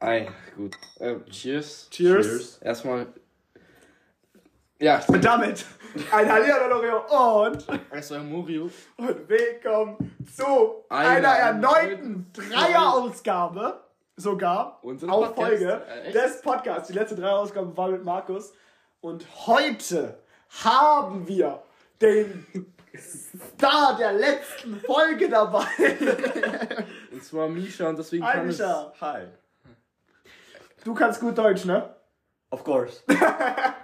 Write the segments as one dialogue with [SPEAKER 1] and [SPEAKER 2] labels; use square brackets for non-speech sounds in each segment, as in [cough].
[SPEAKER 1] Ei, gut. Ähm, cheers.
[SPEAKER 2] Cheers.
[SPEAKER 1] Erstmal. Ja,
[SPEAKER 2] Und damit ein Hallihallo und
[SPEAKER 1] erstmal Murio.
[SPEAKER 2] und willkommen zu
[SPEAKER 1] Einer
[SPEAKER 2] einer, erneuten Dreier-Ausgabe sogar,
[SPEAKER 1] Unseres
[SPEAKER 2] auch
[SPEAKER 1] Podcasts.
[SPEAKER 2] Folge
[SPEAKER 1] Äh, echt?
[SPEAKER 2] des Podcasts. Die letzte Dreier-Ausgabe war mit Markus und heute haben wir den Star der letzten Folge dabei.
[SPEAKER 1] Und zwar Misha und deswegen
[SPEAKER 2] Hi
[SPEAKER 1] kann es.
[SPEAKER 2] Micha,
[SPEAKER 3] Hi.
[SPEAKER 2] du kannst gut Deutsch, ne?
[SPEAKER 3] Of course.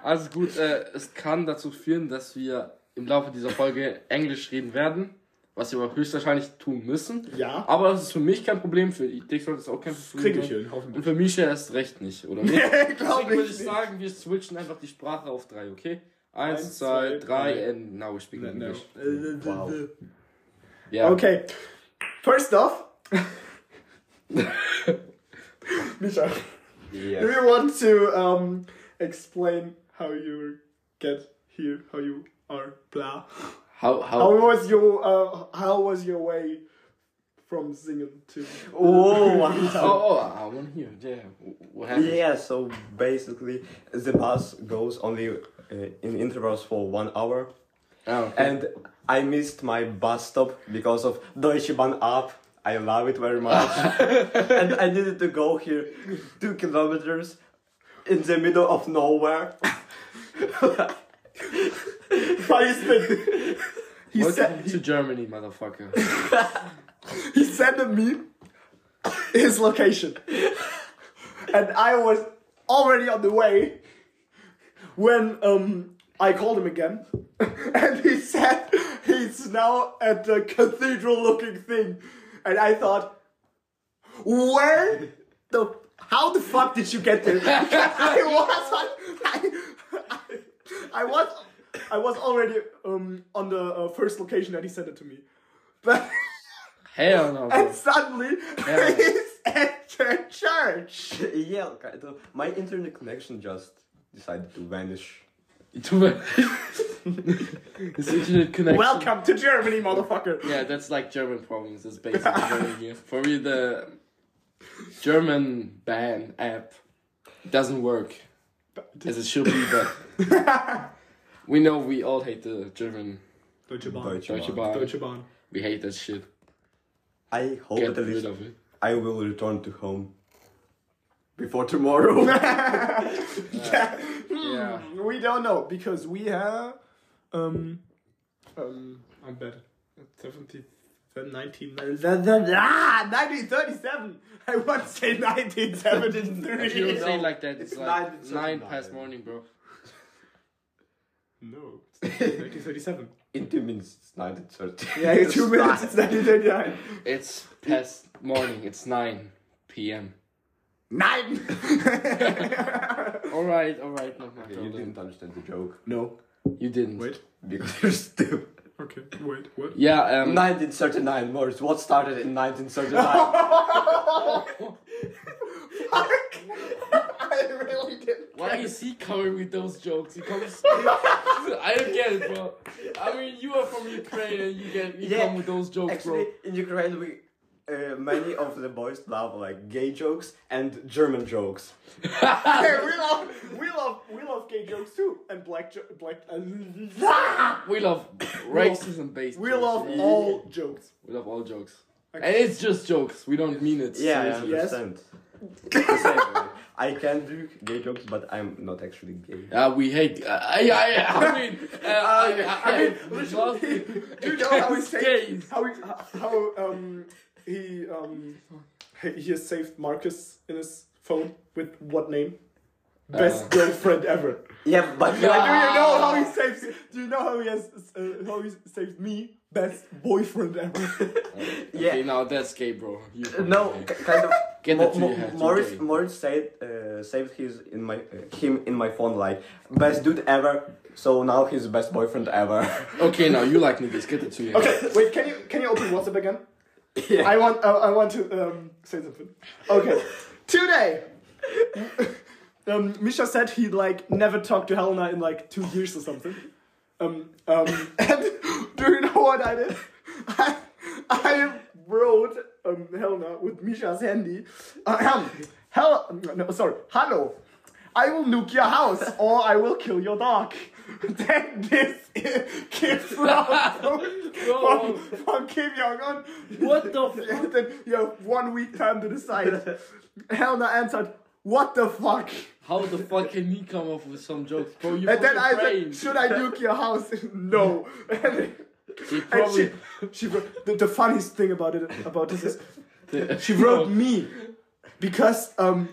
[SPEAKER 1] Also gut, äh, es kann dazu führen, dass wir im Laufe dieser Folge Englisch reden werden. Was wir aber höchstwahrscheinlich tun müssen.
[SPEAKER 2] Ja.
[SPEAKER 1] Aber das ist für mich kein Problem. Für Dick sollte es auch kein Problem
[SPEAKER 2] Krieg ich
[SPEAKER 1] sein.
[SPEAKER 2] hin,
[SPEAKER 1] Und
[SPEAKER 2] hoffentlich.
[SPEAKER 1] für Misha erst recht nicht, oder nicht?
[SPEAKER 2] [laughs] Glaub
[SPEAKER 1] Deswegen würde ich
[SPEAKER 2] nicht.
[SPEAKER 1] sagen, wir switchen einfach die Sprache auf drei, okay? Eins,
[SPEAKER 2] Eins,
[SPEAKER 1] zwei,
[SPEAKER 2] zwei,
[SPEAKER 1] drei, and now we speak
[SPEAKER 3] No.
[SPEAKER 1] English.
[SPEAKER 3] Wow.
[SPEAKER 1] Ja.
[SPEAKER 2] Äh, Okay. First
[SPEAKER 1] [laughs]
[SPEAKER 2] off. Micha,
[SPEAKER 3] [laughs]
[SPEAKER 2] do
[SPEAKER 3] Yeah.
[SPEAKER 2] you want to um, explain how you get here, how you are, blah?
[SPEAKER 1] How, how,
[SPEAKER 2] How was your uh, how was your way from singing
[SPEAKER 1] [laughs]
[SPEAKER 2] to?
[SPEAKER 3] Oh, wow.
[SPEAKER 1] Oh, oh, I want to hear. Yeah. What happened?
[SPEAKER 3] Yeah, so basically, the bus goes only uh, in intervals for one hour,
[SPEAKER 1] Oh, okay.
[SPEAKER 3] and I missed my bus stop because of Deutsche Bahn app. I love it
[SPEAKER 1] [laughs]
[SPEAKER 3] very much, and I needed to go here two kilometers in the middle of nowhere.
[SPEAKER 2] Funny thing, he
[SPEAKER 1] Welcome
[SPEAKER 2] said
[SPEAKER 1] to Germany, motherfucker.
[SPEAKER 2] he sent me his location, and I was already on the way when um I called him again, [laughs] and he said he's now at the cathedral-looking thing, and I thought, where the how the fuck did you get there? [laughs] I was I, I, I was I was already um on the uh, first location that he sent it to me, but. [laughs]
[SPEAKER 1] Hell no. bro.
[SPEAKER 2] And suddenly,
[SPEAKER 1] Yeah.
[SPEAKER 2] he's at the church.
[SPEAKER 3] yeah, kind of. My internet connection just decided to vanish.
[SPEAKER 1] Too much. It's internet connection.
[SPEAKER 2] Welcome to Germany, motherfucker.
[SPEAKER 1] Yeah, that's like German problems. That's basically Germany here. For me, the German ban app doesn't work as it should be, but we know we all hate the German
[SPEAKER 2] Deutsche
[SPEAKER 1] Deutsche Bahn.
[SPEAKER 2] Deutsche Bahn.
[SPEAKER 1] We hate that shit.
[SPEAKER 3] I hope
[SPEAKER 1] Get
[SPEAKER 3] at
[SPEAKER 1] rid
[SPEAKER 3] least
[SPEAKER 1] of it.
[SPEAKER 3] I will return to home before
[SPEAKER 1] [laughs]
[SPEAKER 3] tomorrow. [laughs]
[SPEAKER 1] Yeah.
[SPEAKER 2] We don't know because we have um um I'm bad. 70 19 Ah, 1937. I want to say
[SPEAKER 1] If you don't
[SPEAKER 2] 1973.
[SPEAKER 1] say it like that, it's,
[SPEAKER 3] It's
[SPEAKER 1] like
[SPEAKER 3] nine- it's
[SPEAKER 1] nine
[SPEAKER 3] nine.
[SPEAKER 1] past morning, bro.
[SPEAKER 2] no, it's 1937.
[SPEAKER 3] In two minutes, it's
[SPEAKER 2] [laughs]
[SPEAKER 3] 9.30.
[SPEAKER 2] Yeah,
[SPEAKER 3] [laughs]
[SPEAKER 2] in two minutes it's 1939.
[SPEAKER 1] It's past morning. It's 9 p.m.
[SPEAKER 2] Nine.
[SPEAKER 1] Alright, alright, not my
[SPEAKER 3] Okay, you
[SPEAKER 1] problem.
[SPEAKER 3] didn't understand the joke
[SPEAKER 2] no.
[SPEAKER 1] You didn't.
[SPEAKER 2] Wait.
[SPEAKER 3] because [laughs] you're stupid.
[SPEAKER 2] [laughs] Okay. Wait. What?
[SPEAKER 1] Yeah, um,
[SPEAKER 3] 1939, Morris. What started in
[SPEAKER 2] [laughs]
[SPEAKER 3] 1939?
[SPEAKER 2] I really didn't.
[SPEAKER 1] why
[SPEAKER 2] [laughs]
[SPEAKER 1] is he coming with those jokes? He comes. I don't get it, bro. I mean, you are from Ukraine and you
[SPEAKER 3] [laughs]
[SPEAKER 1] get you
[SPEAKER 3] Yeah,
[SPEAKER 1] come with those jokes,
[SPEAKER 3] Actually, in Ukraine, we uh, many of the boys love like gay jokes and German jokes.
[SPEAKER 2] [laughs] Hey, we love, we love, we love gay jokes too, and black, jo- black. [laughs] Uh,
[SPEAKER 1] bro. [laughs] We love racism based.
[SPEAKER 2] we
[SPEAKER 1] jokes,
[SPEAKER 2] love
[SPEAKER 1] yeah.
[SPEAKER 2] all jokes.
[SPEAKER 1] We love all jokes.
[SPEAKER 2] Okay.
[SPEAKER 1] And it's just jokes. We don't mean it.
[SPEAKER 3] Yeah, I
[SPEAKER 1] seriously.
[SPEAKER 2] Yes. [laughs]
[SPEAKER 3] understand. The same way. I can do gay jokes, but I'm not actually gay.
[SPEAKER 1] Uh, we hate. Uh, I, I, I mean, uh, I, I, I,
[SPEAKER 2] [laughs] I mean,
[SPEAKER 1] we love
[SPEAKER 2] Do
[SPEAKER 1] [laughs]
[SPEAKER 2] you know how he
[SPEAKER 1] against
[SPEAKER 2] saved?
[SPEAKER 1] gays.
[SPEAKER 2] How he, how um he um he, he has saved Marcus in his phone with what name? Best
[SPEAKER 1] Uh.
[SPEAKER 2] girlfriend ever.
[SPEAKER 3] Yeah, but
[SPEAKER 2] Do
[SPEAKER 1] Yeah.
[SPEAKER 2] you know how he saves? Do you know how he has uh, how he saved me? Best boyfriend ever.
[SPEAKER 3] yeah.
[SPEAKER 1] Okay, now that's gay, bro.
[SPEAKER 2] Uh,
[SPEAKER 1] You
[SPEAKER 3] No,
[SPEAKER 1] okay.
[SPEAKER 3] k- [laughs] kind of.
[SPEAKER 1] Get
[SPEAKER 3] Mo-
[SPEAKER 1] that
[SPEAKER 3] Mo-
[SPEAKER 1] you have to
[SPEAKER 3] Morris
[SPEAKER 1] get.
[SPEAKER 3] Morris said uh, saved his in my uh, him in my phone like best dude ever. So now he's best boyfriend ever. [laughs]
[SPEAKER 1] Okay, now you like niggas. Get it to you.
[SPEAKER 2] Okay, wait. Can you can you open WhatsApp again?
[SPEAKER 3] yeah.
[SPEAKER 2] I want I, I want to um, say something. Okay, today, um, Misha said he like never talked to Helena in like two years or something. Um, [laughs] um, and do you know what I did? I, I wrote um, Helena with Misha's handy. Ahem. Hel- no, sorry. Hello. I will nuke your house or I will kill your dog. [laughs] Then this is [laughs] Kim from,
[SPEAKER 1] Bro.
[SPEAKER 2] from, from Kim Jong Un.
[SPEAKER 1] What
[SPEAKER 2] [laughs]
[SPEAKER 1] the fuck?
[SPEAKER 2] then you have one week time to
[SPEAKER 1] [laughs]
[SPEAKER 2] decide. Helena answered, What the fuck?
[SPEAKER 1] How the fuck can he come up with some jokes, bro? You
[SPEAKER 2] And then I
[SPEAKER 1] brain.
[SPEAKER 2] said, Should I nuke your house? [laughs] no.
[SPEAKER 1] He
[SPEAKER 2] And
[SPEAKER 1] probably
[SPEAKER 2] she, she wrote, the, the funniest thing about it about this is
[SPEAKER 1] [laughs]
[SPEAKER 2] she wrote me because um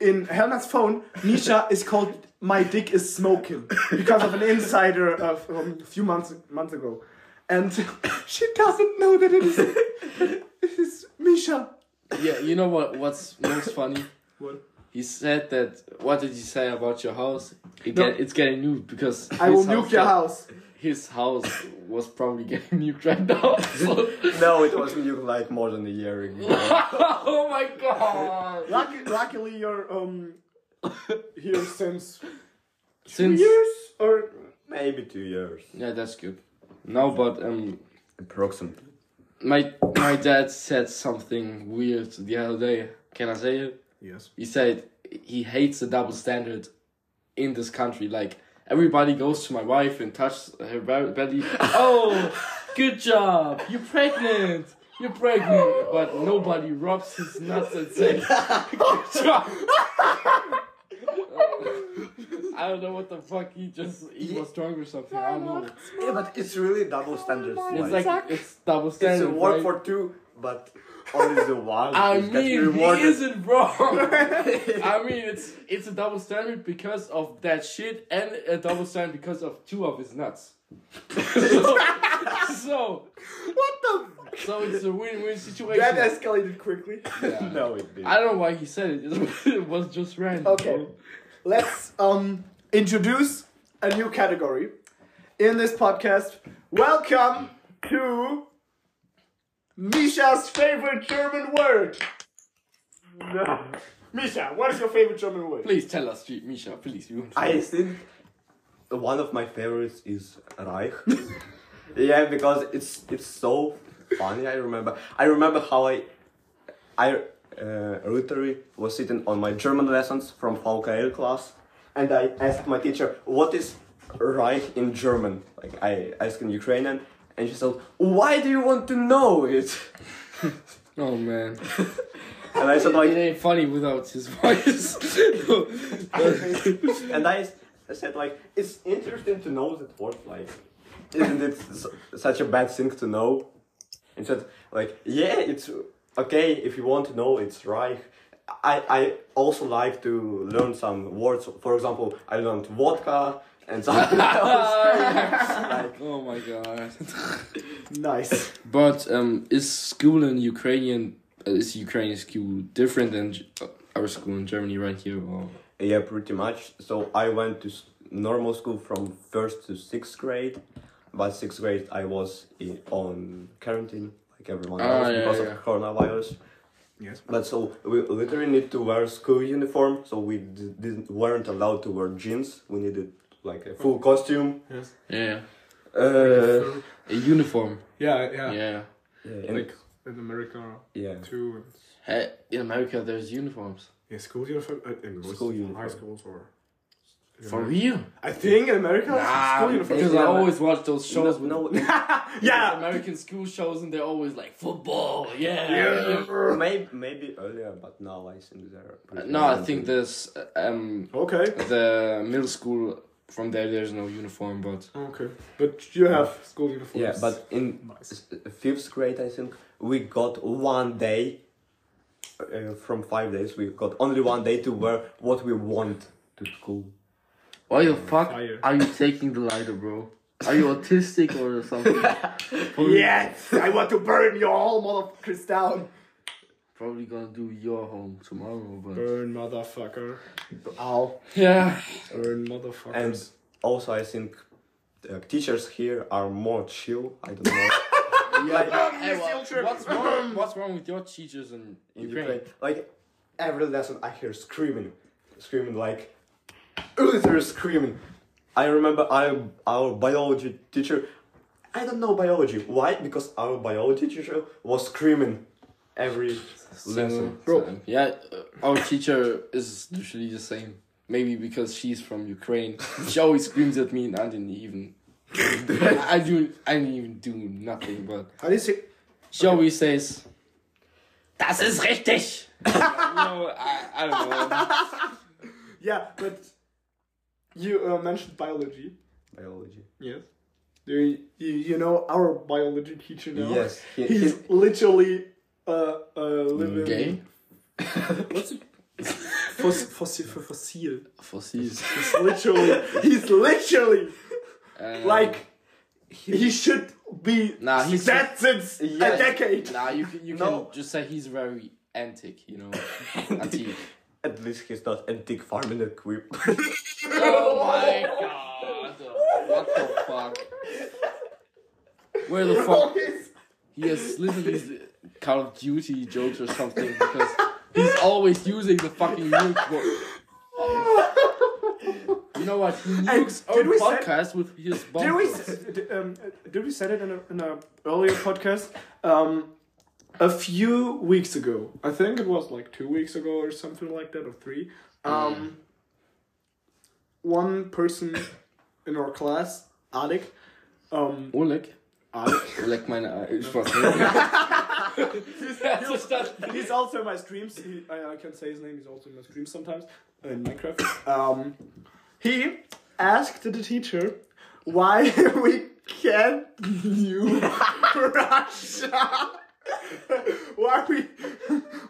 [SPEAKER 2] in Helna's phone Nisha is called my dick is smoking because of an insider of um, a few months months ago, and [laughs] she doesn't know that it is it is Misha.
[SPEAKER 1] Yeah, you know what?
[SPEAKER 2] [laughs]
[SPEAKER 1] What's most funny?
[SPEAKER 2] What?
[SPEAKER 1] He said that. What did you say about your house? It
[SPEAKER 2] No.
[SPEAKER 1] get, it's getting nuked because
[SPEAKER 2] I will
[SPEAKER 1] his
[SPEAKER 2] nuke your
[SPEAKER 1] got-
[SPEAKER 2] house.
[SPEAKER 1] His house was probably getting [laughs] nuked right now.
[SPEAKER 2] [laughs]
[SPEAKER 1] so- [laughs]
[SPEAKER 3] No, it was nuked like more than a year ago. [laughs]
[SPEAKER 1] oh my god!
[SPEAKER 2] Lucky, luckily, you're um here since
[SPEAKER 1] Since
[SPEAKER 2] years or
[SPEAKER 3] Maybe two years.
[SPEAKER 1] yeah, that's good. No, but um,
[SPEAKER 3] Approximately. [laughs]
[SPEAKER 1] my my dad said something weird the other day. Can I say it?
[SPEAKER 2] [laughs] yes.
[SPEAKER 1] He said he hates the double standard in this country. Like everybody goes to my wife and touches her be-
[SPEAKER 3] [laughs]
[SPEAKER 1] belly. Oh, good job! You're pregnant. You're pregnant, but nobody rubs his nuts and
[SPEAKER 3] [laughs]
[SPEAKER 1] says, "Good job." I don't know what the fuck he just he was drunk or something. I don't know.
[SPEAKER 3] Yeah, but it's really double standards.
[SPEAKER 1] It's
[SPEAKER 3] like,
[SPEAKER 1] like it's double
[SPEAKER 3] it's
[SPEAKER 1] standard.
[SPEAKER 3] a war
[SPEAKER 1] right?
[SPEAKER 3] for two, but only the one.
[SPEAKER 1] I
[SPEAKER 3] is
[SPEAKER 1] mean,
[SPEAKER 3] getting
[SPEAKER 1] he
[SPEAKER 3] rewarded.
[SPEAKER 1] isn't
[SPEAKER 3] [laughs]
[SPEAKER 1] wrong. I mean, it's it's a double standard because of that shit, and a double standard because of two of his nuts. [laughs] so, so,
[SPEAKER 2] What the? Fuck?
[SPEAKER 1] so it's a win-win situation.
[SPEAKER 2] That escalated quickly.
[SPEAKER 3] No, it didn't.
[SPEAKER 1] I don't know why he said it. [laughs] It was just random.
[SPEAKER 2] Okay, let's um introduce a new category in this podcast. Welcome to Misha's favorite German word. [laughs] No. Misha, what is your favorite German word?
[SPEAKER 1] Please tell us, G- Misha. Please, you.
[SPEAKER 3] I think one of my favorites is Reich. [laughs] yeah, because it's it's so funny. I remember. I remember how I, I uh, literally was sitting on my German lessons from VKL class, and I asked my teacher, "What is Reich in German?" Like I asked in Ukrainian, and she said, "Why do you want to know it?"
[SPEAKER 1] [laughs] Oh man,
[SPEAKER 3] [laughs] And I said,
[SPEAKER 1] it
[SPEAKER 3] "Like,
[SPEAKER 1] ain't funny without his [laughs] voice.
[SPEAKER 3] [laughs] and I s- said like it's interesting to know that word like isn't it s- such a bad thing to know and said like yeah it's okay if you want to know it's right I, I also like to learn some words for example I learned vodka
[SPEAKER 1] [laughs]
[SPEAKER 3] and something else like
[SPEAKER 1] oh my god.
[SPEAKER 2] Nice.
[SPEAKER 1] But um, is school in Ukrainian uh, is Ukrainian school different than G- uh, our school in Germany right here? Or...
[SPEAKER 3] Yeah, pretty much. So I went to s- normal school from first to sixth grade, but sixth grade I was in, on quarantine like everyone
[SPEAKER 1] Ah,
[SPEAKER 3] else
[SPEAKER 1] yeah,
[SPEAKER 3] because
[SPEAKER 1] yeah.
[SPEAKER 3] of coronavirus.
[SPEAKER 2] Yes.
[SPEAKER 3] But so we literally need to wear school uniform, so we d- didn't weren't allowed to wear jeans. We needed like a full costume.
[SPEAKER 2] Yes.
[SPEAKER 1] Yeah,
[SPEAKER 3] Uh,
[SPEAKER 1] a uniform.
[SPEAKER 2] Yeah,
[SPEAKER 1] Yeah.
[SPEAKER 3] and-
[SPEAKER 2] in America
[SPEAKER 3] yeah,
[SPEAKER 2] too.
[SPEAKER 1] Hey, in America, there's uniforms.
[SPEAKER 2] Yeah, school uniform uh, in
[SPEAKER 3] most School high uniform.
[SPEAKER 2] schools or.
[SPEAKER 1] For real?
[SPEAKER 2] I think in America, school uniform.
[SPEAKER 1] because I always watch those shows with
[SPEAKER 3] no,
[SPEAKER 2] [laughs] Yeah.
[SPEAKER 1] American school shows, and they're always like football. Yeah.
[SPEAKER 3] no, [laughs] maybe maybe earlier, but now I think they're. pretty
[SPEAKER 1] No, I
[SPEAKER 3] much-
[SPEAKER 1] think there's uh, um
[SPEAKER 2] Okay.
[SPEAKER 1] the middle school from there. There's no uniform, but
[SPEAKER 2] Okay. But you have school uniforms.
[SPEAKER 3] Yeah, but in s- fifth grade, I think we got one day uh, from five days. We got only one day to wear what we want to school.
[SPEAKER 1] why the fuck
[SPEAKER 2] Fire.
[SPEAKER 1] are you taking the lighter, bro? Are [laughs] you autistic or something?
[SPEAKER 2] Yes, I want to burn your whole motherfuckers down.
[SPEAKER 1] Probably gonna do your home tomorrow, but
[SPEAKER 2] Burn motherfucker. Ow.
[SPEAKER 1] [laughs] yeah,
[SPEAKER 2] Burn
[SPEAKER 3] And
[SPEAKER 2] motherfuckers.
[SPEAKER 3] also, I think uh, teachers here are more chill. I don't know.
[SPEAKER 1] [laughs] Hey, well, what's wrong? What's wrong with your teachers in
[SPEAKER 3] in
[SPEAKER 1] Ukraine?
[SPEAKER 3] Ukraine, like every lesson, I hear screaming, screaming like literally screaming. I remember I our biology teacher. I don't know biology. Why? Because our biology teacher was screaming every lesson.
[SPEAKER 1] Bro. Yeah, uh, our teacher is literally the same. Maybe because she's from Ukraine. She always screams at me and I didn't even I, I do I didn't even do nothing but
[SPEAKER 2] How do you say?
[SPEAKER 1] she always says Das ist richtig [laughs] You know, I, I don't know.
[SPEAKER 2] Yeah, but you uh, mentioned biology.
[SPEAKER 1] [laughs]
[SPEAKER 3] Biology.
[SPEAKER 2] Yes. Do you, you, you know our biology teacher now?
[SPEAKER 3] Yes, he-
[SPEAKER 2] He's
[SPEAKER 3] he-
[SPEAKER 2] literally uh, uh, living.
[SPEAKER 1] Gay?
[SPEAKER 2] What's it? Foss, fossil, for fossil.
[SPEAKER 1] Fossils.
[SPEAKER 2] He's literally. He's literally
[SPEAKER 1] Um,
[SPEAKER 2] like. He should be
[SPEAKER 1] Nah, he's
[SPEAKER 2] dead since a
[SPEAKER 3] Yes.
[SPEAKER 2] decade.
[SPEAKER 1] Nah, you can, you
[SPEAKER 3] No.
[SPEAKER 1] can just say he's very antique, you
[SPEAKER 2] [laughs]
[SPEAKER 1] know. Antique.
[SPEAKER 3] At least he's not antique farming equipped.
[SPEAKER 1] [laughs] Oh my god! What the fuck? Where the fuck?
[SPEAKER 2] He's-
[SPEAKER 1] He is literally the Call of Duty jokes or something because he's always using the fucking nuke. wo- You know what? He nukes
[SPEAKER 2] did
[SPEAKER 1] our
[SPEAKER 2] we say-
[SPEAKER 1] podcast with his bomb.
[SPEAKER 2] Did we,
[SPEAKER 1] drops.
[SPEAKER 2] s- d- um, did we said it in a, in a earlier podcast? Um, a few weeks ago, I think it was like two weeks ago or something like that, or three. Um, One person in our class, Alec, um,
[SPEAKER 1] Oleg?
[SPEAKER 2] Alec,
[SPEAKER 1] Oleg, meine. Ei- Ich weiß
[SPEAKER 2] [laughs]
[SPEAKER 1] [laughs] nicht.
[SPEAKER 2] he's also in my streams. He, I, I can say his name. He's also in my streams sometimes uh, in Minecraft. Um, he asked the teacher why [laughs] we can't nuke Russia. [laughs] why we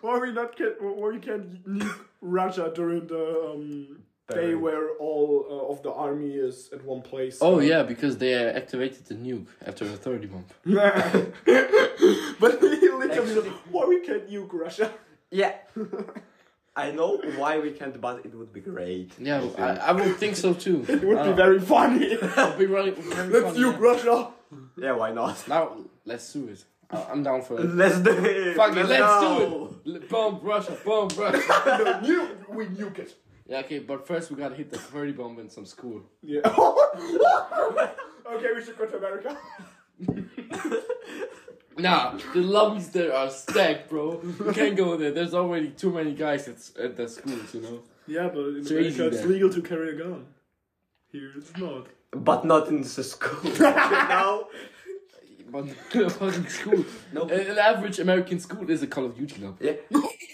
[SPEAKER 2] why we not can why we can't nuke Russia during the um, day
[SPEAKER 3] During-
[SPEAKER 2] where all uh, of the army is at one place.
[SPEAKER 1] Oh yeah, because they uh, activated the nuke after the 30 month.
[SPEAKER 2] [laughs] but he literally said,
[SPEAKER 3] Actually-
[SPEAKER 2] why we can't nuke Russia.
[SPEAKER 3] yeah. [laughs] I know why we can't, but it would be great.
[SPEAKER 1] Yeah, I, I would think so too.
[SPEAKER 2] [laughs]
[SPEAKER 1] Uh,
[SPEAKER 2] It would
[SPEAKER 3] Uh,
[SPEAKER 2] be very funny.
[SPEAKER 1] be really, very
[SPEAKER 2] [laughs] Let's
[SPEAKER 1] fun,
[SPEAKER 2] nuke
[SPEAKER 1] yeah.
[SPEAKER 2] Russia.
[SPEAKER 3] Yeah, why not?
[SPEAKER 1] Now let's do it. I- I'm down for
[SPEAKER 3] [laughs]
[SPEAKER 1] it.
[SPEAKER 3] Let's do it.
[SPEAKER 1] Fuck it, let's
[SPEAKER 3] go.
[SPEAKER 1] do it. L- Bomb Russia, bomb Russia.
[SPEAKER 3] Mm.
[SPEAKER 2] no, you, we nuke it.
[SPEAKER 1] [laughs] yeah, okay, but first we gotta hit the thirty bomb in some school.
[SPEAKER 2] Yeah. okay, we should go to America.
[SPEAKER 1] Nah, the lobbies there are stacked, bro. You can't go there. There's already too many guys at s- at the schools, you know.
[SPEAKER 2] Yeah, but in
[SPEAKER 1] America easy it's then.
[SPEAKER 2] legal to carry a gun. Here it's not.
[SPEAKER 3] But not in the
[SPEAKER 1] [laughs]
[SPEAKER 3] school. you know?
[SPEAKER 1] But [laughs] fucking school.
[SPEAKER 3] No.
[SPEAKER 1] An an average American school is a Call of Duty club.
[SPEAKER 3] Yeah.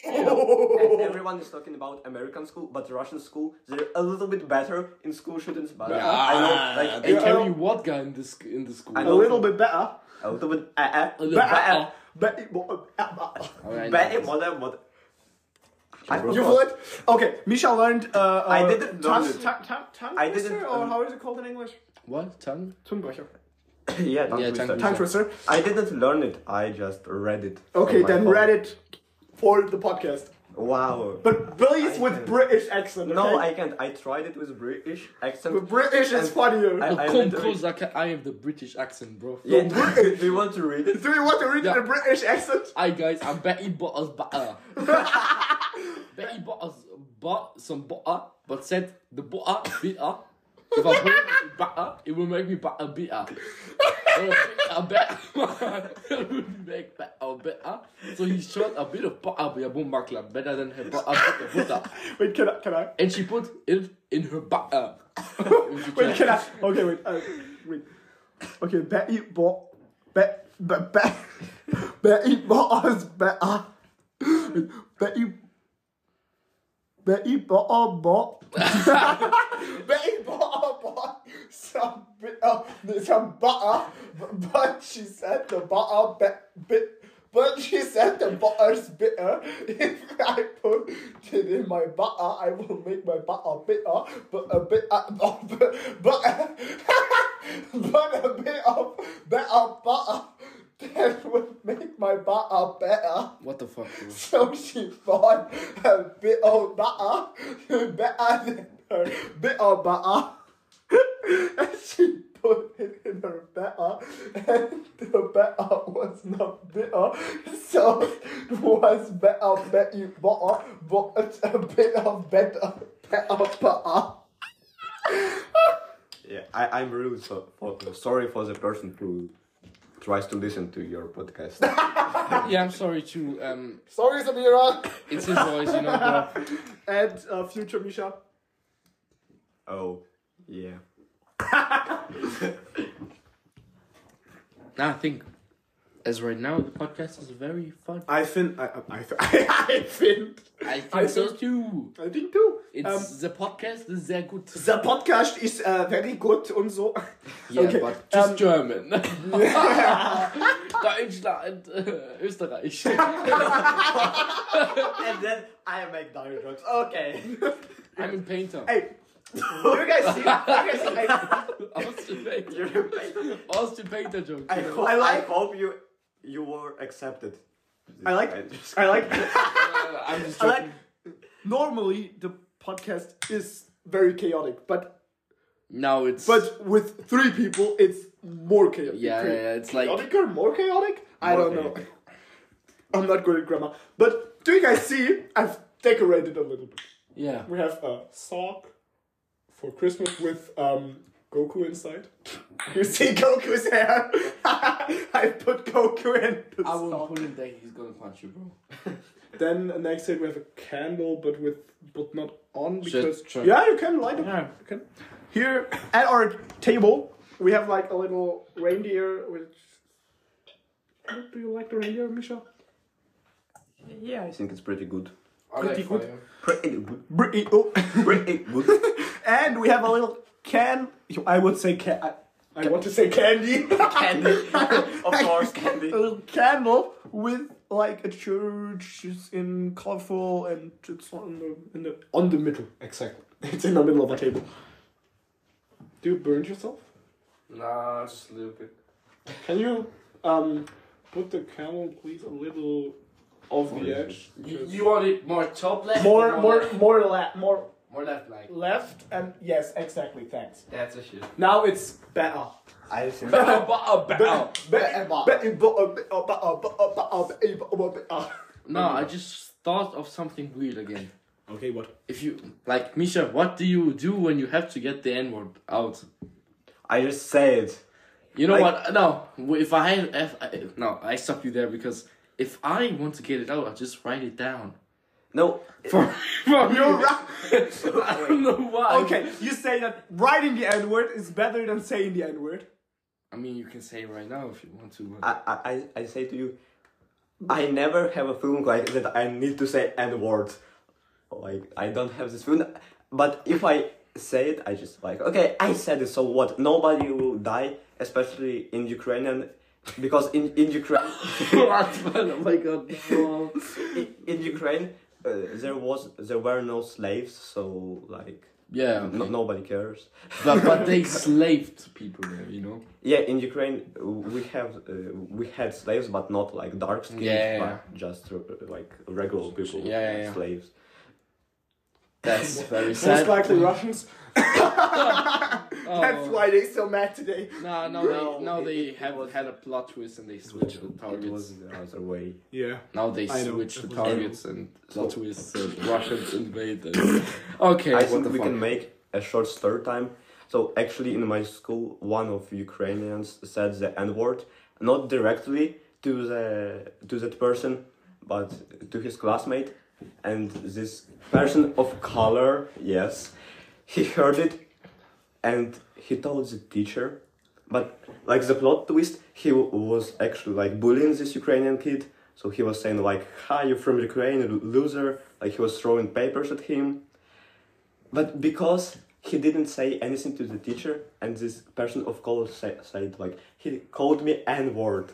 [SPEAKER 3] And everyone
[SPEAKER 1] [laughs]
[SPEAKER 3] is talking about American school, but Russian school, they're a little bit better in school shootings, but I know, like,
[SPEAKER 1] Ah, they
[SPEAKER 3] it-
[SPEAKER 1] carry vodka in this in the school.
[SPEAKER 3] Ah, I
[SPEAKER 2] A
[SPEAKER 3] know.
[SPEAKER 2] little bit better.
[SPEAKER 3] a little bit, uh, uh, a
[SPEAKER 1] little eh,
[SPEAKER 3] uh,
[SPEAKER 2] But it- well, uh, uh,
[SPEAKER 1] Alright,
[SPEAKER 3] better, what, what, I
[SPEAKER 2] you
[SPEAKER 3] forgot.
[SPEAKER 2] would? Okay, Misha learned. Uh, uh,
[SPEAKER 3] I didn't learn
[SPEAKER 2] tongue,
[SPEAKER 3] it.
[SPEAKER 2] tongue, tongue, tongue
[SPEAKER 3] I
[SPEAKER 2] twister,
[SPEAKER 3] didn't,
[SPEAKER 2] or
[SPEAKER 3] um,
[SPEAKER 2] how is it called in English?
[SPEAKER 1] What tongue?
[SPEAKER 2] Tunbrecher.
[SPEAKER 3] [laughs] yeah, tongue
[SPEAKER 1] Yeah,
[SPEAKER 3] twister.
[SPEAKER 1] tongue
[SPEAKER 2] Tongue twister.
[SPEAKER 3] I didn't learn it. I just read it.
[SPEAKER 2] Okay,
[SPEAKER 3] on Oh my
[SPEAKER 2] then
[SPEAKER 3] phone.
[SPEAKER 2] read it for the podcast.
[SPEAKER 3] Wow.
[SPEAKER 2] But Billy's
[SPEAKER 3] I
[SPEAKER 2] with
[SPEAKER 3] didn't.
[SPEAKER 2] British accent.
[SPEAKER 3] no,
[SPEAKER 2] okay?
[SPEAKER 3] I can't. I tried it with British accent.
[SPEAKER 2] But British is funnier.
[SPEAKER 3] I-
[SPEAKER 1] No,
[SPEAKER 3] I
[SPEAKER 1] come
[SPEAKER 3] literally-
[SPEAKER 1] close. I, ca- I have the British accent, bro.
[SPEAKER 3] yeah, [laughs] do you want to read it?
[SPEAKER 2] Do you want to read
[SPEAKER 1] Yeah.
[SPEAKER 2] the British accent?
[SPEAKER 1] Hi guys, I'm Betty Butters Butter. Betty Butters bought some butter, but said the butter bitter. If I put it in butter, it will make me butter bitter. A better, [laughs] it would make butter bitter. So he shot a bit of butter by a boombuckler, better than her butter, butter, butter.
[SPEAKER 2] [laughs] Wait, can I? Can I?
[SPEAKER 1] And she put it in her butter.
[SPEAKER 2] Wait, can I? Okay, wait. Uh, wait. Okay, Betty bought. Bet. Bet. Bet. [laughs] Betty bought us better. [laughs] Betty. Betty bought our bought. Betty bought our bought some bit of some butter, but- but she said the butter bit. bit but she said the butter's bitter. If I put it in my butter, I will make my butter bitter. But a bit, uh, oh, but, but, [laughs] but a bit of better butter that would make my butter better.
[SPEAKER 1] What the fuck, bro?
[SPEAKER 2] So she bought a bit of butter, better than her bit of butter. [laughs] and she put it in her better, and the better was not bitter, so it was better, better, butter, but it's a bit of better, better butter.
[SPEAKER 3] Yeah, I, I'm really so, for, sorry for the person who tries to listen to your podcast. [laughs]
[SPEAKER 1] Yeah, I'm sorry too. Um,
[SPEAKER 2] Sorry, Samira.
[SPEAKER 1] it's his voice, you know. Bro.
[SPEAKER 2] And uh, future Misha.
[SPEAKER 3] oh, yeah.
[SPEAKER 1] Now I think, as right now, the podcast is very fun.
[SPEAKER 2] I think. I, I, I, thi- I [laughs] think.
[SPEAKER 1] I think
[SPEAKER 2] I
[SPEAKER 1] so
[SPEAKER 2] think-
[SPEAKER 1] too.
[SPEAKER 2] I think too.
[SPEAKER 1] It's
[SPEAKER 2] Um,
[SPEAKER 1] the podcast is sehr gut.
[SPEAKER 2] the podcast is uh, very good und so.
[SPEAKER 1] Yeah,
[SPEAKER 2] okay, [laughs]
[SPEAKER 1] but just
[SPEAKER 2] um,
[SPEAKER 1] German. Deutschland, [laughs] äh, Österreich.
[SPEAKER 2] [laughs]
[SPEAKER 3] And then I make dirty jokes. Okay. [laughs]
[SPEAKER 1] I'm a painter. [laughs]
[SPEAKER 2] Hey, you guys see? You guys see I,
[SPEAKER 1] Austin Painter.
[SPEAKER 3] I,
[SPEAKER 1] Austin Painter joke.
[SPEAKER 3] hope, I,
[SPEAKER 2] I like-
[SPEAKER 3] hope you you were accepted.
[SPEAKER 2] I like. I like.
[SPEAKER 1] Uh, I'm
[SPEAKER 2] [laughs]
[SPEAKER 1] just
[SPEAKER 2] I
[SPEAKER 1] joking.
[SPEAKER 2] like. Normally, the podcast is very chaotic, but
[SPEAKER 1] now it's
[SPEAKER 2] but with three people, it's more chaotic.
[SPEAKER 1] yeah, yeah, yeah, it's like
[SPEAKER 2] chaotic or more chaotic? I
[SPEAKER 3] More
[SPEAKER 2] don't know.
[SPEAKER 3] chaotic.
[SPEAKER 2] [laughs] I'm not good at grammar. But do you guys see? I've decorated a little bit.
[SPEAKER 1] yeah.
[SPEAKER 2] We have a sock for Christmas with um, Goku inside. You see Goku's hair? [laughs] I put Goku in the
[SPEAKER 1] I will
[SPEAKER 2] sock.
[SPEAKER 1] put him there. He's gonna punch you, bro.
[SPEAKER 2] Then uh, next day we have a candle, but with but not on because
[SPEAKER 1] sure.
[SPEAKER 2] yeah, you can light up.
[SPEAKER 1] Yeah.
[SPEAKER 2] You can. Here at our table, we have like a little reindeer. Which do you like the reindeer, Misha?
[SPEAKER 3] Yeah, I think it's pretty good.
[SPEAKER 2] Pretty good.
[SPEAKER 3] Pretty good.
[SPEAKER 2] Br- oh. [laughs]
[SPEAKER 3] Pretty good.
[SPEAKER 2] and we have a little can. I would say can. I, I want to say candy. [laughs]
[SPEAKER 3] candy. [laughs] of course, candy.
[SPEAKER 2] a little candle with like a church it's in colorful and it's on the in the on the middle. Exactly. [laughs] It's in the middle of a table. Do you burn yourself?
[SPEAKER 1] Nah, just a little bit.
[SPEAKER 2] Can you um put the candle please a little off the edge?
[SPEAKER 1] You, you want it more top left?
[SPEAKER 2] More
[SPEAKER 1] or
[SPEAKER 2] more
[SPEAKER 1] left?
[SPEAKER 2] more left more
[SPEAKER 1] more left like.
[SPEAKER 2] left and yes, exactly, thanks.
[SPEAKER 1] That's a
[SPEAKER 2] [laughs]
[SPEAKER 1] shit.
[SPEAKER 2] Now it's better.
[SPEAKER 3] I think.
[SPEAKER 2] Oh.
[SPEAKER 1] no,
[SPEAKER 2] uh.
[SPEAKER 1] I just thought of something weird again.
[SPEAKER 2] Okay, what?
[SPEAKER 1] If you like Misha, what do you do when you have to get the N word out?
[SPEAKER 3] [laughs] I just say it.
[SPEAKER 1] You know
[SPEAKER 3] Like-
[SPEAKER 1] what? No, if I have, if I, no, I stop you there because if I want to get it out, I just write it
[SPEAKER 2] [laughs]
[SPEAKER 1] down.
[SPEAKER 3] No.
[SPEAKER 1] For, for [laughs]
[SPEAKER 2] You're
[SPEAKER 1] you.
[SPEAKER 2] right.
[SPEAKER 1] I don't know why.
[SPEAKER 2] Okay, you say that writing the N word is better than saying the N word.
[SPEAKER 1] I mean, you can say it right now if you want to. but- [laughs]
[SPEAKER 3] I, I, I- I say to you, I never have a feeling like that I need to say N word. Like, I don't have this feeling. But if I say it, I just like, okay, I said it, so what? Nobody will die, especially in Ukrainian. Because in, in
[SPEAKER 1] [laughs]
[SPEAKER 3] Ukraine,
[SPEAKER 1] oh my god. no.
[SPEAKER 3] in Ukraine, uh, there was there were no slaves, so like
[SPEAKER 1] Yeah. okay.
[SPEAKER 3] no, nobody cares.
[SPEAKER 1] But, but they slaved people there, you know?
[SPEAKER 3] Yeah, in Ukraine uh, we have uh, we had slaves, but not like dark skinned,
[SPEAKER 1] Yeah, yeah,
[SPEAKER 3] but just uh, like regular people.
[SPEAKER 1] Yeah, yeah, yeah.
[SPEAKER 3] slaves.
[SPEAKER 1] That's very
[SPEAKER 2] Most
[SPEAKER 1] sad.
[SPEAKER 2] likely Russians.
[SPEAKER 1] Oh.
[SPEAKER 2] That's why they so mad today.
[SPEAKER 1] No, no,
[SPEAKER 3] No,
[SPEAKER 1] they, no,
[SPEAKER 3] it-
[SPEAKER 1] they
[SPEAKER 3] it
[SPEAKER 1] have
[SPEAKER 3] was-
[SPEAKER 1] had a plot twist and they switched the targets.
[SPEAKER 3] It was the other way.
[SPEAKER 2] Yeah.
[SPEAKER 1] Now they
[SPEAKER 2] I know,
[SPEAKER 1] switch
[SPEAKER 2] it
[SPEAKER 1] the
[SPEAKER 2] was-
[SPEAKER 1] targets and plot twists and Russians invade.
[SPEAKER 3] [coughs]
[SPEAKER 1] And... Okay,
[SPEAKER 3] I
[SPEAKER 1] what
[SPEAKER 3] think
[SPEAKER 1] the
[SPEAKER 3] we
[SPEAKER 1] fuck?
[SPEAKER 3] can make a short story time. So actually, in my school, one of Ukrainians said the N word, not directly to the to that person, but to his classmate, and this person of color, yes, he heard it, and he told the teacher, but like the plot twist, he w- was actually like bullying this Ukrainian kid. So he was saying like, "Hi, you're from Ukraine, you loser!" Like he was throwing papers at him. But because he didn't say anything to the teacher, and this person of color sa- said like he called me N word.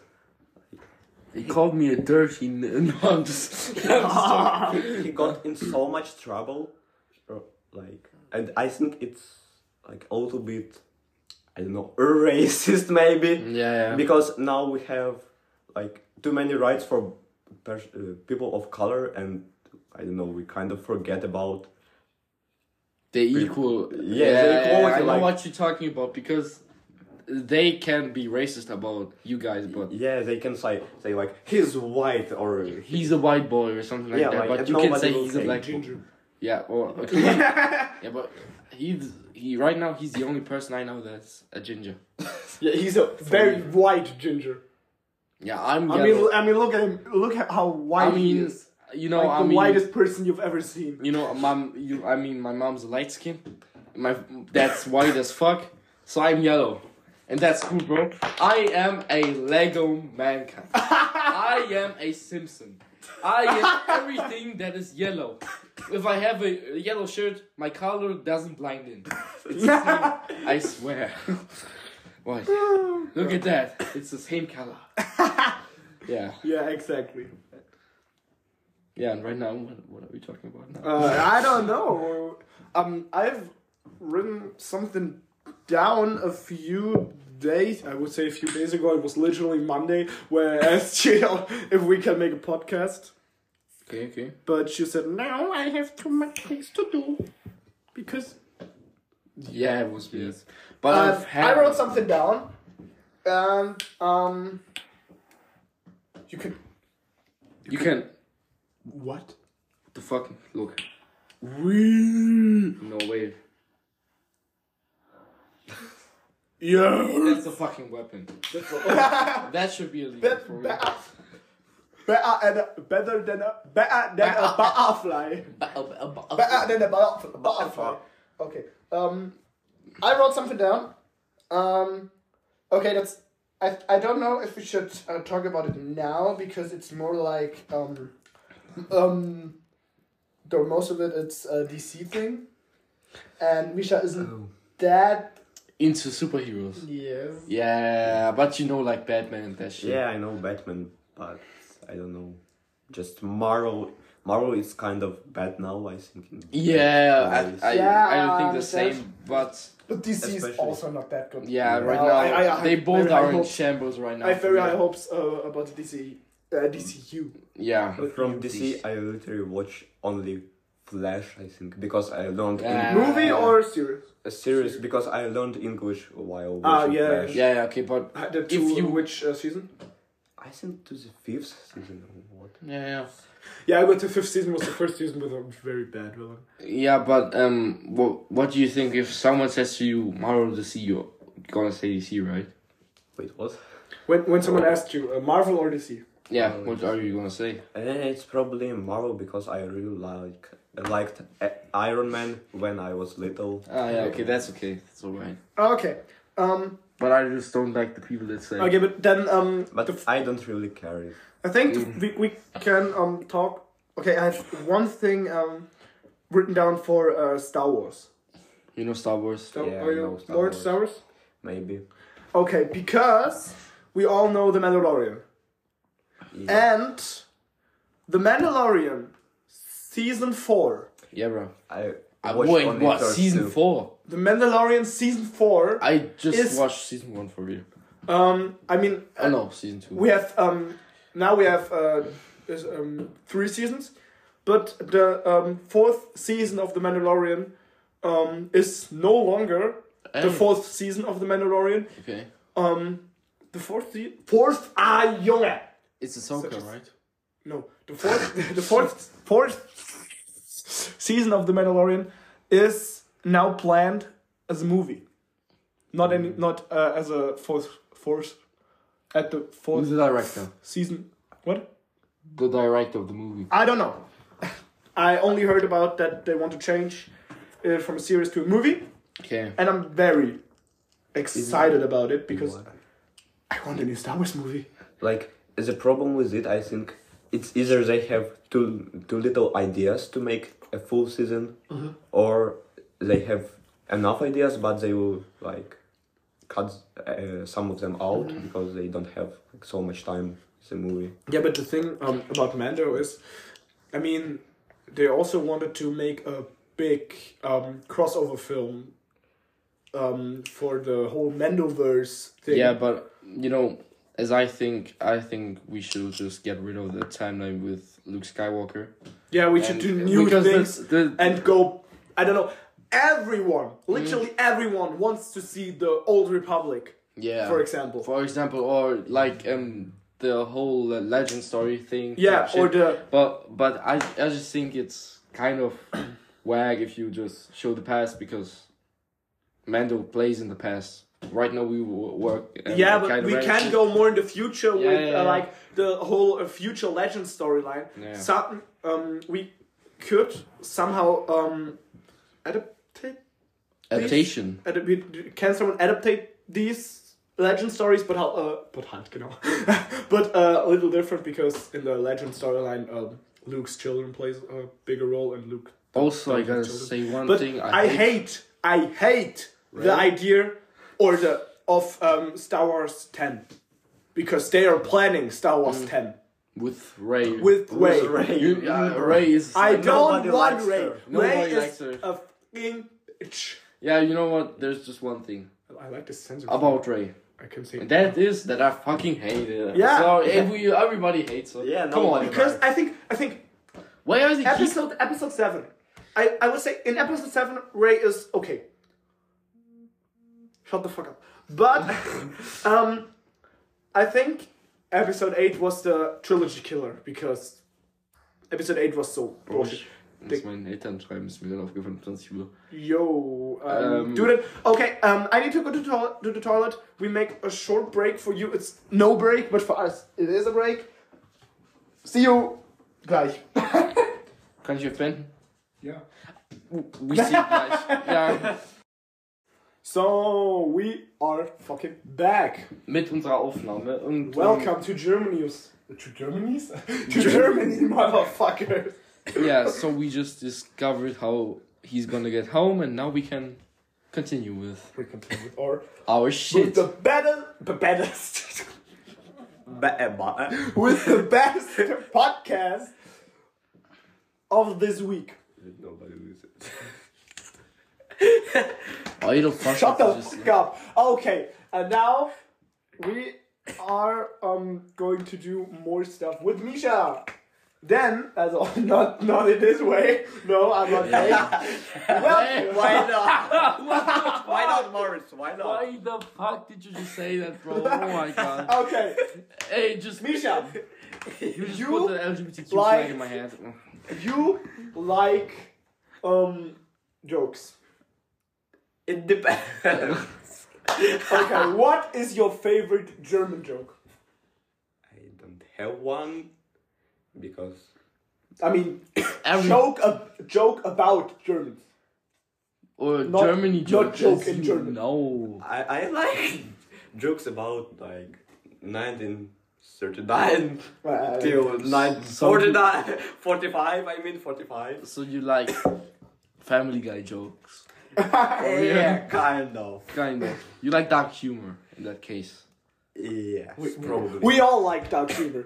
[SPEAKER 1] He called me a dirty. N- [laughs] no, I'm just.
[SPEAKER 3] [laughs] He he got in so much trouble, or, like, and I think it's like a little bit, I don't know, [laughs] racist maybe.
[SPEAKER 1] Yeah, yeah.
[SPEAKER 3] Because now we have like too many rights for pers- uh, people of color, and I don't know, we kind of forget about
[SPEAKER 1] They equal.
[SPEAKER 3] Yeah, the equality,
[SPEAKER 1] I know
[SPEAKER 3] like-
[SPEAKER 1] what you're talking about because they can be racist about you guys, but
[SPEAKER 3] yeah they can say say like he's white or
[SPEAKER 1] he's a white boy or something like
[SPEAKER 3] Yeah,
[SPEAKER 1] that.
[SPEAKER 3] like,
[SPEAKER 1] but
[SPEAKER 3] and
[SPEAKER 1] you can
[SPEAKER 3] nobody
[SPEAKER 1] say
[SPEAKER 3] will
[SPEAKER 1] he's a
[SPEAKER 3] say
[SPEAKER 1] black boy.
[SPEAKER 2] Ginger.
[SPEAKER 1] Yeah,
[SPEAKER 2] [laughs]
[SPEAKER 1] or okay. yeah, but he's he right now he's the only person I know that's a ginger.
[SPEAKER 2] Yeah, he's a very white ginger.
[SPEAKER 1] Yeah, I'm.
[SPEAKER 2] I
[SPEAKER 1] Yellow.
[SPEAKER 2] mean, I mean, look at him. Look at how white
[SPEAKER 1] I
[SPEAKER 2] he
[SPEAKER 1] mean,
[SPEAKER 2] is.
[SPEAKER 1] you know,
[SPEAKER 2] Like
[SPEAKER 1] I
[SPEAKER 2] the
[SPEAKER 1] mean,
[SPEAKER 2] whitest person you've ever seen.
[SPEAKER 1] you know, mom. You, I mean, my mom's light skin. My that's white as fuck. So I'm yellow, and that's cool, bro. I am a Lego mankind. I am a Simpson. I am everything that is yellow. If I have a yellow shirt, my color doesn't blind in. It's the same. I swear. [laughs] What? Look at that. It's the same color. Yeah.
[SPEAKER 2] Yeah, exactly.
[SPEAKER 1] Yeah, and right now, what, what are we talking about now?
[SPEAKER 2] Uh, I don't know. Um, I've written something down a few days. I would say a few days ago. It was literally Monday, where I asked [laughs] Jill if we can make a podcast,
[SPEAKER 1] okay, okay.
[SPEAKER 2] but she said no. I have too much things to do because
[SPEAKER 1] Yeah, it was weird. But
[SPEAKER 2] Uh,
[SPEAKER 1] I've had,
[SPEAKER 2] I wrote something down, and um, you can
[SPEAKER 1] You can.
[SPEAKER 2] what?
[SPEAKER 1] The fucking. Look.
[SPEAKER 2] We
[SPEAKER 1] No way.
[SPEAKER 2] yeah.
[SPEAKER 1] That's a fucking
[SPEAKER 2] [laughs]
[SPEAKER 1] weapon. that should be illegal for me.
[SPEAKER 2] better, better, and a- better than a better than a butterfly. Better than a butterf- butterfly. Okay. Um, I wrote something down. Um, okay, that's. I I don't know if we should uh, talk about it now because it's more like um, um, though most of it it's a DC thing, and Misha isn't that.
[SPEAKER 1] Into superheroes.
[SPEAKER 2] Yes.
[SPEAKER 1] Yeah, but you know, like Batman and that shit.
[SPEAKER 3] Yeah, I know Batman, but I don't know. Just Marvel. Marvel is kind of bad now, I think. in
[SPEAKER 1] Yeah,
[SPEAKER 3] ways.
[SPEAKER 1] I, I,
[SPEAKER 2] Yeah,
[SPEAKER 1] I don't think
[SPEAKER 2] I
[SPEAKER 1] the same,
[SPEAKER 2] understand.
[SPEAKER 1] but
[SPEAKER 2] But DC
[SPEAKER 3] Especially-
[SPEAKER 2] is also not that good.
[SPEAKER 1] yeah, right
[SPEAKER 2] Well,
[SPEAKER 1] now
[SPEAKER 2] I- I- I
[SPEAKER 1] they
[SPEAKER 2] have
[SPEAKER 1] both
[SPEAKER 2] very high
[SPEAKER 1] are in
[SPEAKER 2] hopes.
[SPEAKER 1] shambles right now.
[SPEAKER 2] I have very
[SPEAKER 1] yeah.
[SPEAKER 2] high hopes uh, about the DC uh, DCU.
[SPEAKER 1] Yeah,
[SPEAKER 3] From DC, I literally watch only Flash, I think, because I learned
[SPEAKER 1] Yeah.
[SPEAKER 3] Eng-
[SPEAKER 2] Movie or series?
[SPEAKER 3] a series because I learned English while watching
[SPEAKER 2] Ah, yeah.
[SPEAKER 3] Flash.
[SPEAKER 1] yeah, yeah, okay, but
[SPEAKER 2] Uh, The
[SPEAKER 1] If
[SPEAKER 2] two,
[SPEAKER 1] you-
[SPEAKER 2] which uh, season?
[SPEAKER 3] I think to the fifth season or what?
[SPEAKER 1] yeah, yeah.
[SPEAKER 2] Yeah, I got to fifth season. Was the first season with a very bad villain.
[SPEAKER 1] Yeah, but um, what what do you think if someone says to you Marvel DC, you're gonna say DC, right?
[SPEAKER 3] Wait, what?
[SPEAKER 2] When when someone asked you, uh, Marvel or DC?
[SPEAKER 1] Yeah,
[SPEAKER 3] Marvel
[SPEAKER 1] what
[SPEAKER 3] DC.
[SPEAKER 1] are you gonna say?
[SPEAKER 3] And then it's probably Marvel because I really like liked uh, Iron Man when I was little.
[SPEAKER 1] Ah, yeah, okay, that's okay, that's alright.
[SPEAKER 2] Okay. Um.
[SPEAKER 1] But I just don't like the people that say.
[SPEAKER 2] Okay, but then um.
[SPEAKER 3] But
[SPEAKER 2] the f-
[SPEAKER 3] I don't really care. it.
[SPEAKER 2] I think the f-
[SPEAKER 3] Mm.
[SPEAKER 2] we we can um talk. Okay, I have one thing um written down for uh, Star Wars.
[SPEAKER 1] You know Star Wars.
[SPEAKER 2] Star,
[SPEAKER 3] Yeah,
[SPEAKER 2] are
[SPEAKER 3] I
[SPEAKER 2] you
[SPEAKER 3] know Star
[SPEAKER 2] Lord
[SPEAKER 3] Wars.
[SPEAKER 2] Star Wars?
[SPEAKER 3] Maybe.
[SPEAKER 2] Okay, because we all know the Mandalorian.
[SPEAKER 1] Eh,
[SPEAKER 3] Yeah.
[SPEAKER 2] And The Mandalorian season 4.
[SPEAKER 1] Yeah, bro.
[SPEAKER 3] I,
[SPEAKER 1] I
[SPEAKER 3] watched
[SPEAKER 1] wait,
[SPEAKER 3] only
[SPEAKER 1] what
[SPEAKER 3] first
[SPEAKER 1] season
[SPEAKER 3] two.
[SPEAKER 1] four?
[SPEAKER 2] The Mandalorian season 4.
[SPEAKER 1] I just
[SPEAKER 2] Is-
[SPEAKER 1] watched season one for real.
[SPEAKER 2] Um I mean
[SPEAKER 1] Oh no, season two.
[SPEAKER 2] we have um now we have uh is, um 3 seasons, but the um fourth season of The Mandalorian um is no longer the
[SPEAKER 1] Um,
[SPEAKER 2] fourth season of The Mandalorian.
[SPEAKER 1] Okay,
[SPEAKER 2] Um the fourth se- fourth ah Junge.
[SPEAKER 1] it's Ahsoka,
[SPEAKER 2] Such a-
[SPEAKER 1] right?
[SPEAKER 2] No, the fourth, the fourth, fourth season of The Mandalorian is now planned as a movie, not
[SPEAKER 3] Mm.
[SPEAKER 2] any, not uh, as a fourth, fourth, at the
[SPEAKER 1] Who's
[SPEAKER 2] fourth
[SPEAKER 1] the director?
[SPEAKER 2] season. What?
[SPEAKER 1] The director of the movie.
[SPEAKER 2] I don't know. [laughs] I only heard about that they want to change it from a series to a movie,
[SPEAKER 1] Okay.
[SPEAKER 2] and I'm very excited about it because
[SPEAKER 3] What?
[SPEAKER 2] I want a new Star Wars movie.
[SPEAKER 3] Like the problem with it, I think it's either they have too too little ideas to make a full season,
[SPEAKER 1] Mm-hmm.
[SPEAKER 3] or they have enough ideas but they will like cut uh, some of them out
[SPEAKER 1] Mm-hmm.
[SPEAKER 3] because they don't have like, so much time. The movie.
[SPEAKER 2] Yeah, but the thing um, about Mando is, I mean, they also wanted to make a big um, crossover film um, for the whole Mandoverse thing.
[SPEAKER 1] Yeah, but you know, as I think, I think we should just get rid of the timeline with Luke Skywalker.
[SPEAKER 2] yeah, we should
[SPEAKER 1] And-
[SPEAKER 2] do new
[SPEAKER 1] because
[SPEAKER 2] things
[SPEAKER 1] that's the-
[SPEAKER 2] and go. I don't know. Everyone, literally
[SPEAKER 1] Mm.
[SPEAKER 2] everyone, wants to see the Old Republic,
[SPEAKER 1] yeah.
[SPEAKER 2] for example.
[SPEAKER 1] For example, or like um the whole uh, legend story thing.
[SPEAKER 2] yeah,
[SPEAKER 1] type
[SPEAKER 2] or
[SPEAKER 1] shit.
[SPEAKER 2] the
[SPEAKER 1] But but I I just think it's kind of [coughs] wag if you just show the past because Mando plays in the past. right now we wo- work. um,
[SPEAKER 2] yeah, but
[SPEAKER 1] kind of
[SPEAKER 2] we
[SPEAKER 1] relative-
[SPEAKER 2] can go more in the future
[SPEAKER 1] Yeah,
[SPEAKER 2] with
[SPEAKER 1] yeah, yeah.
[SPEAKER 2] Uh, like the whole uh, future legend storyline.
[SPEAKER 1] Yeah.
[SPEAKER 2] Some um, we could somehow um, adapt it.
[SPEAKER 1] adaptation.
[SPEAKER 2] Adap- we- can someone adaptate these legend stories? But how? Uh, but hand genau. [laughs] but uh, a little different because in the legend storyline, um, Luke's children plays a bigger role, and Luke.
[SPEAKER 1] Also, I
[SPEAKER 2] Don't
[SPEAKER 1] gotta
[SPEAKER 2] have children.
[SPEAKER 1] say one
[SPEAKER 2] But
[SPEAKER 1] thing.
[SPEAKER 2] I, hate, I hate, the idea or the of um, Star Wars ten because they are planning Star Wars ten
[SPEAKER 1] with Ray.
[SPEAKER 2] with Ray.
[SPEAKER 1] you, yeah, Ray is.
[SPEAKER 2] I
[SPEAKER 3] Nobody
[SPEAKER 2] don't want
[SPEAKER 3] likes
[SPEAKER 2] Ray.
[SPEAKER 3] her.
[SPEAKER 1] Nobody
[SPEAKER 2] Ray
[SPEAKER 1] likes
[SPEAKER 2] is
[SPEAKER 1] her.
[SPEAKER 2] a fucking bitch.
[SPEAKER 1] yeah, you know what? There's just one thing
[SPEAKER 2] I like the censor.
[SPEAKER 1] about Ray.
[SPEAKER 2] I can say
[SPEAKER 1] And that is that I fucking hate it.
[SPEAKER 2] Yeah.
[SPEAKER 1] So every, everybody hates it.
[SPEAKER 3] Yeah,
[SPEAKER 1] Come on.
[SPEAKER 3] nobody-
[SPEAKER 2] because I think I think
[SPEAKER 1] Why are they keep
[SPEAKER 2] episode episode seven. I, I would say in episode seven Ray is okay. Shut the fuck up. [laughs] But um, I think episode eight was the trilogy killer because episode eight was so bullshit.
[SPEAKER 1] Muss meinen Eltern schreiben, ist mir dann aufgefallen, 20 Uhr.
[SPEAKER 2] Yo, um,
[SPEAKER 1] Um,
[SPEAKER 2] do that. Okay, um, I need to go to, to, to the toilet. We make a short break for you. It's no break, but for us it is a break. See you gleich.
[SPEAKER 1] Kann ich euch beenden?
[SPEAKER 2] Yeah.
[SPEAKER 1] We see gleich. Ja.
[SPEAKER 2] So we are fucking back.
[SPEAKER 1] Mit unserer Aufnahme. Und, ähm,
[SPEAKER 2] Welcome to Germany's. To Germany's? [laughs] to [laughs] Germany, motherfuckers.
[SPEAKER 1] yeah, so we just discovered how he's gonna get home, and now we can continue with
[SPEAKER 2] We continue with our
[SPEAKER 1] our
[SPEAKER 2] with
[SPEAKER 1] shit.
[SPEAKER 2] the better, the baddest, [laughs] eh,
[SPEAKER 3] Ba- ba-
[SPEAKER 2] with the best podcast of this week.
[SPEAKER 3] Nobody uses
[SPEAKER 1] [laughs]
[SPEAKER 3] it.
[SPEAKER 1] Idle fuck.
[SPEAKER 2] Shut the
[SPEAKER 1] just,
[SPEAKER 2] fuck up. Okay, and now we are um going to do more stuff with Misha. Then, as all, [laughs] not not in this way. No, I'm not saying. [laughs] well,
[SPEAKER 3] Why not? Why not, Morris? Why not?
[SPEAKER 1] Why the fuck did you just say that, bro? Oh
[SPEAKER 2] [laughs]
[SPEAKER 1] my god.
[SPEAKER 2] okay,
[SPEAKER 1] Hey, just
[SPEAKER 2] Misha,
[SPEAKER 1] you just
[SPEAKER 2] you
[SPEAKER 1] put the LGBTQ
[SPEAKER 2] like-
[SPEAKER 1] flag in my hand.
[SPEAKER 2] you like um jokes.
[SPEAKER 3] It depends. [laughs]
[SPEAKER 2] Okay, what is your favorite German joke?
[SPEAKER 3] I don't have one because
[SPEAKER 2] I mean,
[SPEAKER 1] Every
[SPEAKER 2] joke a joke about Germans.
[SPEAKER 1] or
[SPEAKER 2] not-
[SPEAKER 1] Germany
[SPEAKER 2] not
[SPEAKER 1] joke.
[SPEAKER 2] joke
[SPEAKER 1] as
[SPEAKER 2] in
[SPEAKER 1] you
[SPEAKER 2] German.
[SPEAKER 1] know.
[SPEAKER 3] I, I [laughs] like jokes about like 1939
[SPEAKER 2] Uh,
[SPEAKER 3] till 1949 45 I mean 45
[SPEAKER 1] So you like Family Guy jokes,
[SPEAKER 3] yeah kind of
[SPEAKER 1] kind of. You like dark humor in that case.
[SPEAKER 3] yes probably
[SPEAKER 2] We all like dark humor.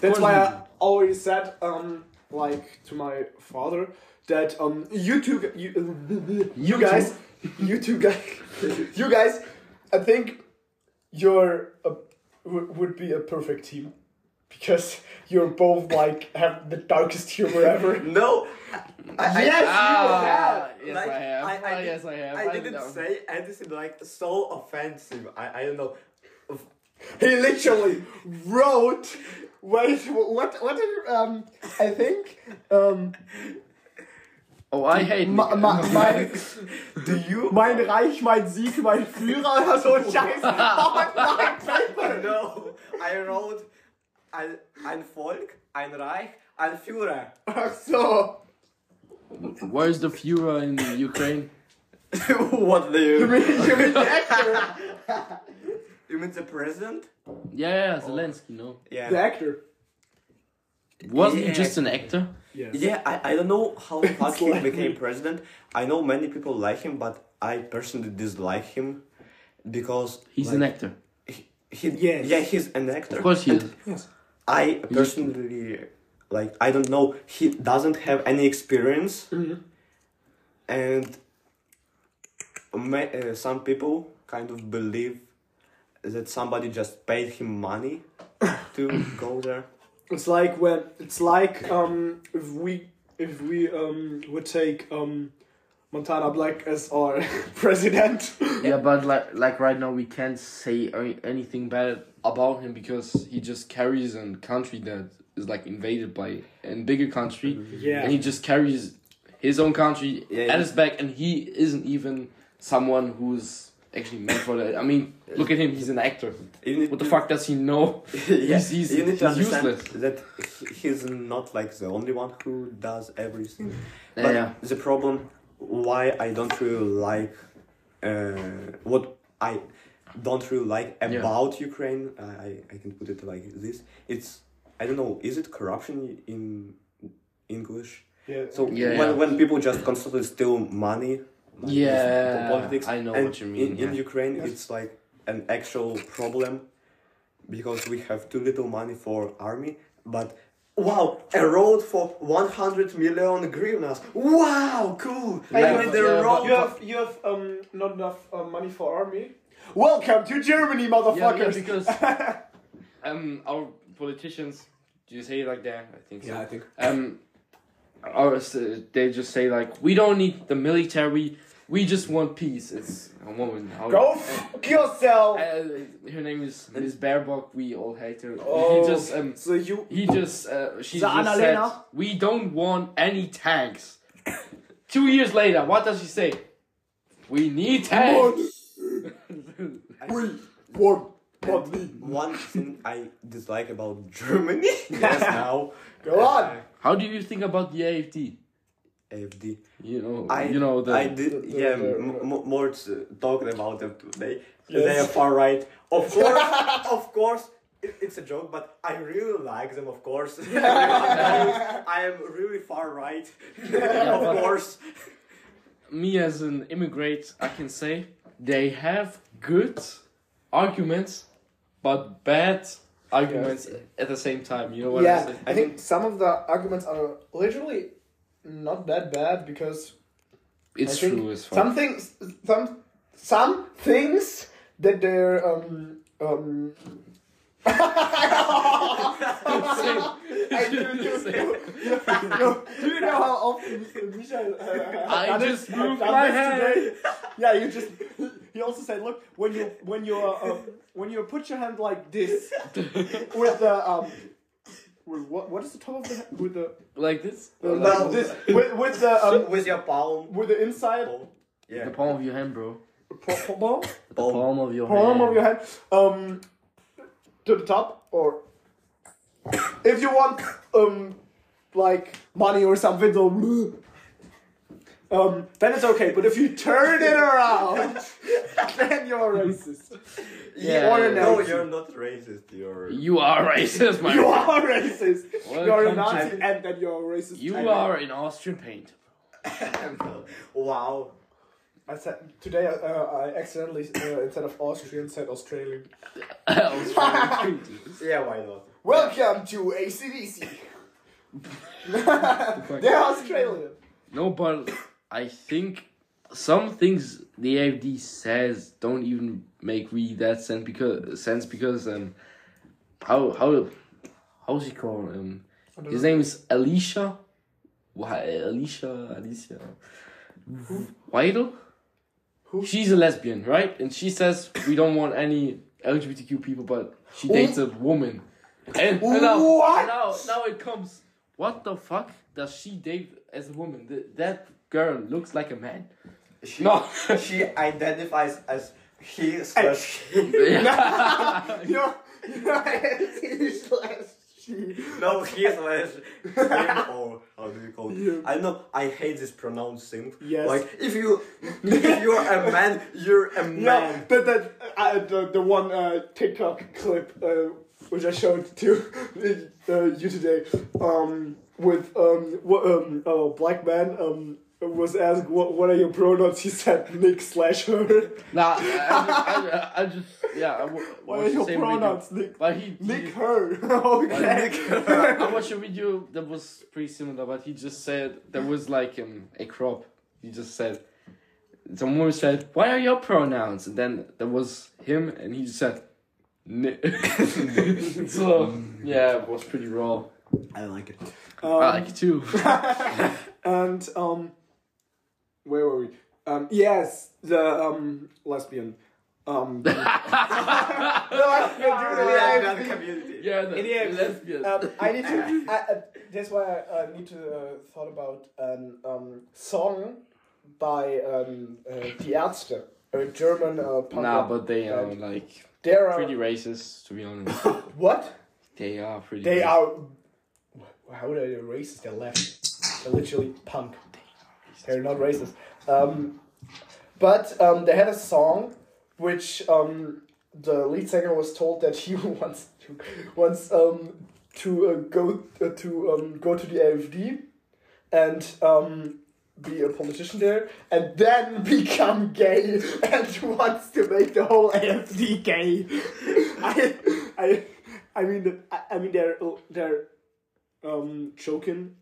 [SPEAKER 2] That's
[SPEAKER 1] course
[SPEAKER 2] why
[SPEAKER 1] we [laughs]
[SPEAKER 2] I
[SPEAKER 1] do.
[SPEAKER 2] always said, um, like to my father, that um, you [laughs] two, g- you, you guys, you two guys, [laughs] you guys, I think you're a, w- would be a perfect team because you're both like have the darkest humor [laughs] ever.
[SPEAKER 3] no I,
[SPEAKER 2] Yes,
[SPEAKER 1] Ah,
[SPEAKER 2] you have.
[SPEAKER 1] yes, I have.
[SPEAKER 3] I,
[SPEAKER 1] Ah,
[SPEAKER 3] did-
[SPEAKER 1] yes, I have.
[SPEAKER 3] I didn't
[SPEAKER 1] know.
[SPEAKER 3] say anything like so offensive I, I don't know
[SPEAKER 2] He literally wrote. Wait, what? What did um? I think [laughs] um.
[SPEAKER 1] Oh, I hate.
[SPEAKER 2] Ma,
[SPEAKER 1] Nick-
[SPEAKER 2] ma, my,
[SPEAKER 3] do you
[SPEAKER 2] Mein Reich, mein Sieg, mein Führer oder so ein Scheiß. Oh mein Gott.
[SPEAKER 3] no I wrote ein, ein Volk ein Reich ein Führer
[SPEAKER 2] Ach so.
[SPEAKER 1] [laughs] Where's the Führer in Ukraine?
[SPEAKER 3] what do you
[SPEAKER 2] You mean, you mean the actor?
[SPEAKER 3] You mean the president?
[SPEAKER 1] Yeah, yeah, Zelensky. No,
[SPEAKER 3] Yeah.
[SPEAKER 2] The actor.
[SPEAKER 1] wasn't he
[SPEAKER 3] Yeah.
[SPEAKER 1] just an actor?
[SPEAKER 2] Yes.
[SPEAKER 3] yeah, I, I don't know how the fuck he
[SPEAKER 2] like-
[SPEAKER 3] became president. I know many people like him, but I personally dislike him because
[SPEAKER 1] He's
[SPEAKER 3] like,
[SPEAKER 1] an actor.
[SPEAKER 3] He, he,
[SPEAKER 2] Yes.
[SPEAKER 3] Yeah, he's an actor.
[SPEAKER 1] Of course he is.
[SPEAKER 2] Yes.
[SPEAKER 3] I personally like I don't know. He doesn't have any experience, and ma- uh, some people kind of believe that somebody just paid him money to go there.
[SPEAKER 2] It's like when it's like um if we if we um would take um Montana Black as our [laughs] president.
[SPEAKER 1] Yeah, but like like right now we can't say any- anything bad about him because he just carries a country that is like invaded by a bigger country.
[SPEAKER 2] Yeah.
[SPEAKER 1] And he just carries his own country
[SPEAKER 3] Yeah,
[SPEAKER 1] at
[SPEAKER 3] yeah.
[SPEAKER 1] his back and he isn't even someone who's actually meant for that. I mean, look at him. He's an actor.
[SPEAKER 3] You need
[SPEAKER 1] What the
[SPEAKER 3] to-
[SPEAKER 1] fuck does he know?
[SPEAKER 3] [laughs] yeah,
[SPEAKER 1] He's- he's-
[SPEAKER 3] you need to
[SPEAKER 1] he's
[SPEAKER 3] understand
[SPEAKER 1] useless.
[SPEAKER 3] that he- he's not like the only one who does everything.
[SPEAKER 1] Yeah,
[SPEAKER 3] but
[SPEAKER 1] yeah.
[SPEAKER 3] the problem why I don't really like uh, what I don't really like
[SPEAKER 1] Yeah.
[SPEAKER 3] about Ukraine, I, I, I can put it like this. It's I don't know, is it corruption in English?
[SPEAKER 2] Yeah.
[SPEAKER 3] So
[SPEAKER 1] Yeah,
[SPEAKER 3] when,
[SPEAKER 1] yeah.
[SPEAKER 3] when people just constantly steal money, like this
[SPEAKER 1] Yeah,
[SPEAKER 3] politics,
[SPEAKER 1] I know
[SPEAKER 3] and
[SPEAKER 1] what you mean,
[SPEAKER 3] In, in
[SPEAKER 1] yeah.
[SPEAKER 3] Ukraine, it's like an actual problem because we have too little money for army. But wow, a road for one hundred million grivnas! Wow, cool!
[SPEAKER 2] Hey,
[SPEAKER 3] I
[SPEAKER 2] but-
[SPEAKER 3] made the
[SPEAKER 1] yeah,
[SPEAKER 3] road.
[SPEAKER 1] but-
[SPEAKER 2] You have you have um not enough uh, money for army. Welcome to Germany,
[SPEAKER 1] Yeah, yeah,
[SPEAKER 2] motherfuckers.
[SPEAKER 3] [laughs]
[SPEAKER 1] because um, our politicians, do you say it like that? I think so.
[SPEAKER 3] Yeah, I think.
[SPEAKER 1] Um, or s- they just say like, we don't need the military. We just want peace. It's a woman. How-
[SPEAKER 2] Go f yourself.
[SPEAKER 1] Uh, her name is Miss Baerbock. We all hate her.
[SPEAKER 2] Oh.
[SPEAKER 1] He just um,
[SPEAKER 2] so you
[SPEAKER 1] he just uh, she
[SPEAKER 2] So
[SPEAKER 1] just
[SPEAKER 2] Annalena?
[SPEAKER 1] said we don't want any tanks. [coughs] Two years later, what does she say? We need tanks.
[SPEAKER 2] will want money.
[SPEAKER 3] One thing I dislike about Germany [laughs]
[SPEAKER 2] [laughs]
[SPEAKER 3] yes, now.
[SPEAKER 2] Go on.
[SPEAKER 1] [laughs] How do you think about the AFD?
[SPEAKER 3] AFD.
[SPEAKER 1] You know,
[SPEAKER 3] I
[SPEAKER 1] you know the
[SPEAKER 3] I did
[SPEAKER 2] the-
[SPEAKER 3] yeah
[SPEAKER 2] the-
[SPEAKER 3] m- m- more t- talking about them today.
[SPEAKER 2] Yes.
[SPEAKER 3] They are far right. Of
[SPEAKER 1] [laughs]
[SPEAKER 3] course, of course, it, it's a joke, but I really like them. Of
[SPEAKER 1] [laughs]
[SPEAKER 3] course, [laughs] I am really far right. of
[SPEAKER 1] [laughs]
[SPEAKER 3] course,
[SPEAKER 1] me as an immigrant, I can say they have good arguments, but bad arguments at the same time. You know what I'm
[SPEAKER 2] yeah,
[SPEAKER 1] saying?
[SPEAKER 2] I think some of the arguments are literally not that bad because
[SPEAKER 1] it's
[SPEAKER 2] I think
[SPEAKER 1] true as fuck.
[SPEAKER 2] some things, some some things that they're um [laughs] um. I do, [laughs] do, do, do you know how often [laughs] Misha? Uh,
[SPEAKER 1] I
[SPEAKER 2] done it-
[SPEAKER 1] just moved
[SPEAKER 2] done
[SPEAKER 1] my
[SPEAKER 2] this
[SPEAKER 1] hand.
[SPEAKER 2] today? Yeah, you just. He also said, "Look, when you when you uh, um, when you put your hand like this with the um, with what what is the top of the hand? with the
[SPEAKER 1] like this.
[SPEAKER 2] uh,
[SPEAKER 3] No.
[SPEAKER 2] like this with with the um,
[SPEAKER 3] with your palm.
[SPEAKER 2] with the inside
[SPEAKER 1] The
[SPEAKER 3] Yeah,
[SPEAKER 1] palm of your hand, bro.
[SPEAKER 2] po- po- palm
[SPEAKER 1] The palm of your
[SPEAKER 2] palm
[SPEAKER 1] hand.
[SPEAKER 2] of your hand um to the top or if you want um like money or [laughs] something so um then it's okay but if you turn it around [laughs] then you're a racist
[SPEAKER 1] Yeah.
[SPEAKER 2] Or a
[SPEAKER 3] No,
[SPEAKER 2] Nazi.
[SPEAKER 3] you're not racist. You're
[SPEAKER 1] You are racist, my
[SPEAKER 2] [laughs] you
[SPEAKER 1] friend.
[SPEAKER 2] are racist you're a
[SPEAKER 1] Welcome to-
[SPEAKER 2] Nazi and then you're a racist
[SPEAKER 1] You
[SPEAKER 2] And
[SPEAKER 1] are an Austrian painter.
[SPEAKER 3] wow.
[SPEAKER 2] I said today uh, I accidentally uh, instead of Austrian said Australian
[SPEAKER 1] [laughs]
[SPEAKER 2] [laughs]
[SPEAKER 1] Austrian painter.
[SPEAKER 3] Yeah, why not?
[SPEAKER 2] welcome to
[SPEAKER 1] [laughs]
[SPEAKER 2] ACDC they're Australian
[SPEAKER 1] No, but I think some things the AFD says don't even make really that sense because sense because um how how how's he called um his name is Alicia why Alicia Alicia Weidel
[SPEAKER 2] Who?
[SPEAKER 1] she's a lesbian right and she says we don't want any LGBTQ people but she dates a woman and, and now,
[SPEAKER 2] What?
[SPEAKER 1] now now it comes what the fuck does she date as a woman? Th- that girl looks like a man.
[SPEAKER 3] She,
[SPEAKER 1] No.
[SPEAKER 3] she identifies as he slash.
[SPEAKER 2] You're, you're anti-slash she.
[SPEAKER 3] No, he slash
[SPEAKER 1] [laughs]
[SPEAKER 3] him or how do you call it?
[SPEAKER 2] Yeah.
[SPEAKER 3] I know I hate this pronoun thing.
[SPEAKER 2] Yes.
[SPEAKER 3] Like if you [laughs] if you're a man, you're a
[SPEAKER 2] Yeah,
[SPEAKER 3] man.
[SPEAKER 2] [laughs] but that uh, the the one uh, TikTok clip uh, which I showed to [laughs] uh, you today um, with um, what, um a black man um was asked what what are your pronouns? He said Nick slash her.
[SPEAKER 1] [laughs] Nah, I, I, I, I just yeah. I w- watched
[SPEAKER 2] What are
[SPEAKER 1] the
[SPEAKER 2] your
[SPEAKER 1] same
[SPEAKER 2] pronouns,
[SPEAKER 1] Video.
[SPEAKER 2] Nick?
[SPEAKER 1] But he,
[SPEAKER 2] Nick
[SPEAKER 1] [laughs] he
[SPEAKER 2] her. [laughs]
[SPEAKER 1] Nick
[SPEAKER 2] okay.
[SPEAKER 1] I watched a video that was pretty similar, but he just said there was like um, a crop. He just said some woman said, "What are your pronouns?" And then there was him, and he just said. "Ni-" [laughs] so yeah, it was pretty raw.
[SPEAKER 3] I like
[SPEAKER 1] [laughs]
[SPEAKER 3] it.
[SPEAKER 1] I like it too.
[SPEAKER 2] And um, where were we? Um, yes, the um lesbian.
[SPEAKER 1] [laughs]
[SPEAKER 2] Um, the lesbian
[SPEAKER 3] We
[SPEAKER 2] dude,
[SPEAKER 3] are
[SPEAKER 2] yeah.
[SPEAKER 3] that community.
[SPEAKER 1] [laughs] yeah, the
[SPEAKER 2] Idiot.
[SPEAKER 1] lesbian.
[SPEAKER 2] Um, I need to. I, uh, that's why I uh, need to uh, thought about an um, song by um, uh, Die Ärzte. a German uh, punk
[SPEAKER 1] Nah,
[SPEAKER 2] rock
[SPEAKER 1] but they are
[SPEAKER 2] band.
[SPEAKER 1] like
[SPEAKER 2] they are
[SPEAKER 1] pretty racist, to be honest.
[SPEAKER 2] [laughs] what?
[SPEAKER 1] they are pretty.
[SPEAKER 2] They
[SPEAKER 1] racist.
[SPEAKER 2] are. How are they racist? They're left. They're literally punk. They're not racist. Um, but um, they had a song, which um, the lead singer was told that he [laughs] wants to wants um, to uh, go uh, to um, go to the AfD, and um, be a politician there, and then [laughs] become gay and wants to make the whole AfD [laughs] gay. I, I, I mean, I, I mean they're they're um joking,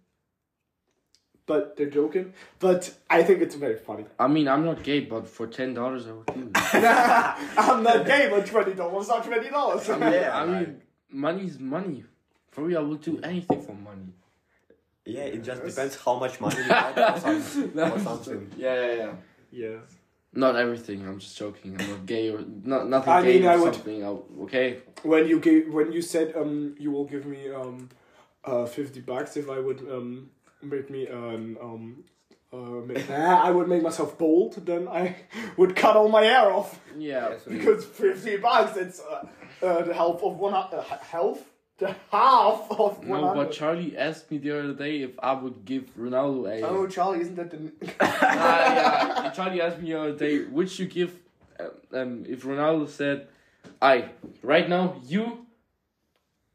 [SPEAKER 2] but they're joking. But I think it's very [laughs] funny.
[SPEAKER 1] I mean, I'm not gay, but for ten dollars, I would
[SPEAKER 2] [laughs]
[SPEAKER 1] do. it.
[SPEAKER 2] I'm not gay, but twenty dollars are twenty dollars.
[SPEAKER 3] Yeah,
[SPEAKER 1] I
[SPEAKER 3] like-
[SPEAKER 1] mean, money is money. For real, I will do anything for money.
[SPEAKER 3] yeah, it just depends how much money you have or
[SPEAKER 1] [laughs]
[SPEAKER 3] something. or something.
[SPEAKER 1] Yeah, yeah, yeah.
[SPEAKER 2] yeah.
[SPEAKER 1] Not everything. I'm just joking. I'm not gay or not nothing
[SPEAKER 2] I
[SPEAKER 1] gay
[SPEAKER 2] mean,
[SPEAKER 1] or
[SPEAKER 2] I would-
[SPEAKER 1] something. I'll, okay.
[SPEAKER 2] When you gave, when you said um, you will give me um, uh, fifty bucks if I would um, make me an um. Uh,
[SPEAKER 1] [laughs]
[SPEAKER 2] make, Nah, I would make myself bold, then I would cut all my hair off.
[SPEAKER 1] [laughs] Yeah.
[SPEAKER 2] Because 50 bucks, it's uh, uh, the half of one, uh, health? The half of one.
[SPEAKER 1] No, but Charlie asked me the other day if I would give Ronaldo a.
[SPEAKER 2] Oh, Charlie, isn't that the.
[SPEAKER 1] Ah, yeah. Charlie asked me the other day, would you give, um, um, if Ronaldo said, I, right now, you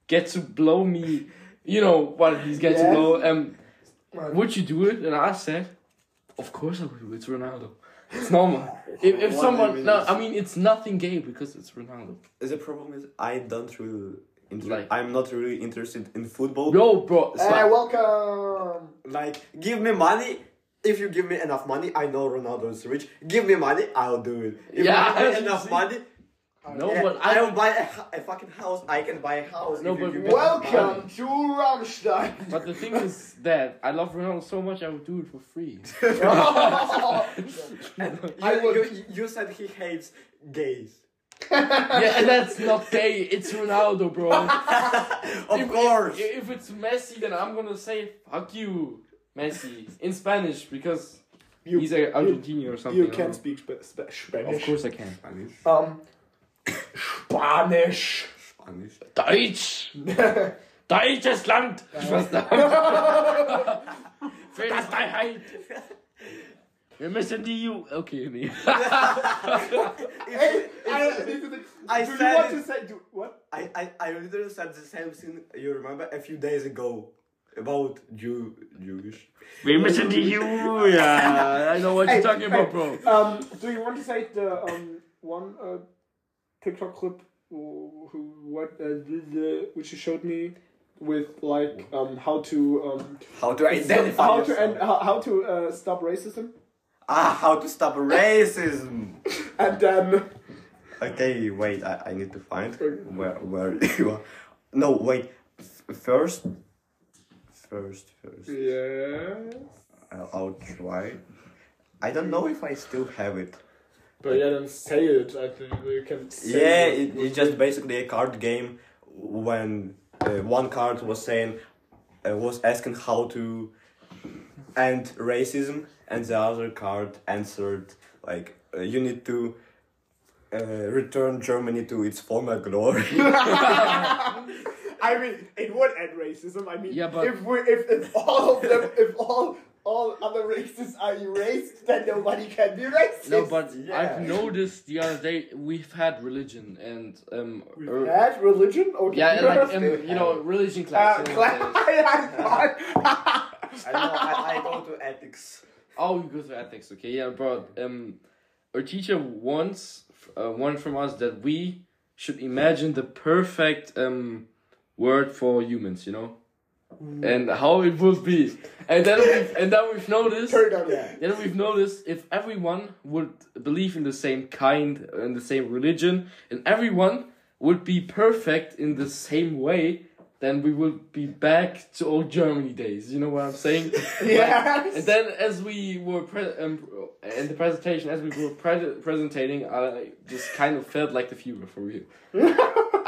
[SPEAKER 1] get to blow me, you know, what he's getting
[SPEAKER 2] Yeah.
[SPEAKER 1] to blow, um, would you do it? And I said, of course I would do it, it's Ronaldo. It's normal. If, if
[SPEAKER 3] What do
[SPEAKER 1] someone,
[SPEAKER 3] you
[SPEAKER 1] no,
[SPEAKER 3] mean?
[SPEAKER 1] I mean, it's nothing gay because it's Ronaldo.
[SPEAKER 3] The problem is I don't really. Inter-
[SPEAKER 1] Like-
[SPEAKER 3] I'm not really interested in football.
[SPEAKER 1] Yo, bro, it's
[SPEAKER 2] Hey,
[SPEAKER 1] like,
[SPEAKER 2] Uh, welcome!
[SPEAKER 3] Like, give me money. If you give me enough money, I know Ronaldo is rich. Give me money, I'll do it. If
[SPEAKER 1] Yeah,
[SPEAKER 3] you give
[SPEAKER 1] you
[SPEAKER 3] me enough
[SPEAKER 1] [laughs] see?
[SPEAKER 3] money,
[SPEAKER 1] no,
[SPEAKER 3] yeah,
[SPEAKER 1] but I
[SPEAKER 3] I'll
[SPEAKER 1] don't.
[SPEAKER 3] buy a, hu- a fucking house. I can buy a house.
[SPEAKER 1] No,
[SPEAKER 3] if you
[SPEAKER 1] but
[SPEAKER 3] give me enough money.
[SPEAKER 2] Welcome to Rammstein! [laughs]
[SPEAKER 1] But the thing is that I love Ronaldo so much, I would do it for [laughs] free.
[SPEAKER 3] You,
[SPEAKER 2] I would-
[SPEAKER 3] you, you said he hates gays.
[SPEAKER 1] yeah, and that's not gay. It's Ronaldo, bro.
[SPEAKER 3] Of course.
[SPEAKER 1] If, if it's Messi, then I'm gonna say fuck you, Messi, in Spanish because
[SPEAKER 2] You-
[SPEAKER 1] he's a Argentinian or something.
[SPEAKER 2] You
[SPEAKER 1] I
[SPEAKER 2] can
[SPEAKER 1] don't
[SPEAKER 2] speak sp- sp-
[SPEAKER 1] know. Of
[SPEAKER 2] Spanish.
[SPEAKER 1] course I can.
[SPEAKER 2] Um, Spanish.
[SPEAKER 3] Spanish.
[SPEAKER 2] [laughs]
[SPEAKER 1] Deutsch. Deutsches Land.
[SPEAKER 2] Äh.
[SPEAKER 1] Ich [laughs] weiß nicht. Für die Freiheit. Wir müssen die EU. Okay,
[SPEAKER 2] [laughs]
[SPEAKER 1] nee.
[SPEAKER 2] Hey, I,
[SPEAKER 3] I
[SPEAKER 2] do you
[SPEAKER 3] said
[SPEAKER 2] want
[SPEAKER 3] it.
[SPEAKER 2] to say. [laughs] Do, what?
[SPEAKER 3] [laughs] I, I, I literally said the same thing you remember a few days ago about Jew Jewish.
[SPEAKER 1] Wir müssen die EU. Yeah, I know what you're talking about, bro.
[SPEAKER 2] Um, do you want to say the um, one uh, TikTok clip who, who what uh, the, the, which you showed me with like um, how to um,
[SPEAKER 3] How to identify
[SPEAKER 2] how to
[SPEAKER 3] yourself.
[SPEAKER 2] end, how, how to uh, stop racism
[SPEAKER 3] ah, how to stop racism.
[SPEAKER 2] and then
[SPEAKER 3] Okay, wait. I, I need to find where where [laughs] you are. No, wait. F- first, first, first.
[SPEAKER 2] yeah
[SPEAKER 3] I'll, I'll try. I don't know if I still have it.
[SPEAKER 2] but yeah then say it I think you can say
[SPEAKER 3] yeah,
[SPEAKER 2] it.
[SPEAKER 3] it, it's just basically a card game when uh, one card was saying, uh, was asking how to end racism, and the other card answered, like, uh, you need to uh, return Germany to its former [laughs] glory.
[SPEAKER 2] I mean it would end racism I mean
[SPEAKER 1] Yeah, but-
[SPEAKER 2] if we if, if all of them if all all other races are erased then nobody can be racist
[SPEAKER 1] No, but
[SPEAKER 3] yeah.
[SPEAKER 1] I've noticed the other day we've had religion and um, er-
[SPEAKER 2] that religion okay
[SPEAKER 1] yeah, like
[SPEAKER 2] [laughs]
[SPEAKER 1] um,
[SPEAKER 3] Still
[SPEAKER 1] you know, religion
[SPEAKER 2] uh,
[SPEAKER 1] class. you know,
[SPEAKER 2] class,
[SPEAKER 1] uh,
[SPEAKER 2] I
[SPEAKER 3] I know, I, I go to ethics.
[SPEAKER 1] oh, we go to ethics, okay? Yeah, but um, our teacher once uh, wanted from us that we should imagine the perfect um word for humans, you know, and how it would be, and then we've, and then we've noticed.
[SPEAKER 2] thought. Turn on
[SPEAKER 1] [laughs]
[SPEAKER 2] that.
[SPEAKER 1] Then we've noticed if everyone would believe in the same kind and the same religion, and everyone would be perfect in the same way, then we would be back to old Germany days. You know what I'm saying?
[SPEAKER 2] Yes.
[SPEAKER 1] And then, as we were pre- um, in the presentation, as we were pre- presenting, I just kind of felt like the Führer for
[SPEAKER 2] [laughs]
[SPEAKER 1] real.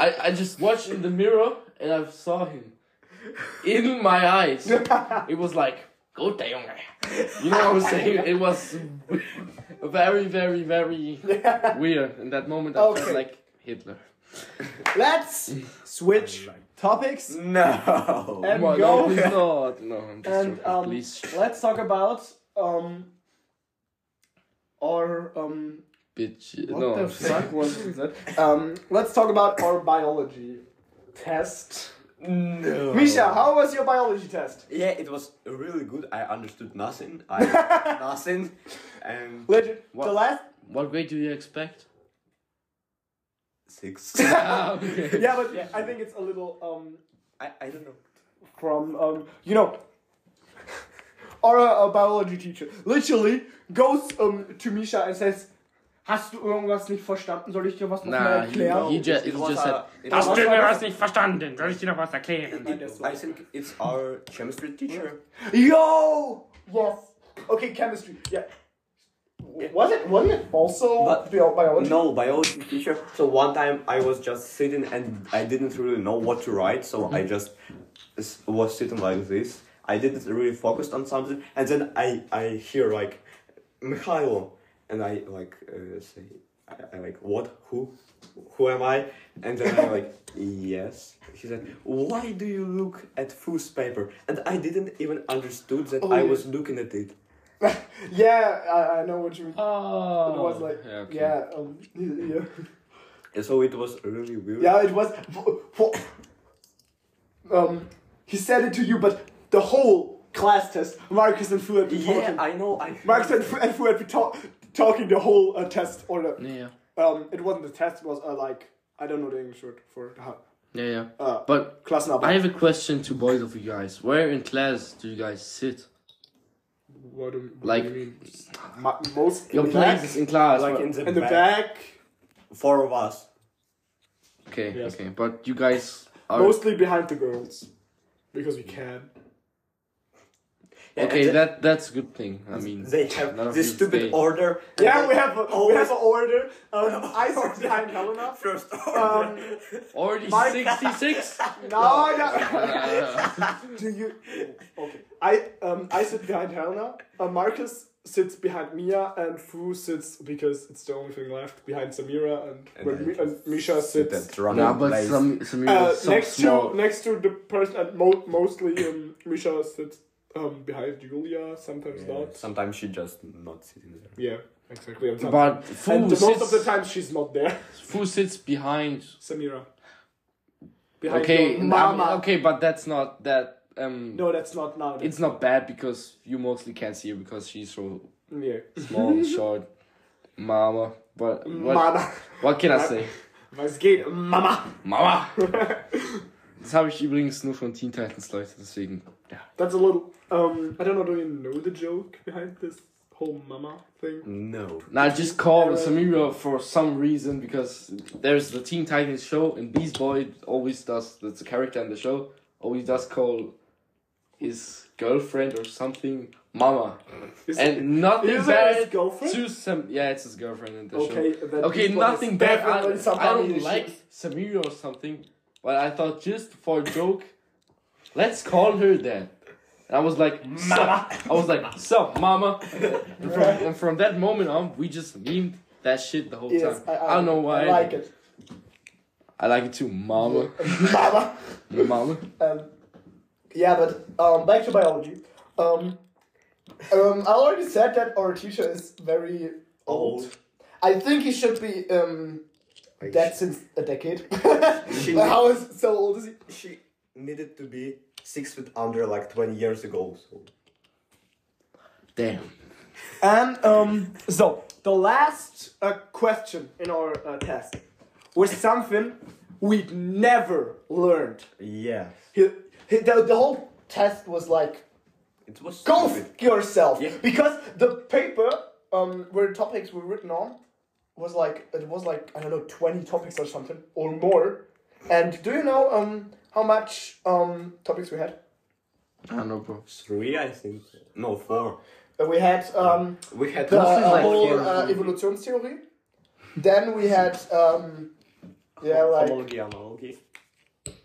[SPEAKER 1] I, I just watched in the mirror and I saw him in my eyes. It was like, go Junge. You know what I'm saying? It was a [laughs] very, very,
[SPEAKER 2] [laughs]
[SPEAKER 1] very weird. In that moment, I
[SPEAKER 2] Okay.
[SPEAKER 1] felt like Hitler.
[SPEAKER 2] Let's switch topics
[SPEAKER 3] [laughs] No.
[SPEAKER 2] and
[SPEAKER 1] Come on, no,
[SPEAKER 2] go.
[SPEAKER 1] please not. No, I'm just
[SPEAKER 2] And
[SPEAKER 1] joking.
[SPEAKER 2] um,
[SPEAKER 1] please,
[SPEAKER 2] let's talk about um, our um,
[SPEAKER 1] bitch.
[SPEAKER 2] what
[SPEAKER 1] no,
[SPEAKER 2] the
[SPEAKER 1] I'm just-
[SPEAKER 2] fuck was that? Um, let's talk about our biology test.
[SPEAKER 3] No.
[SPEAKER 1] Oh.
[SPEAKER 2] Misha, how was your biology test?
[SPEAKER 3] Yeah, it was really good. I understood nothing. I nothing. And
[SPEAKER 2] Legend. The
[SPEAKER 1] What?
[SPEAKER 2] last.
[SPEAKER 1] What grade do you expect?
[SPEAKER 3] six.
[SPEAKER 1] Ah, okay.
[SPEAKER 2] Yeah, but I think it's a little um,
[SPEAKER 3] I, I don't know.
[SPEAKER 2] from um, you know [laughs] our uh, biology teacher literally goes um, to Misha and says hast du irgendwas nicht verstanden soll ich dir was nochmal
[SPEAKER 1] Nah, he,
[SPEAKER 2] erklären
[SPEAKER 1] he, just, he
[SPEAKER 3] It was
[SPEAKER 1] just
[SPEAKER 2] uh,
[SPEAKER 3] a,
[SPEAKER 1] said,
[SPEAKER 3] it
[SPEAKER 4] Hast
[SPEAKER 3] was,
[SPEAKER 4] du mir was nicht verstanden? Soll ich dir noch was erklären?
[SPEAKER 3] I think it's our chemistry teacher.
[SPEAKER 2] yo yes okay chemistry yeah was it was it also
[SPEAKER 3] But-
[SPEAKER 2] bio- biology
[SPEAKER 3] No, biology teacher. So one time I was just sitting and I didn't really know what to write, so
[SPEAKER 2] Mm-hmm.
[SPEAKER 3] I just s- was sitting like this. I didn't really focus on something, and then I I hear like Mikhailo, and I like uh, say I, I like what who who am I? And then I
[SPEAKER 2] [laughs]
[SPEAKER 3] like yes. He said, why do you look at newspaper? And I didn't even understood that
[SPEAKER 2] Oh,
[SPEAKER 3] I was looking at it.
[SPEAKER 2] [laughs] yeah I, I know what you mean
[SPEAKER 1] oh.
[SPEAKER 2] it was like yeah,
[SPEAKER 1] okay.
[SPEAKER 2] um, yeah
[SPEAKER 3] And so it was really weird.
[SPEAKER 2] yeah it was for- for- um he said it to you but the whole class test Marcus and Philip
[SPEAKER 3] Yeah, I know. I
[SPEAKER 2] Marcus and, Fu- and Fu had been talk, talking the whole uh, test, or the,
[SPEAKER 1] Yeah, yeah.
[SPEAKER 2] um, it wasn't the test, it was uh, like, I don't know the English word for uh,
[SPEAKER 1] Yeah, yeah.
[SPEAKER 2] uh,
[SPEAKER 1] But I
[SPEAKER 2] Klassenarbeit.
[SPEAKER 1] have a question to both of you guys. Where in class do you guys sit?
[SPEAKER 2] What do, what
[SPEAKER 1] Like-
[SPEAKER 2] do you mean? Ma- most
[SPEAKER 1] Your
[SPEAKER 2] in the back,
[SPEAKER 1] place is in class.
[SPEAKER 3] like
[SPEAKER 1] but-
[SPEAKER 3] in the,
[SPEAKER 2] in the
[SPEAKER 3] back.
[SPEAKER 2] back,
[SPEAKER 3] Four of us.
[SPEAKER 1] okay,
[SPEAKER 2] Yes.
[SPEAKER 1] okay. But you guys are.
[SPEAKER 2] mostly behind the girls, because we can.
[SPEAKER 1] okay,
[SPEAKER 3] And the-
[SPEAKER 1] that that's a good thing. I mean,
[SPEAKER 3] they have
[SPEAKER 1] none of
[SPEAKER 3] this
[SPEAKER 1] you
[SPEAKER 3] stupid
[SPEAKER 1] stay.
[SPEAKER 3] order. and
[SPEAKER 2] Yeah,
[SPEAKER 3] they
[SPEAKER 2] we have a, we
[SPEAKER 3] always- [laughs]
[SPEAKER 2] have an order. Um, [laughs] I sit behind Helena.
[SPEAKER 3] first order.
[SPEAKER 2] Um,
[SPEAKER 1] Already
[SPEAKER 2] My- [laughs]
[SPEAKER 1] 66?
[SPEAKER 2] no, [laughs] no. do you? Okay, I um I sit behind Helena. Uh, Marcus sits behind Mia, and Fu sits because it's the only thing left behind Samira, and,
[SPEAKER 3] And
[SPEAKER 2] when
[SPEAKER 3] I
[SPEAKER 2] Mi- and Misha
[SPEAKER 3] Sit
[SPEAKER 2] sits.
[SPEAKER 3] and run
[SPEAKER 1] no,
[SPEAKER 3] in
[SPEAKER 1] but
[SPEAKER 3] place.
[SPEAKER 1] some, some,
[SPEAKER 2] Uh,
[SPEAKER 1] so
[SPEAKER 2] next
[SPEAKER 1] small.
[SPEAKER 2] to next to the person, and mo- mostly um, Misha sits um behind Julia. Sometimes
[SPEAKER 3] Yeah,
[SPEAKER 2] not.
[SPEAKER 3] Sometimes she just not sitting there.
[SPEAKER 2] yeah, exactly. And, sometimes-
[SPEAKER 1] But Fu
[SPEAKER 2] and the
[SPEAKER 1] sits,
[SPEAKER 2] most of the time she's not there. [laughs]
[SPEAKER 1] Fu sits behind.
[SPEAKER 2] Samira. Behind
[SPEAKER 1] okay,
[SPEAKER 2] your
[SPEAKER 1] and I'm-
[SPEAKER 2] mama.
[SPEAKER 1] okay, but that's not that. Um,
[SPEAKER 2] No, that's not now. That's,
[SPEAKER 1] it's not bad because you mostly can't see her because she's so
[SPEAKER 2] yeah.
[SPEAKER 1] small
[SPEAKER 2] [laughs]
[SPEAKER 1] and short. Mama, but what, [laughs]
[SPEAKER 2] Mama.
[SPEAKER 1] what can I say?
[SPEAKER 2] Was geht, Mama? [laughs]
[SPEAKER 1] Mama! Das habe ich übrigens nur von Teen Titans, Leute, deswegen. Ja.
[SPEAKER 2] That's a little. Um, I don't know. Do you know the joke behind this whole mama thing?
[SPEAKER 3] No.
[SPEAKER 1] Now I just called Samira for some reason because there's the Teen Titans show and Beast Boy always does that's a character in the show always does call his girlfriend or something Mama
[SPEAKER 2] Is it-
[SPEAKER 1] and nothing
[SPEAKER 2] is it
[SPEAKER 1] bad
[SPEAKER 2] his girlfriend?
[SPEAKER 1] to Sam yeah it's his girlfriend in the
[SPEAKER 2] Okay,
[SPEAKER 1] show
[SPEAKER 2] then
[SPEAKER 1] okay
[SPEAKER 2] Beast Boy
[SPEAKER 1] nothing
[SPEAKER 2] is
[SPEAKER 1] bad I,
[SPEAKER 2] definitely
[SPEAKER 1] I
[SPEAKER 2] somebody
[SPEAKER 1] don't
[SPEAKER 2] that
[SPEAKER 1] like Samira or something but I thought just for a joke let's call her that and I was like Mama I was like so Mama and from, and from that moment on, we just memed that shit the whole
[SPEAKER 2] Yes,
[SPEAKER 1] time. [laughs] I, don't know why.
[SPEAKER 2] I like it. [laughs]
[SPEAKER 1] I like it too, mama.
[SPEAKER 2] mama.
[SPEAKER 1] mama.
[SPEAKER 2] Um, yeah, but um, back to biology. Um, um, I already said that our teacher is very old.
[SPEAKER 3] Old.
[SPEAKER 2] I think he should be um
[SPEAKER 3] Like,
[SPEAKER 2] dead since a decade. [laughs]
[SPEAKER 3] She-
[SPEAKER 2] How is so old is he?
[SPEAKER 3] she, she needed to be six feet under like 20 years ago. So.
[SPEAKER 1] Damn.
[SPEAKER 2] And um, so the last uh, question in our uh, test was something we'd never learned.
[SPEAKER 3] Yeah.
[SPEAKER 2] He, he, the, the whole test was like,
[SPEAKER 3] It was
[SPEAKER 2] go
[SPEAKER 3] stupid.
[SPEAKER 2] f- yourself,
[SPEAKER 3] Yeah.
[SPEAKER 2] because the paper um, where topics were written on was like it was like I don't know twenty topics or something or more. And do you know um, how much um, topics we had?
[SPEAKER 1] I don't know, bro.
[SPEAKER 3] Three, I think. No, four.
[SPEAKER 2] Uh, we had um,
[SPEAKER 3] We had
[SPEAKER 2] the
[SPEAKER 1] This is
[SPEAKER 2] uh,
[SPEAKER 1] like
[SPEAKER 2] whole
[SPEAKER 1] here.
[SPEAKER 2] uh, Evolutionstheorie. Then we had, um, yeah, like
[SPEAKER 3] homology,
[SPEAKER 2] [laughs]
[SPEAKER 3] homology.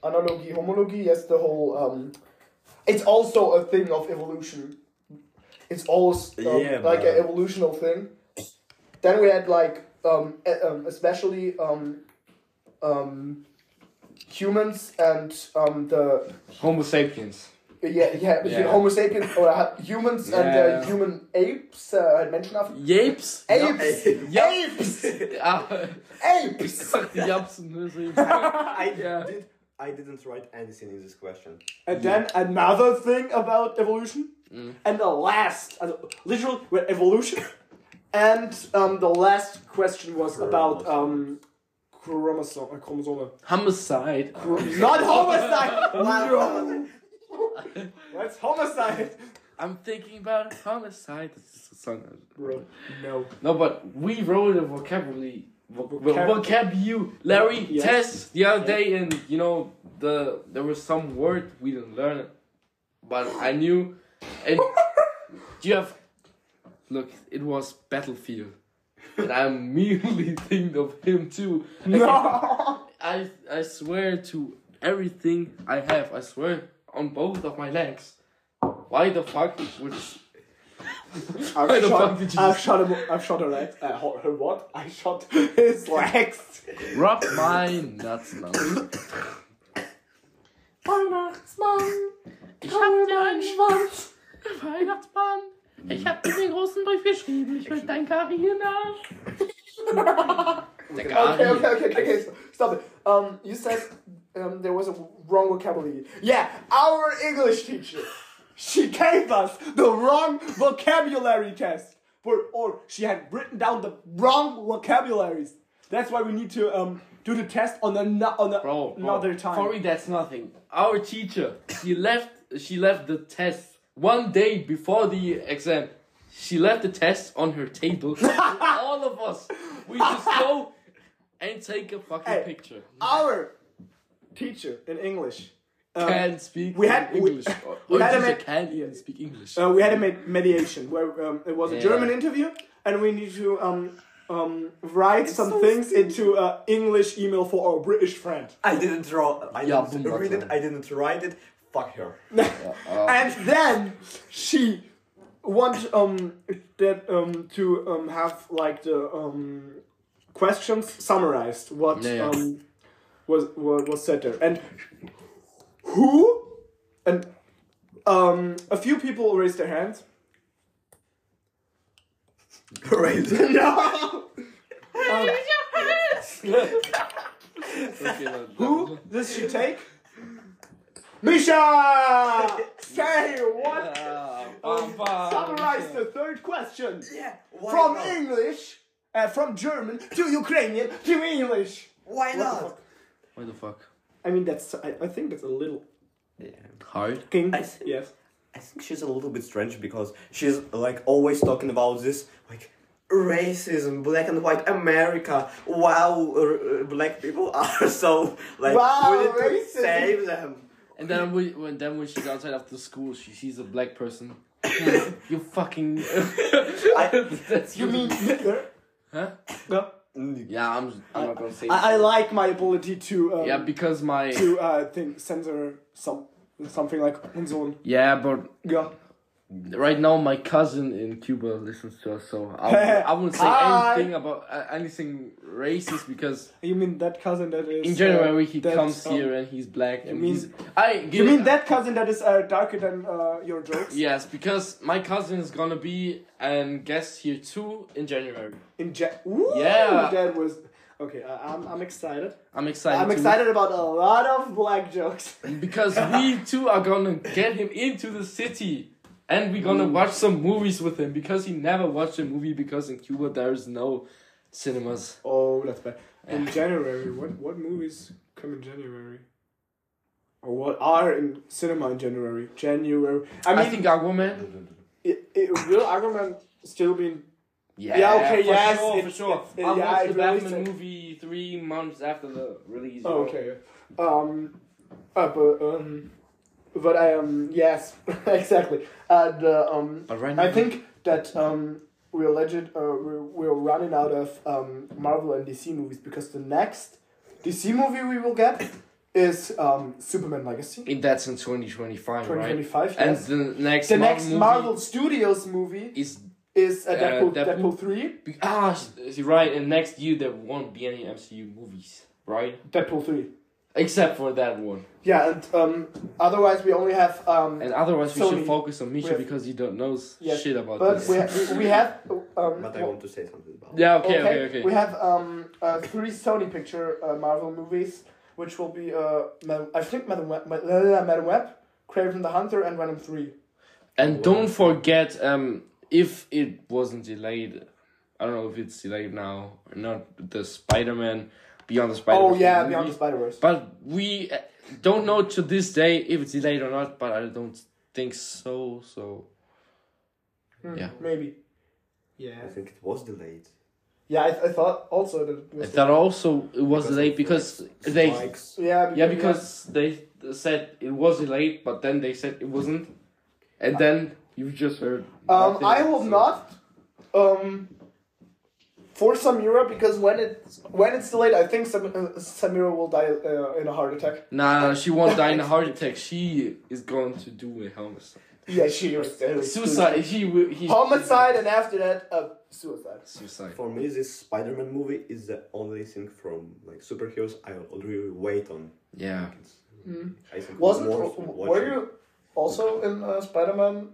[SPEAKER 2] analogy, homology. Yes, the whole. Um, it's also a thing of evolution. It's always um,
[SPEAKER 3] Yeah,
[SPEAKER 2] like
[SPEAKER 3] but-
[SPEAKER 2] an evolutional thing. Then we had like um, e- um especially um um humans and um the
[SPEAKER 1] Homo sapiens.
[SPEAKER 2] yeah yeah,
[SPEAKER 1] Yeah.
[SPEAKER 2] Homo sapiens or uh, humans
[SPEAKER 1] Yeah.
[SPEAKER 2] and uh, human apes äh, halt Menschenaffen
[SPEAKER 1] Japes.
[SPEAKER 2] Apes
[SPEAKER 1] Ja.
[SPEAKER 2] Apes
[SPEAKER 1] [laughs] Ah, [laughs]
[SPEAKER 2] Apes
[SPEAKER 1] sagt die
[SPEAKER 2] [laughs]
[SPEAKER 1] Japs und nur so. Ja.
[SPEAKER 3] I did. I didn't write anything in this question.
[SPEAKER 2] And then another thing about evolution, and the last, uh, literally well, evolution, and um, the last question was about um, chromosome, uh, chromosome,
[SPEAKER 1] Homicide.
[SPEAKER 2] not homicide. Wow. That's homicide,
[SPEAKER 1] I'm thinking about homicide. This is a song.
[SPEAKER 2] bro. No.
[SPEAKER 1] No, but we wrote a vocabulary. Vo-
[SPEAKER 2] Vocab-
[SPEAKER 1] vocab you Larry
[SPEAKER 2] Yes.
[SPEAKER 1] test the other day, and you know the there was some word we didn't learn, it, but I knew.
[SPEAKER 2] [laughs]
[SPEAKER 1] And you have look. It was battlefield, and I immediately [laughs] think of him too.
[SPEAKER 2] No.
[SPEAKER 1] [laughs] I I swear to everything I have. I swear on both of my legs. Why the fuck would [laughs] Why
[SPEAKER 2] I've
[SPEAKER 1] the
[SPEAKER 2] shot,
[SPEAKER 1] fuck did you
[SPEAKER 2] I've
[SPEAKER 1] just-
[SPEAKER 2] shot him. I've shot her legs. Uh, her, her what? I shot [laughs] his legs.
[SPEAKER 1] rub my nuts now?
[SPEAKER 4] Weihnachtsmann, ich hab dir einen Schwanz. Weihnachtsmann, ich hab dir den großen Brief geschrieben. Ich will dein
[SPEAKER 2] [laughs]
[SPEAKER 4] Karriere nach.
[SPEAKER 1] Der
[SPEAKER 2] Okay,
[SPEAKER 1] Gary.
[SPEAKER 2] okay, okay, okay, okay. Stop it. Um, you said um, there was a wrong vocabulary. Yeah, our English teacher, she gave us the wrong vocabulary test, for, or she had written down the wrong vocabularies. That's why we need to um do the test on the no- on the
[SPEAKER 1] Bro, bro,
[SPEAKER 2] another time.
[SPEAKER 1] For me, Oh, that's nothing. Our teacher, she left. She left the test one day before the exam. She left the test on her
[SPEAKER 2] [laughs]
[SPEAKER 1] table. all of us, we just go and take a fucking
[SPEAKER 2] Hey.
[SPEAKER 1] picture.
[SPEAKER 2] Our teacher in English. um,
[SPEAKER 1] Can speak
[SPEAKER 2] we had- we-
[SPEAKER 1] English. Or-
[SPEAKER 2] we
[SPEAKER 1] or
[SPEAKER 2] had a
[SPEAKER 1] teacher
[SPEAKER 2] med-
[SPEAKER 1] can even speak English.
[SPEAKER 2] Uh, we had a med- mediation where um, it was a
[SPEAKER 1] Yeah.
[SPEAKER 2] German interview, and we need to um, um, write some things into uh, English email for our British friend.
[SPEAKER 3] I didn't draw. I
[SPEAKER 1] Yeah,
[SPEAKER 3] didn't
[SPEAKER 1] boom,
[SPEAKER 3] read
[SPEAKER 1] button.
[SPEAKER 3] it. I didn't write it. Fuck
[SPEAKER 2] [laughs]
[SPEAKER 3] her.
[SPEAKER 2] and then she want um that um to um have like the um questions summarized what
[SPEAKER 1] Yeah, yeah.
[SPEAKER 2] um was what was said there and who and um a few people raised their [laughs] hands
[SPEAKER 3] Great.
[SPEAKER 2] no um,
[SPEAKER 1] Okay, no,
[SPEAKER 2] who this should take
[SPEAKER 1] [laughs]
[SPEAKER 2] Misha say what
[SPEAKER 1] Ah,
[SPEAKER 2] Um,
[SPEAKER 1] bum, bum.
[SPEAKER 2] summarize the third question
[SPEAKER 3] Yeah. Why
[SPEAKER 2] from
[SPEAKER 3] not?
[SPEAKER 2] English, uh, from German to Ukrainian to English.
[SPEAKER 3] Why not?
[SPEAKER 1] Why the fuck?
[SPEAKER 2] I mean, that's. I, I think that's a little.
[SPEAKER 1] Hard.
[SPEAKER 2] King.
[SPEAKER 3] I see.
[SPEAKER 2] Yes.
[SPEAKER 3] I think she's a little bit strange because she's like always talking about this like racism, black and white America. Wow, uh, uh, black people [laughs] are so like
[SPEAKER 2] Wow,
[SPEAKER 3] we need to
[SPEAKER 2] racism.
[SPEAKER 3] save them.
[SPEAKER 1] And then we, when then when she's outside after school, she sees a black
[SPEAKER 2] [coughs]
[SPEAKER 1] person. you fucking. [laughs] That's
[SPEAKER 2] You mean nigger?
[SPEAKER 1] Huh?
[SPEAKER 2] No.
[SPEAKER 1] Yeah, I'm. I'm not gonna say.
[SPEAKER 2] I, I like my ability to. Um,
[SPEAKER 1] yeah, because my.
[SPEAKER 2] to uh, think censor some something like and so on.
[SPEAKER 1] Yeah, but
[SPEAKER 2] Yeah.
[SPEAKER 1] right now my cousin in Cuba listens to us, so I, won't- I won't say
[SPEAKER 2] Hi.
[SPEAKER 1] anything about uh, anything racist because
[SPEAKER 2] You mean that cousin that is.
[SPEAKER 1] in January he
[SPEAKER 2] uh, that,
[SPEAKER 1] comes
[SPEAKER 2] um,
[SPEAKER 1] here and he's black and
[SPEAKER 2] mean-
[SPEAKER 1] he's. I give
[SPEAKER 2] You mean that cousin that is uh, darker than uh, your jokes?
[SPEAKER 1] Yes, because my cousin is gonna be and guest here too in January.
[SPEAKER 2] In ja- Ooh,
[SPEAKER 1] Yeah.
[SPEAKER 2] That was. Okay, I, I'm, I'm excited.
[SPEAKER 1] I'm excited.
[SPEAKER 2] I'm
[SPEAKER 1] to-
[SPEAKER 2] excited about a lot of black jokes.
[SPEAKER 1] because we too are gonna get him into the city and we're gonna watch some movies with him because he never watched a movie because in Cuba there is no cinemas.
[SPEAKER 2] Oh, that's bad. In January, what what movies come in January? Or what are in cinema in January? January. I
[SPEAKER 1] I,
[SPEAKER 2] mean,
[SPEAKER 1] think Aquaman.
[SPEAKER 2] it, it, will Aquaman still be? In,
[SPEAKER 1] Yeah,
[SPEAKER 2] okay,
[SPEAKER 1] for
[SPEAKER 2] yes,
[SPEAKER 1] sure, for
[SPEAKER 2] it's-
[SPEAKER 1] sure.
[SPEAKER 2] it's- it-
[SPEAKER 1] I
[SPEAKER 2] yeah,
[SPEAKER 1] watched the
[SPEAKER 2] it released
[SPEAKER 1] Batman
[SPEAKER 2] it.
[SPEAKER 1] movie three months after the release.
[SPEAKER 2] oh, okay. Um, uh, but um, but I um yes [laughs] exactly. Uh, the um,
[SPEAKER 1] But right now,
[SPEAKER 2] I think that um. We're legit. Uh, we're, we're running out of um, Marvel and DC movies because the next DC movie we will get is um, Superman Legacy.
[SPEAKER 1] it- that's in 2025, right?
[SPEAKER 2] 2025, yes.
[SPEAKER 1] And the next
[SPEAKER 2] The
[SPEAKER 1] Marvel
[SPEAKER 2] next
[SPEAKER 1] movie
[SPEAKER 2] Marvel Studios movie
[SPEAKER 1] is
[SPEAKER 2] is uh,
[SPEAKER 1] Uh,
[SPEAKER 2] Deadpool, Deadpool,
[SPEAKER 1] Deadpool.
[SPEAKER 2] 3.
[SPEAKER 1] Be- ah, s- right. And next year there won't be any MCU movies, right?
[SPEAKER 2] Deadpool 3.
[SPEAKER 1] Except for that one.
[SPEAKER 2] Yeah, and um, otherwise we only have. Um,
[SPEAKER 1] And otherwise we
[SPEAKER 2] Sony.
[SPEAKER 1] should focus on Misha
[SPEAKER 2] With-
[SPEAKER 1] because he don't knows
[SPEAKER 2] Yes,
[SPEAKER 1] shit about
[SPEAKER 2] but
[SPEAKER 1] this.
[SPEAKER 2] we, ha- we, we have. Um,
[SPEAKER 3] But I want to say something about.
[SPEAKER 1] yeah. Okay. Okay. Okay.
[SPEAKER 2] We have um, uh, three Sony Picture uh, Marvel movies, which will be, uh, Madam, I think, Madam Web, Ma- uh, Madam Web, Craven the Hunter, and Venom 3.
[SPEAKER 1] And don't forget, um, if it wasn't delayed, I don't know if it's delayed now or not. The Spider Man, Beyond the Spider.
[SPEAKER 2] Oh, yeah, Beyond the Spider Verse.
[SPEAKER 1] But we uh, don't know to this day if it's delayed or not. But I don't think so. So
[SPEAKER 2] Hmm.
[SPEAKER 1] yeah.
[SPEAKER 2] Maybe.
[SPEAKER 3] I think it was delayed.
[SPEAKER 2] Yeah, I, I thought also that it was.
[SPEAKER 1] that also it was
[SPEAKER 3] Because
[SPEAKER 1] delayed
[SPEAKER 3] of
[SPEAKER 1] because they
[SPEAKER 3] Strikes.
[SPEAKER 2] yeah,
[SPEAKER 1] yeah because they said it was delayed, but then they said it wasn't, and then you just heard.
[SPEAKER 2] Ah. Um,
[SPEAKER 1] nothing,
[SPEAKER 2] I will
[SPEAKER 1] so-
[SPEAKER 2] not um, for Samira because when it's when it's delayed, I think Sam, uh, Samira will die uh, in a heart attack.
[SPEAKER 1] Nah, she won't die in a
[SPEAKER 2] [laughs]
[SPEAKER 1] heart attack. She is going to do a homicide.
[SPEAKER 2] Yeah, she was
[SPEAKER 1] Suicide. She will. He,
[SPEAKER 2] homicide, and after that, uh, suicide.
[SPEAKER 1] Suicide.
[SPEAKER 3] For me, this Spider-Man movie is the only thing from like superheroes I really wait on.
[SPEAKER 1] Yeah.
[SPEAKER 3] It's- I think
[SPEAKER 2] Wasn't
[SPEAKER 3] worth
[SPEAKER 2] were
[SPEAKER 3] watching.
[SPEAKER 2] you also in uh, Spider Man?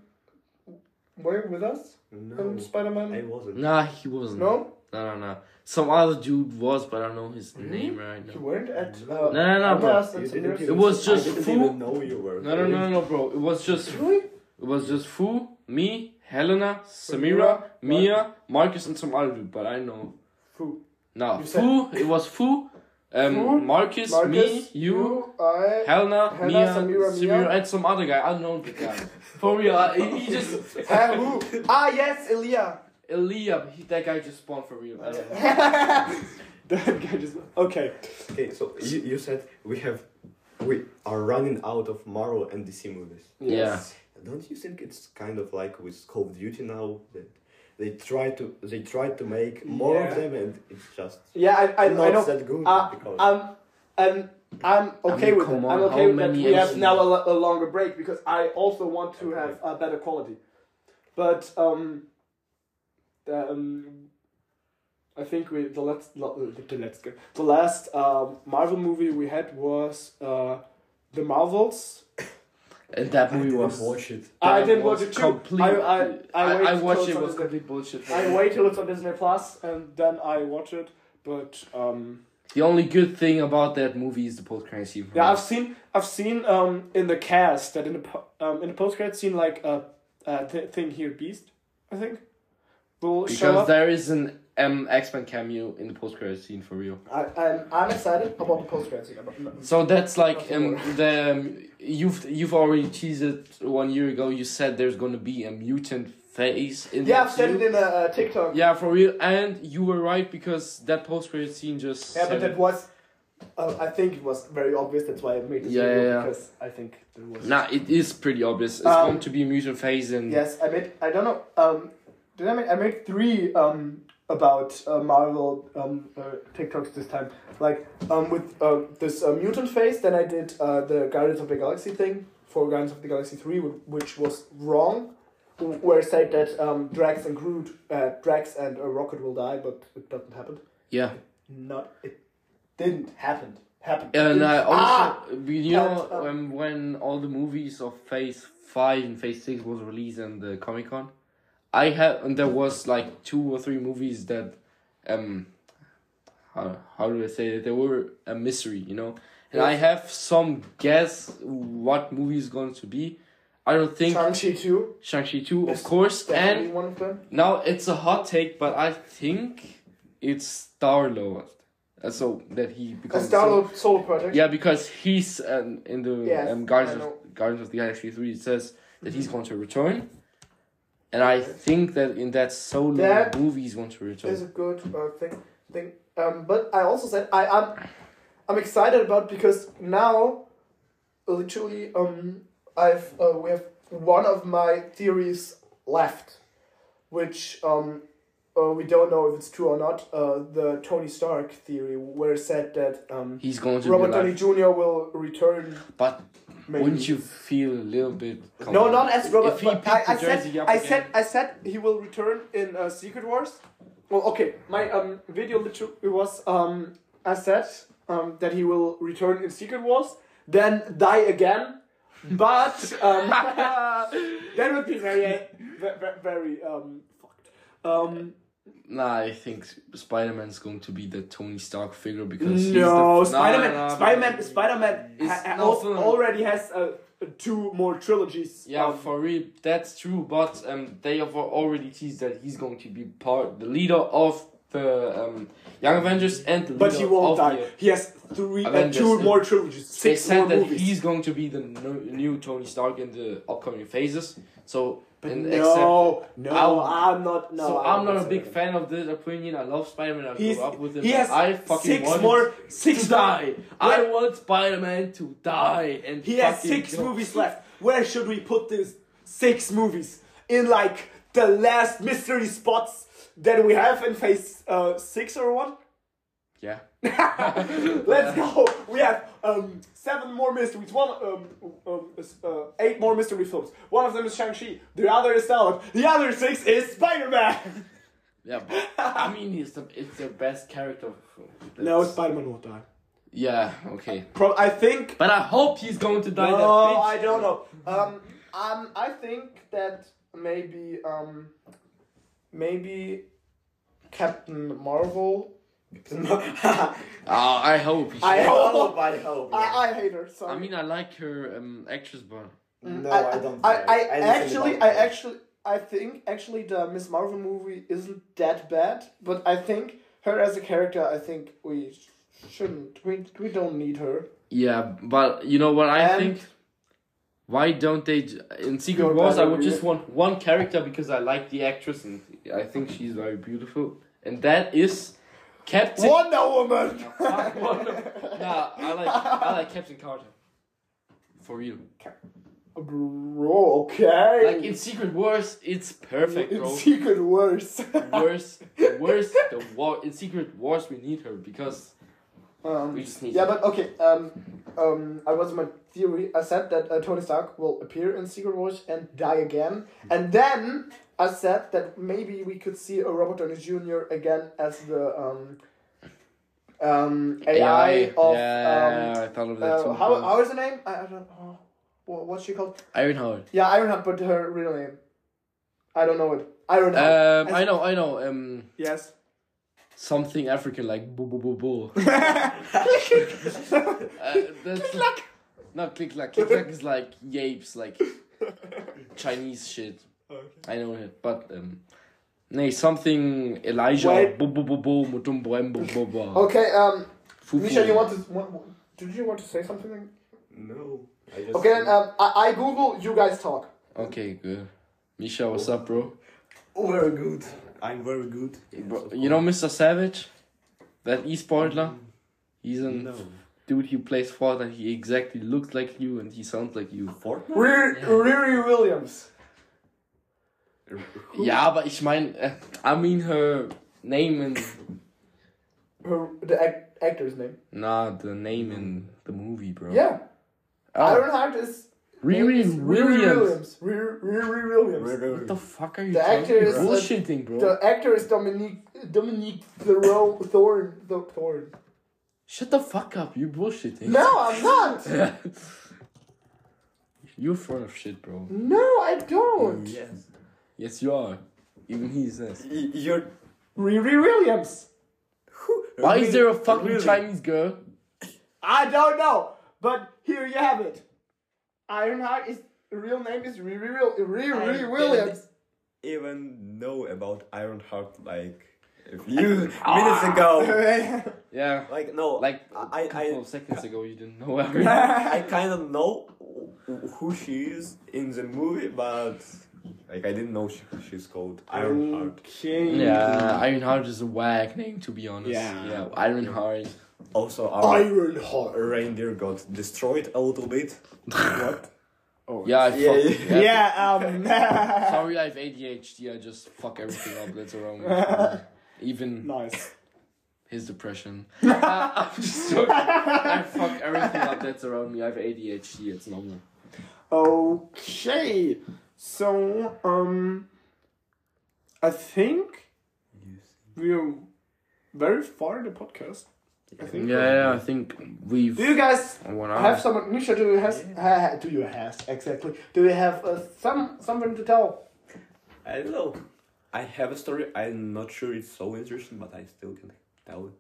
[SPEAKER 2] Were you with us
[SPEAKER 3] No,
[SPEAKER 2] in Spider
[SPEAKER 3] I
[SPEAKER 2] Man?
[SPEAKER 3] wasn't.
[SPEAKER 1] Nah, he wasn't.
[SPEAKER 2] No,
[SPEAKER 1] No, no, no. Some other dude was, but I don't know his name right
[SPEAKER 2] you
[SPEAKER 1] now.
[SPEAKER 2] weren't at. Uh,
[SPEAKER 1] No, no, no, bro.
[SPEAKER 2] us
[SPEAKER 3] You
[SPEAKER 2] and
[SPEAKER 3] didn't
[SPEAKER 2] Samira's-
[SPEAKER 3] even-
[SPEAKER 1] was just
[SPEAKER 3] I didn't
[SPEAKER 1] full-
[SPEAKER 3] even know you were.
[SPEAKER 1] No, no,
[SPEAKER 3] there.
[SPEAKER 1] no, no, bro. It was just, it
[SPEAKER 2] Really?
[SPEAKER 1] was just Fu, me, Helena, Samira, Mia, Marcus, and some other dude. But I know.
[SPEAKER 2] Fu.
[SPEAKER 1] No,
[SPEAKER 2] You said-
[SPEAKER 1] Fu. It was Fu,
[SPEAKER 2] Fu,
[SPEAKER 1] um, Marcus, me,
[SPEAKER 2] Marcus,
[SPEAKER 1] you,
[SPEAKER 2] I.
[SPEAKER 1] Helena,
[SPEAKER 2] Helena,
[SPEAKER 1] Mia,
[SPEAKER 2] Samira,
[SPEAKER 1] Samira,
[SPEAKER 2] Mia.
[SPEAKER 1] and some other guy. I don't know the guy.
[SPEAKER 2] [laughs]
[SPEAKER 1] For real, I- he he just
[SPEAKER 2] Ah, who? ah yes, Elia.
[SPEAKER 1] Eliab. He, that guy just spawned for real.
[SPEAKER 2] [laughs]
[SPEAKER 1] I don't know.
[SPEAKER 2] That guy just okay.
[SPEAKER 3] Okay, so you, you said we have, we are running out of Marvel and DC movies. Don't you think it's kind of like with Call of Duty now that they try to they try to make more
[SPEAKER 2] Yeah.
[SPEAKER 3] of them and it's just
[SPEAKER 2] Yeah, I I,
[SPEAKER 3] not
[SPEAKER 2] I know.
[SPEAKER 3] that good
[SPEAKER 2] Uh,
[SPEAKER 3] because
[SPEAKER 2] I'm I'm I'm okay
[SPEAKER 1] mean,
[SPEAKER 2] with
[SPEAKER 1] come
[SPEAKER 2] that.
[SPEAKER 1] on,
[SPEAKER 2] I'm
[SPEAKER 1] how
[SPEAKER 2] okay with that.
[SPEAKER 1] many
[SPEAKER 2] We have
[SPEAKER 1] episodes?
[SPEAKER 2] now a, lo- a longer break because I also want to
[SPEAKER 3] Okay.
[SPEAKER 2] have a better quality. But um, the, um, I think we the last lo- uh, the last the last um, Marvel movie we had was uh, the Marvels.
[SPEAKER 1] And that
[SPEAKER 3] I
[SPEAKER 1] movie
[SPEAKER 3] didn't
[SPEAKER 1] was
[SPEAKER 3] watch it.
[SPEAKER 2] I
[SPEAKER 1] That
[SPEAKER 2] didn't
[SPEAKER 1] was
[SPEAKER 2] watch it too.
[SPEAKER 1] Complete,
[SPEAKER 2] I I I,
[SPEAKER 1] I,
[SPEAKER 2] wait
[SPEAKER 1] I
[SPEAKER 2] till
[SPEAKER 1] watched
[SPEAKER 2] it's
[SPEAKER 1] it.
[SPEAKER 2] on
[SPEAKER 1] was
[SPEAKER 2] Disney-
[SPEAKER 1] complete bullshit.
[SPEAKER 2] I wait till it's on Disney Plus and then I watch it. But um,
[SPEAKER 1] The only good thing about that movie is the post credit scene. for
[SPEAKER 2] yeah,
[SPEAKER 1] me.
[SPEAKER 2] I've seen I've seen um in the cast that in the po- um in the post credit scene like a uh, uh, th- thing here Beast I think will show
[SPEAKER 1] because
[SPEAKER 2] up.
[SPEAKER 1] there is an um, X Men cameo in the post credit scene for real.
[SPEAKER 2] I, I'm I'm excited about the post credit scene. about- no.
[SPEAKER 1] So that's like
[SPEAKER 2] Nothing
[SPEAKER 1] um, the um, you've you've already teased it one year ago. You said there's gonna be a mutant face in. the
[SPEAKER 2] Yeah, I've said it
[SPEAKER 1] MCU.
[SPEAKER 2] in a uh, TikTok.
[SPEAKER 1] Yeah, for real, and you were right because that post credit scene just.
[SPEAKER 2] Yeah, but
[SPEAKER 1] said
[SPEAKER 2] that
[SPEAKER 1] it.
[SPEAKER 2] was. Uh, I think it was very obvious. That's why I made this
[SPEAKER 1] Yeah,
[SPEAKER 2] video
[SPEAKER 1] yeah, yeah.
[SPEAKER 2] because I think there was.
[SPEAKER 1] Nah, it is pretty obvious. It's
[SPEAKER 2] Um,
[SPEAKER 1] going to be a mutant face and.
[SPEAKER 2] Yes, I made. I don't know. Um, did I make? I made three um about uh, Marvel um uh, TikToks this time. Like um with um this uh, mutant face. Then I did uh the Guardians of the Galaxy thing for Guardians of the Galaxy three, wh- which was wrong. wh- Where it said that um Drax and Groot, uh, Drax and uh, Rocket will die, but it doesn't happen.
[SPEAKER 1] Yeah.
[SPEAKER 2] Not it didn't happen. Happened.
[SPEAKER 1] And I also,
[SPEAKER 2] Ah!
[SPEAKER 1] you know,
[SPEAKER 2] And, uh,
[SPEAKER 1] when, when all the movies of Phase Five and Phase Six was released in the Comic Con, I had and there was like two or three movies that, um, how how do I say it? They were a mystery, you know. And I
[SPEAKER 2] Yes.
[SPEAKER 1] have some guess what movie is going to be. I don't think
[SPEAKER 2] Shang Chi too.
[SPEAKER 1] Shang Chi two, of
[SPEAKER 2] Yes,
[SPEAKER 1] course.
[SPEAKER 2] Definitely
[SPEAKER 1] And
[SPEAKER 2] one of them.
[SPEAKER 1] now it's a hot take, but I think it's Star Lord. So that he
[SPEAKER 2] A
[SPEAKER 1] becomes
[SPEAKER 2] Star
[SPEAKER 1] so-
[SPEAKER 2] Lord solo project.
[SPEAKER 1] yeah, because he's um, in the
[SPEAKER 2] Yes,
[SPEAKER 1] um,
[SPEAKER 2] I
[SPEAKER 1] Guardians
[SPEAKER 2] know. Mm-hmm.
[SPEAKER 1] of, Guardians of the Galaxy three. It says that he's going to return, and I think that in that solo
[SPEAKER 2] That
[SPEAKER 1] movie he's going to return.
[SPEAKER 2] is a good uh, thing. Thing, um, but I also said I am, I'm excited about because now, literally, um, I've uh, we have one of my theories left, which um, uh, we don't know if it's true or not, uh, the Tony Stark theory, where it said that um,
[SPEAKER 1] He's going to
[SPEAKER 2] Robert
[SPEAKER 1] be
[SPEAKER 2] Downey
[SPEAKER 1] like,
[SPEAKER 2] Jr. will return.
[SPEAKER 1] but
[SPEAKER 2] Maybe.
[SPEAKER 1] wouldn't you feel a little bit?
[SPEAKER 2] No, not as Robert.
[SPEAKER 1] If he
[SPEAKER 2] but
[SPEAKER 1] picked
[SPEAKER 2] I, I
[SPEAKER 1] the
[SPEAKER 2] said,
[SPEAKER 1] jersey up
[SPEAKER 2] I
[SPEAKER 1] again.
[SPEAKER 2] said, I said he will return in uh, Secret Wars. Well, okay, my um video literally was um I said um that he will return in Secret Wars, then die again, but um that would be very very, very um fucked. Um,
[SPEAKER 1] Nah, I think Spider Man's going to be the Tony Stark figure because he's
[SPEAKER 2] no,
[SPEAKER 1] the,
[SPEAKER 2] Spider Man,
[SPEAKER 1] Nah, nah, nah,
[SPEAKER 2] Spider Man, Spider Man
[SPEAKER 1] It's
[SPEAKER 2] ha- ha-
[SPEAKER 1] no
[SPEAKER 2] al-
[SPEAKER 1] film.
[SPEAKER 2] already has uh, two more trilogies.
[SPEAKER 1] Yeah,
[SPEAKER 2] um,
[SPEAKER 1] for real, that's true. But um, they have already teased that he's going to be part, the leader of the um, Young Avengers and the
[SPEAKER 2] But
[SPEAKER 1] leader
[SPEAKER 2] he won't
[SPEAKER 1] of
[SPEAKER 2] die.
[SPEAKER 1] the-
[SPEAKER 2] He has three, uh,
[SPEAKER 1] Avengers,
[SPEAKER 2] two
[SPEAKER 1] yeah.
[SPEAKER 2] more trilogies,
[SPEAKER 1] they
[SPEAKER 2] six more
[SPEAKER 1] said that
[SPEAKER 2] movies.
[SPEAKER 1] he's going to be the no- new Tony Stark in the upcoming phases. So,
[SPEAKER 2] But
[SPEAKER 1] and
[SPEAKER 2] no, no,
[SPEAKER 1] I'll-
[SPEAKER 2] I'm, not. No,
[SPEAKER 1] so
[SPEAKER 2] I
[SPEAKER 1] I'm not a
[SPEAKER 2] won't
[SPEAKER 1] big
[SPEAKER 2] say
[SPEAKER 1] fan of this opinion. I love Spider-Man. I
[SPEAKER 2] that. He's,
[SPEAKER 1] grew up with him.
[SPEAKER 2] he has
[SPEAKER 1] I fucking
[SPEAKER 2] six
[SPEAKER 1] want
[SPEAKER 2] more, six
[SPEAKER 1] to die. I
[SPEAKER 2] Where-
[SPEAKER 1] want Spider-Man to die and
[SPEAKER 2] He has
[SPEAKER 1] fucking
[SPEAKER 2] six
[SPEAKER 1] go.
[SPEAKER 2] movies left. Where should we put these six movies in? Like the last mystery
[SPEAKER 3] [laughs]
[SPEAKER 2] spots that we have in Phase uh, Six or what?
[SPEAKER 1] Yeah.
[SPEAKER 2] Let's go. We have um, seven more mysteries. One, um, um, uh, eight more mystery films. One of them is Shang Chi. The other is Star. The other six is Spider Man.
[SPEAKER 1] Yeah, but, I mean, it's the it's the best character.
[SPEAKER 2] [laughs] No, Spider Man won't die.
[SPEAKER 1] Yeah. Okay.
[SPEAKER 2] Pro- I think.
[SPEAKER 1] But I hope he's going to die. that
[SPEAKER 2] No,
[SPEAKER 1] bitch.
[SPEAKER 2] Oh, I don't know. Um, um, I think that maybe, um, maybe Captain Marvel. I,
[SPEAKER 1] Ah, I hope. He
[SPEAKER 2] I
[SPEAKER 1] should.
[SPEAKER 2] hope.
[SPEAKER 3] I hope.
[SPEAKER 2] I hate her. Sorry.
[SPEAKER 1] I mean, I like her um, actress, but
[SPEAKER 3] no,
[SPEAKER 2] I,
[SPEAKER 3] I, don't.
[SPEAKER 2] I,
[SPEAKER 3] care.
[SPEAKER 2] I,
[SPEAKER 3] Anything
[SPEAKER 2] actually,
[SPEAKER 3] about
[SPEAKER 2] I
[SPEAKER 3] it.
[SPEAKER 2] actually, I think actually the Miss Marvel movie isn't that bad, but I think her as a character, I think we shouldn't, we, we don't need her.
[SPEAKER 1] yeah, but you know what I
[SPEAKER 2] And-
[SPEAKER 1] think. Why don't they j- in Secret
[SPEAKER 2] Go
[SPEAKER 1] Wars? I
[SPEAKER 2] better,
[SPEAKER 1] would
[SPEAKER 2] yeah.
[SPEAKER 1] just want one character because I like the actress and I think she's very beautiful, and that is Captain.
[SPEAKER 2] Wonder Woman.
[SPEAKER 1] Fuck, Wonder- [laughs] nah, I like I like Captain Carter. For real,
[SPEAKER 2] Bro, okay.
[SPEAKER 1] like in Secret Wars, it's perfect,
[SPEAKER 2] In
[SPEAKER 1] bro.
[SPEAKER 2] Secret Wars.
[SPEAKER 1] Worse, the worst, the war in Secret Wars. We need her because
[SPEAKER 2] um,
[SPEAKER 1] we just need.
[SPEAKER 2] yeah,
[SPEAKER 1] her.
[SPEAKER 2] but okay. Um, um, I was in my theory. I said that uh, Tony Stark will appear in Secret Wars and die again, and then I said that maybe we could see a Robert Downey Jr. again as the um, um, AI of
[SPEAKER 1] yeah,
[SPEAKER 2] um,
[SPEAKER 1] I thought of that
[SPEAKER 2] uh,
[SPEAKER 1] too.
[SPEAKER 2] how, how is her name? I, I don't know. Wha- What's she called?
[SPEAKER 1] Ironheart.
[SPEAKER 2] Yeah, Ironheart, but her real name. I don't know it. Ironheart.
[SPEAKER 1] Um, I know, I know. Um,
[SPEAKER 2] yes.
[SPEAKER 1] something African like boo boo boo
[SPEAKER 2] [laughs]
[SPEAKER 1] boo. uh, that's No, click clack. Click clack is like yapes, like Chinese shit. I know it, but um, nay something Elijah
[SPEAKER 2] Wait.
[SPEAKER 1] boo boo boo boo mutum boem boo boo boo.
[SPEAKER 2] Okay. Um,
[SPEAKER 1] Fufu.
[SPEAKER 2] Misha, you want to? What, what- did you want to say something?
[SPEAKER 3] No. I just
[SPEAKER 2] Okay, then um, I, I Google. You guys talk.
[SPEAKER 1] Okay, good. Misha, what's up, bro?
[SPEAKER 2] um,
[SPEAKER 3] very good. I'm very good.
[SPEAKER 1] Bro, You know Mr. Savage, that e-sportler. He's a
[SPEAKER 3] No.
[SPEAKER 1] dude who plays Fortnite. He exactly looks like you and he sounds like you.
[SPEAKER 3] Fortnite?
[SPEAKER 2] Riri, Riri Williams.
[SPEAKER 1] Ja, aber ich meine, äh, I mean her name in
[SPEAKER 2] Her the act, actor's name.
[SPEAKER 1] nah the name in the movie, bro.
[SPEAKER 2] Yeah.
[SPEAKER 1] Oh,
[SPEAKER 2] Ironheart is.
[SPEAKER 1] Riri
[SPEAKER 2] is
[SPEAKER 1] Williams.
[SPEAKER 2] Riri, Riri Williams.
[SPEAKER 1] What the
[SPEAKER 3] Really?
[SPEAKER 1] fuck are you
[SPEAKER 2] The
[SPEAKER 1] talking
[SPEAKER 2] actor is, uh,
[SPEAKER 1] bullshitting, bro?
[SPEAKER 2] The actor is Dominique Dominique Thoreau Thorn Th- Thorn.
[SPEAKER 1] Shut the fuck up, you bullshitting.
[SPEAKER 2] No, I'm not.
[SPEAKER 1] [laughs] You're full of shit, bro.
[SPEAKER 2] No, I don't.
[SPEAKER 3] Yes.
[SPEAKER 1] Yes, you are. Even he says.
[SPEAKER 3] Y- You're.
[SPEAKER 2] Riri Williams.
[SPEAKER 1] Why is there a
[SPEAKER 3] Really?
[SPEAKER 1] fucking
[SPEAKER 3] Really?
[SPEAKER 1] Chinese girl?
[SPEAKER 2] I don't know, but here you have it. Ironheart is real name is Riri, Wil-
[SPEAKER 3] I
[SPEAKER 2] Riri, Riri
[SPEAKER 3] didn't
[SPEAKER 2] Williams.
[SPEAKER 3] Even know about Ironheart like a few minutes ago.
[SPEAKER 1] [laughs] Yeah.
[SPEAKER 3] Like no,
[SPEAKER 1] Ah. Like
[SPEAKER 3] I
[SPEAKER 1] a couple
[SPEAKER 3] I [laughs]
[SPEAKER 1] of seconds ago, you didn't know everything.
[SPEAKER 3] I, I kind of know who she is in the movie, but like I didn't know she, she's called Ironheart.
[SPEAKER 2] Okay.
[SPEAKER 1] yeah, Ironheart is a whack name to be honest. Yeah, Ironheart.
[SPEAKER 3] Also, our
[SPEAKER 2] Ironheart.
[SPEAKER 3] reindeer got destroyed a little bit. what?
[SPEAKER 2] Oh.
[SPEAKER 1] Yeah, I
[SPEAKER 3] Yeah,
[SPEAKER 1] fuck.
[SPEAKER 3] yeah.
[SPEAKER 1] Yeah.
[SPEAKER 2] Yeah. Um. [laughs]
[SPEAKER 1] Sorry, I have ADHD. I just fuck everything up that's around me. Even
[SPEAKER 2] nice.
[SPEAKER 1] his depression. [laughs] Uh, I'm just joking. I fuck everything up that's around me. I have ADHD. It's normal.
[SPEAKER 2] Okay. So um, I think we're very far in the podcast. I think.
[SPEAKER 1] Yeah, yeah. I think we've
[SPEAKER 2] Do you guys
[SPEAKER 1] one
[SPEAKER 2] have some? Misha, do you have? ha- do you have exactly? Do you have uh, some something to tell?
[SPEAKER 3] I don't know. I have a story. I'm not sure it's so interesting, but I still can tell it.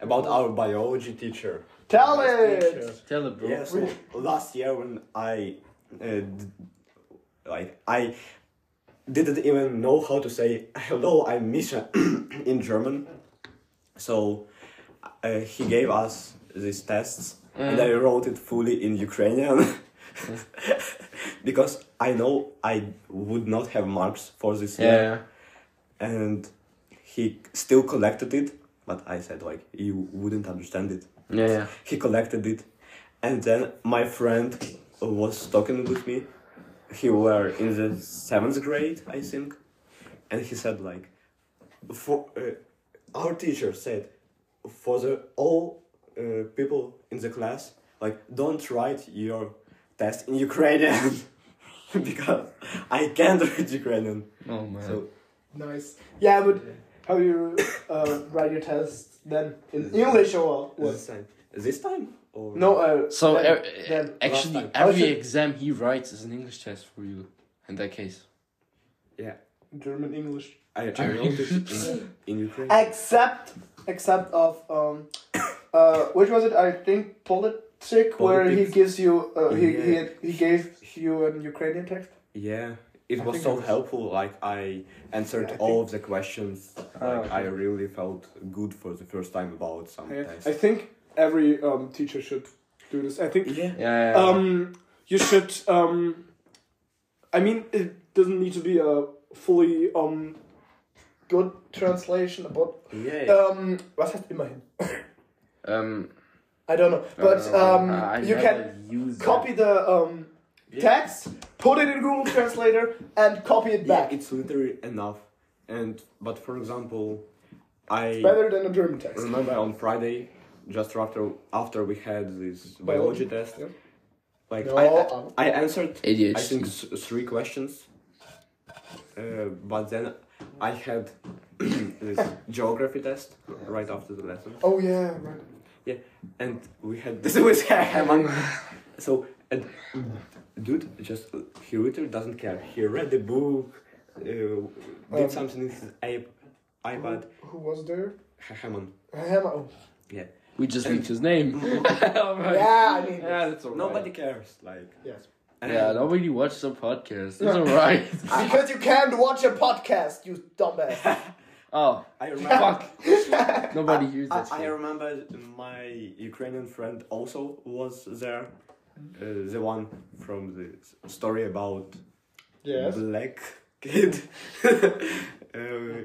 [SPEAKER 3] About our biology teacher.
[SPEAKER 2] Tell
[SPEAKER 3] Nice
[SPEAKER 2] it.
[SPEAKER 3] teacher.
[SPEAKER 1] Tell it, bro.
[SPEAKER 3] Yeah, so last year when I, uh, d- like I didn't even know how to say hello, I'm Misha [clears throat] in German. So uh, he gave us these tests, and I
[SPEAKER 1] Mm.
[SPEAKER 3] wrote it fully in Ukrainian. [laughs] because I know I would not have marks for this
[SPEAKER 1] Yeah.
[SPEAKER 3] year, and he still collected it. But I said like you wouldn't understand it
[SPEAKER 1] Yeah. yeah.
[SPEAKER 3] he collected it and then my friend was talking with me he were in the seventh grade i think and he said like for uh, our teacher said for the all uh, people in the class like don't write your test in ukrainian [laughs] because i can't read ukrainian
[SPEAKER 1] Oh man.
[SPEAKER 3] so
[SPEAKER 2] Nice. Yeah, but how you uh, write your test then in English or what?
[SPEAKER 3] this time this time or
[SPEAKER 2] No. Uh,
[SPEAKER 1] So
[SPEAKER 2] then,
[SPEAKER 1] er,
[SPEAKER 2] then. uh,
[SPEAKER 1] actually,
[SPEAKER 3] last
[SPEAKER 2] time.
[SPEAKER 1] every
[SPEAKER 2] How should-
[SPEAKER 1] exam he writes is an English test for you. In that case,
[SPEAKER 3] yeah
[SPEAKER 2] German English.
[SPEAKER 3] i, I wrote it in,
[SPEAKER 2] [laughs]
[SPEAKER 3] in ukrainian
[SPEAKER 2] Except, except of um, uh, which was it? I think politic, where he
[SPEAKER 3] Politics.
[SPEAKER 2] gives you uh, he,
[SPEAKER 3] Yeah.
[SPEAKER 2] he he gave you an Ukrainian text.
[SPEAKER 3] Yeah, it
[SPEAKER 2] think
[SPEAKER 3] was
[SPEAKER 2] it
[SPEAKER 3] so
[SPEAKER 2] was-
[SPEAKER 3] helpful. Like I answered
[SPEAKER 2] Yeah, I
[SPEAKER 3] all of the questions. Like
[SPEAKER 2] Ah,
[SPEAKER 3] I really felt good for the first time about some
[SPEAKER 2] Yeah.
[SPEAKER 3] tests.
[SPEAKER 2] I think every um, teacher should do this. I think
[SPEAKER 3] yeah.
[SPEAKER 1] yeah. yeah.
[SPEAKER 2] um, you should. Um, I mean, it doesn't need to be a fully um, good translation, but
[SPEAKER 3] Yeah.
[SPEAKER 2] um, was heißt immerhin?
[SPEAKER 1] um uh,
[SPEAKER 2] I don't know, but um,
[SPEAKER 1] I
[SPEAKER 2] you
[SPEAKER 1] never
[SPEAKER 2] can
[SPEAKER 1] use that.
[SPEAKER 2] copy the um, text, put it in Google Translator, and copy it
[SPEAKER 3] yeah,
[SPEAKER 2] back.
[SPEAKER 3] it's literally enough. And but for example, I
[SPEAKER 2] Better than a German text.
[SPEAKER 3] remember on Friday, just after after we had this biology test,
[SPEAKER 2] Yeah.
[SPEAKER 3] like
[SPEAKER 2] No, um,
[SPEAKER 3] I, I answered I
[SPEAKER 1] ADHD.
[SPEAKER 3] think th- three questions. Uh, but then I had [clears throat] this geography test right after the lesson.
[SPEAKER 2] Oh yeah, right.
[SPEAKER 3] Yeah, and we had this with [laughs] Herman. so, and dude, just uh, he literally doesn't care. He read the book, uh, did
[SPEAKER 1] Oh.
[SPEAKER 2] Um,
[SPEAKER 3] something in his iP- iPad.
[SPEAKER 2] Who was there?
[SPEAKER 3] Herman.
[SPEAKER 2] Hammer. Oh.
[SPEAKER 3] Yeah.
[SPEAKER 1] we just leaked his
[SPEAKER 2] [laughs]
[SPEAKER 1] name. Alright.
[SPEAKER 2] Yeah, I mean,
[SPEAKER 1] Yeah, that's alright.
[SPEAKER 3] Nobody cares. Like.
[SPEAKER 2] yes.
[SPEAKER 1] Yeah, nobody watched the podcast. It's
[SPEAKER 2] [laughs]
[SPEAKER 1] alright.
[SPEAKER 2] Because you can't watch a podcast, you
[SPEAKER 3] [laughs]
[SPEAKER 2] dumbass.
[SPEAKER 1] Oh,
[SPEAKER 3] I remember.
[SPEAKER 1] fuck. Nobody used
[SPEAKER 3] I,
[SPEAKER 1] that
[SPEAKER 3] I
[SPEAKER 1] shit.
[SPEAKER 3] remember my Ukrainian friend also was there. Uh, the one from the s- story about
[SPEAKER 2] yes.
[SPEAKER 3] black kid. [laughs] Uh,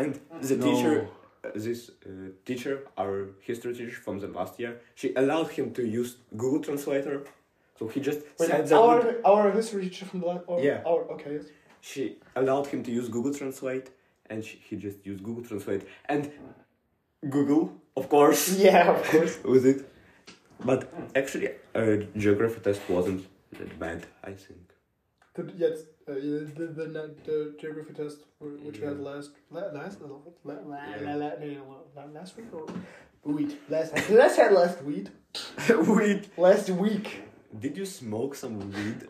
[SPEAKER 3] and the
[SPEAKER 1] No.
[SPEAKER 3] teacher, uh, this uh, teacher, our history teacher from the last year, she allowed him to use Google Translator. So he just
[SPEAKER 2] Wait,
[SPEAKER 3] said that
[SPEAKER 2] our our history teacher from the or
[SPEAKER 3] Yeah.
[SPEAKER 2] Our okay. Yes.
[SPEAKER 3] she allowed him to use Google Translate, and she, he just used Google Translate and Google, of course.
[SPEAKER 2] [laughs] Yeah, of course.
[SPEAKER 3] [laughs] with it. But actually, uh, geography test wasn't that bad, I think.
[SPEAKER 2] The, yes. Uh, the, the, the, the geography test wh- which we had last la- last la- la- la- la- la- la- la- last week or week last [laughs] last had last week
[SPEAKER 3] Wait,
[SPEAKER 2] last week
[SPEAKER 3] did you smoke some weed?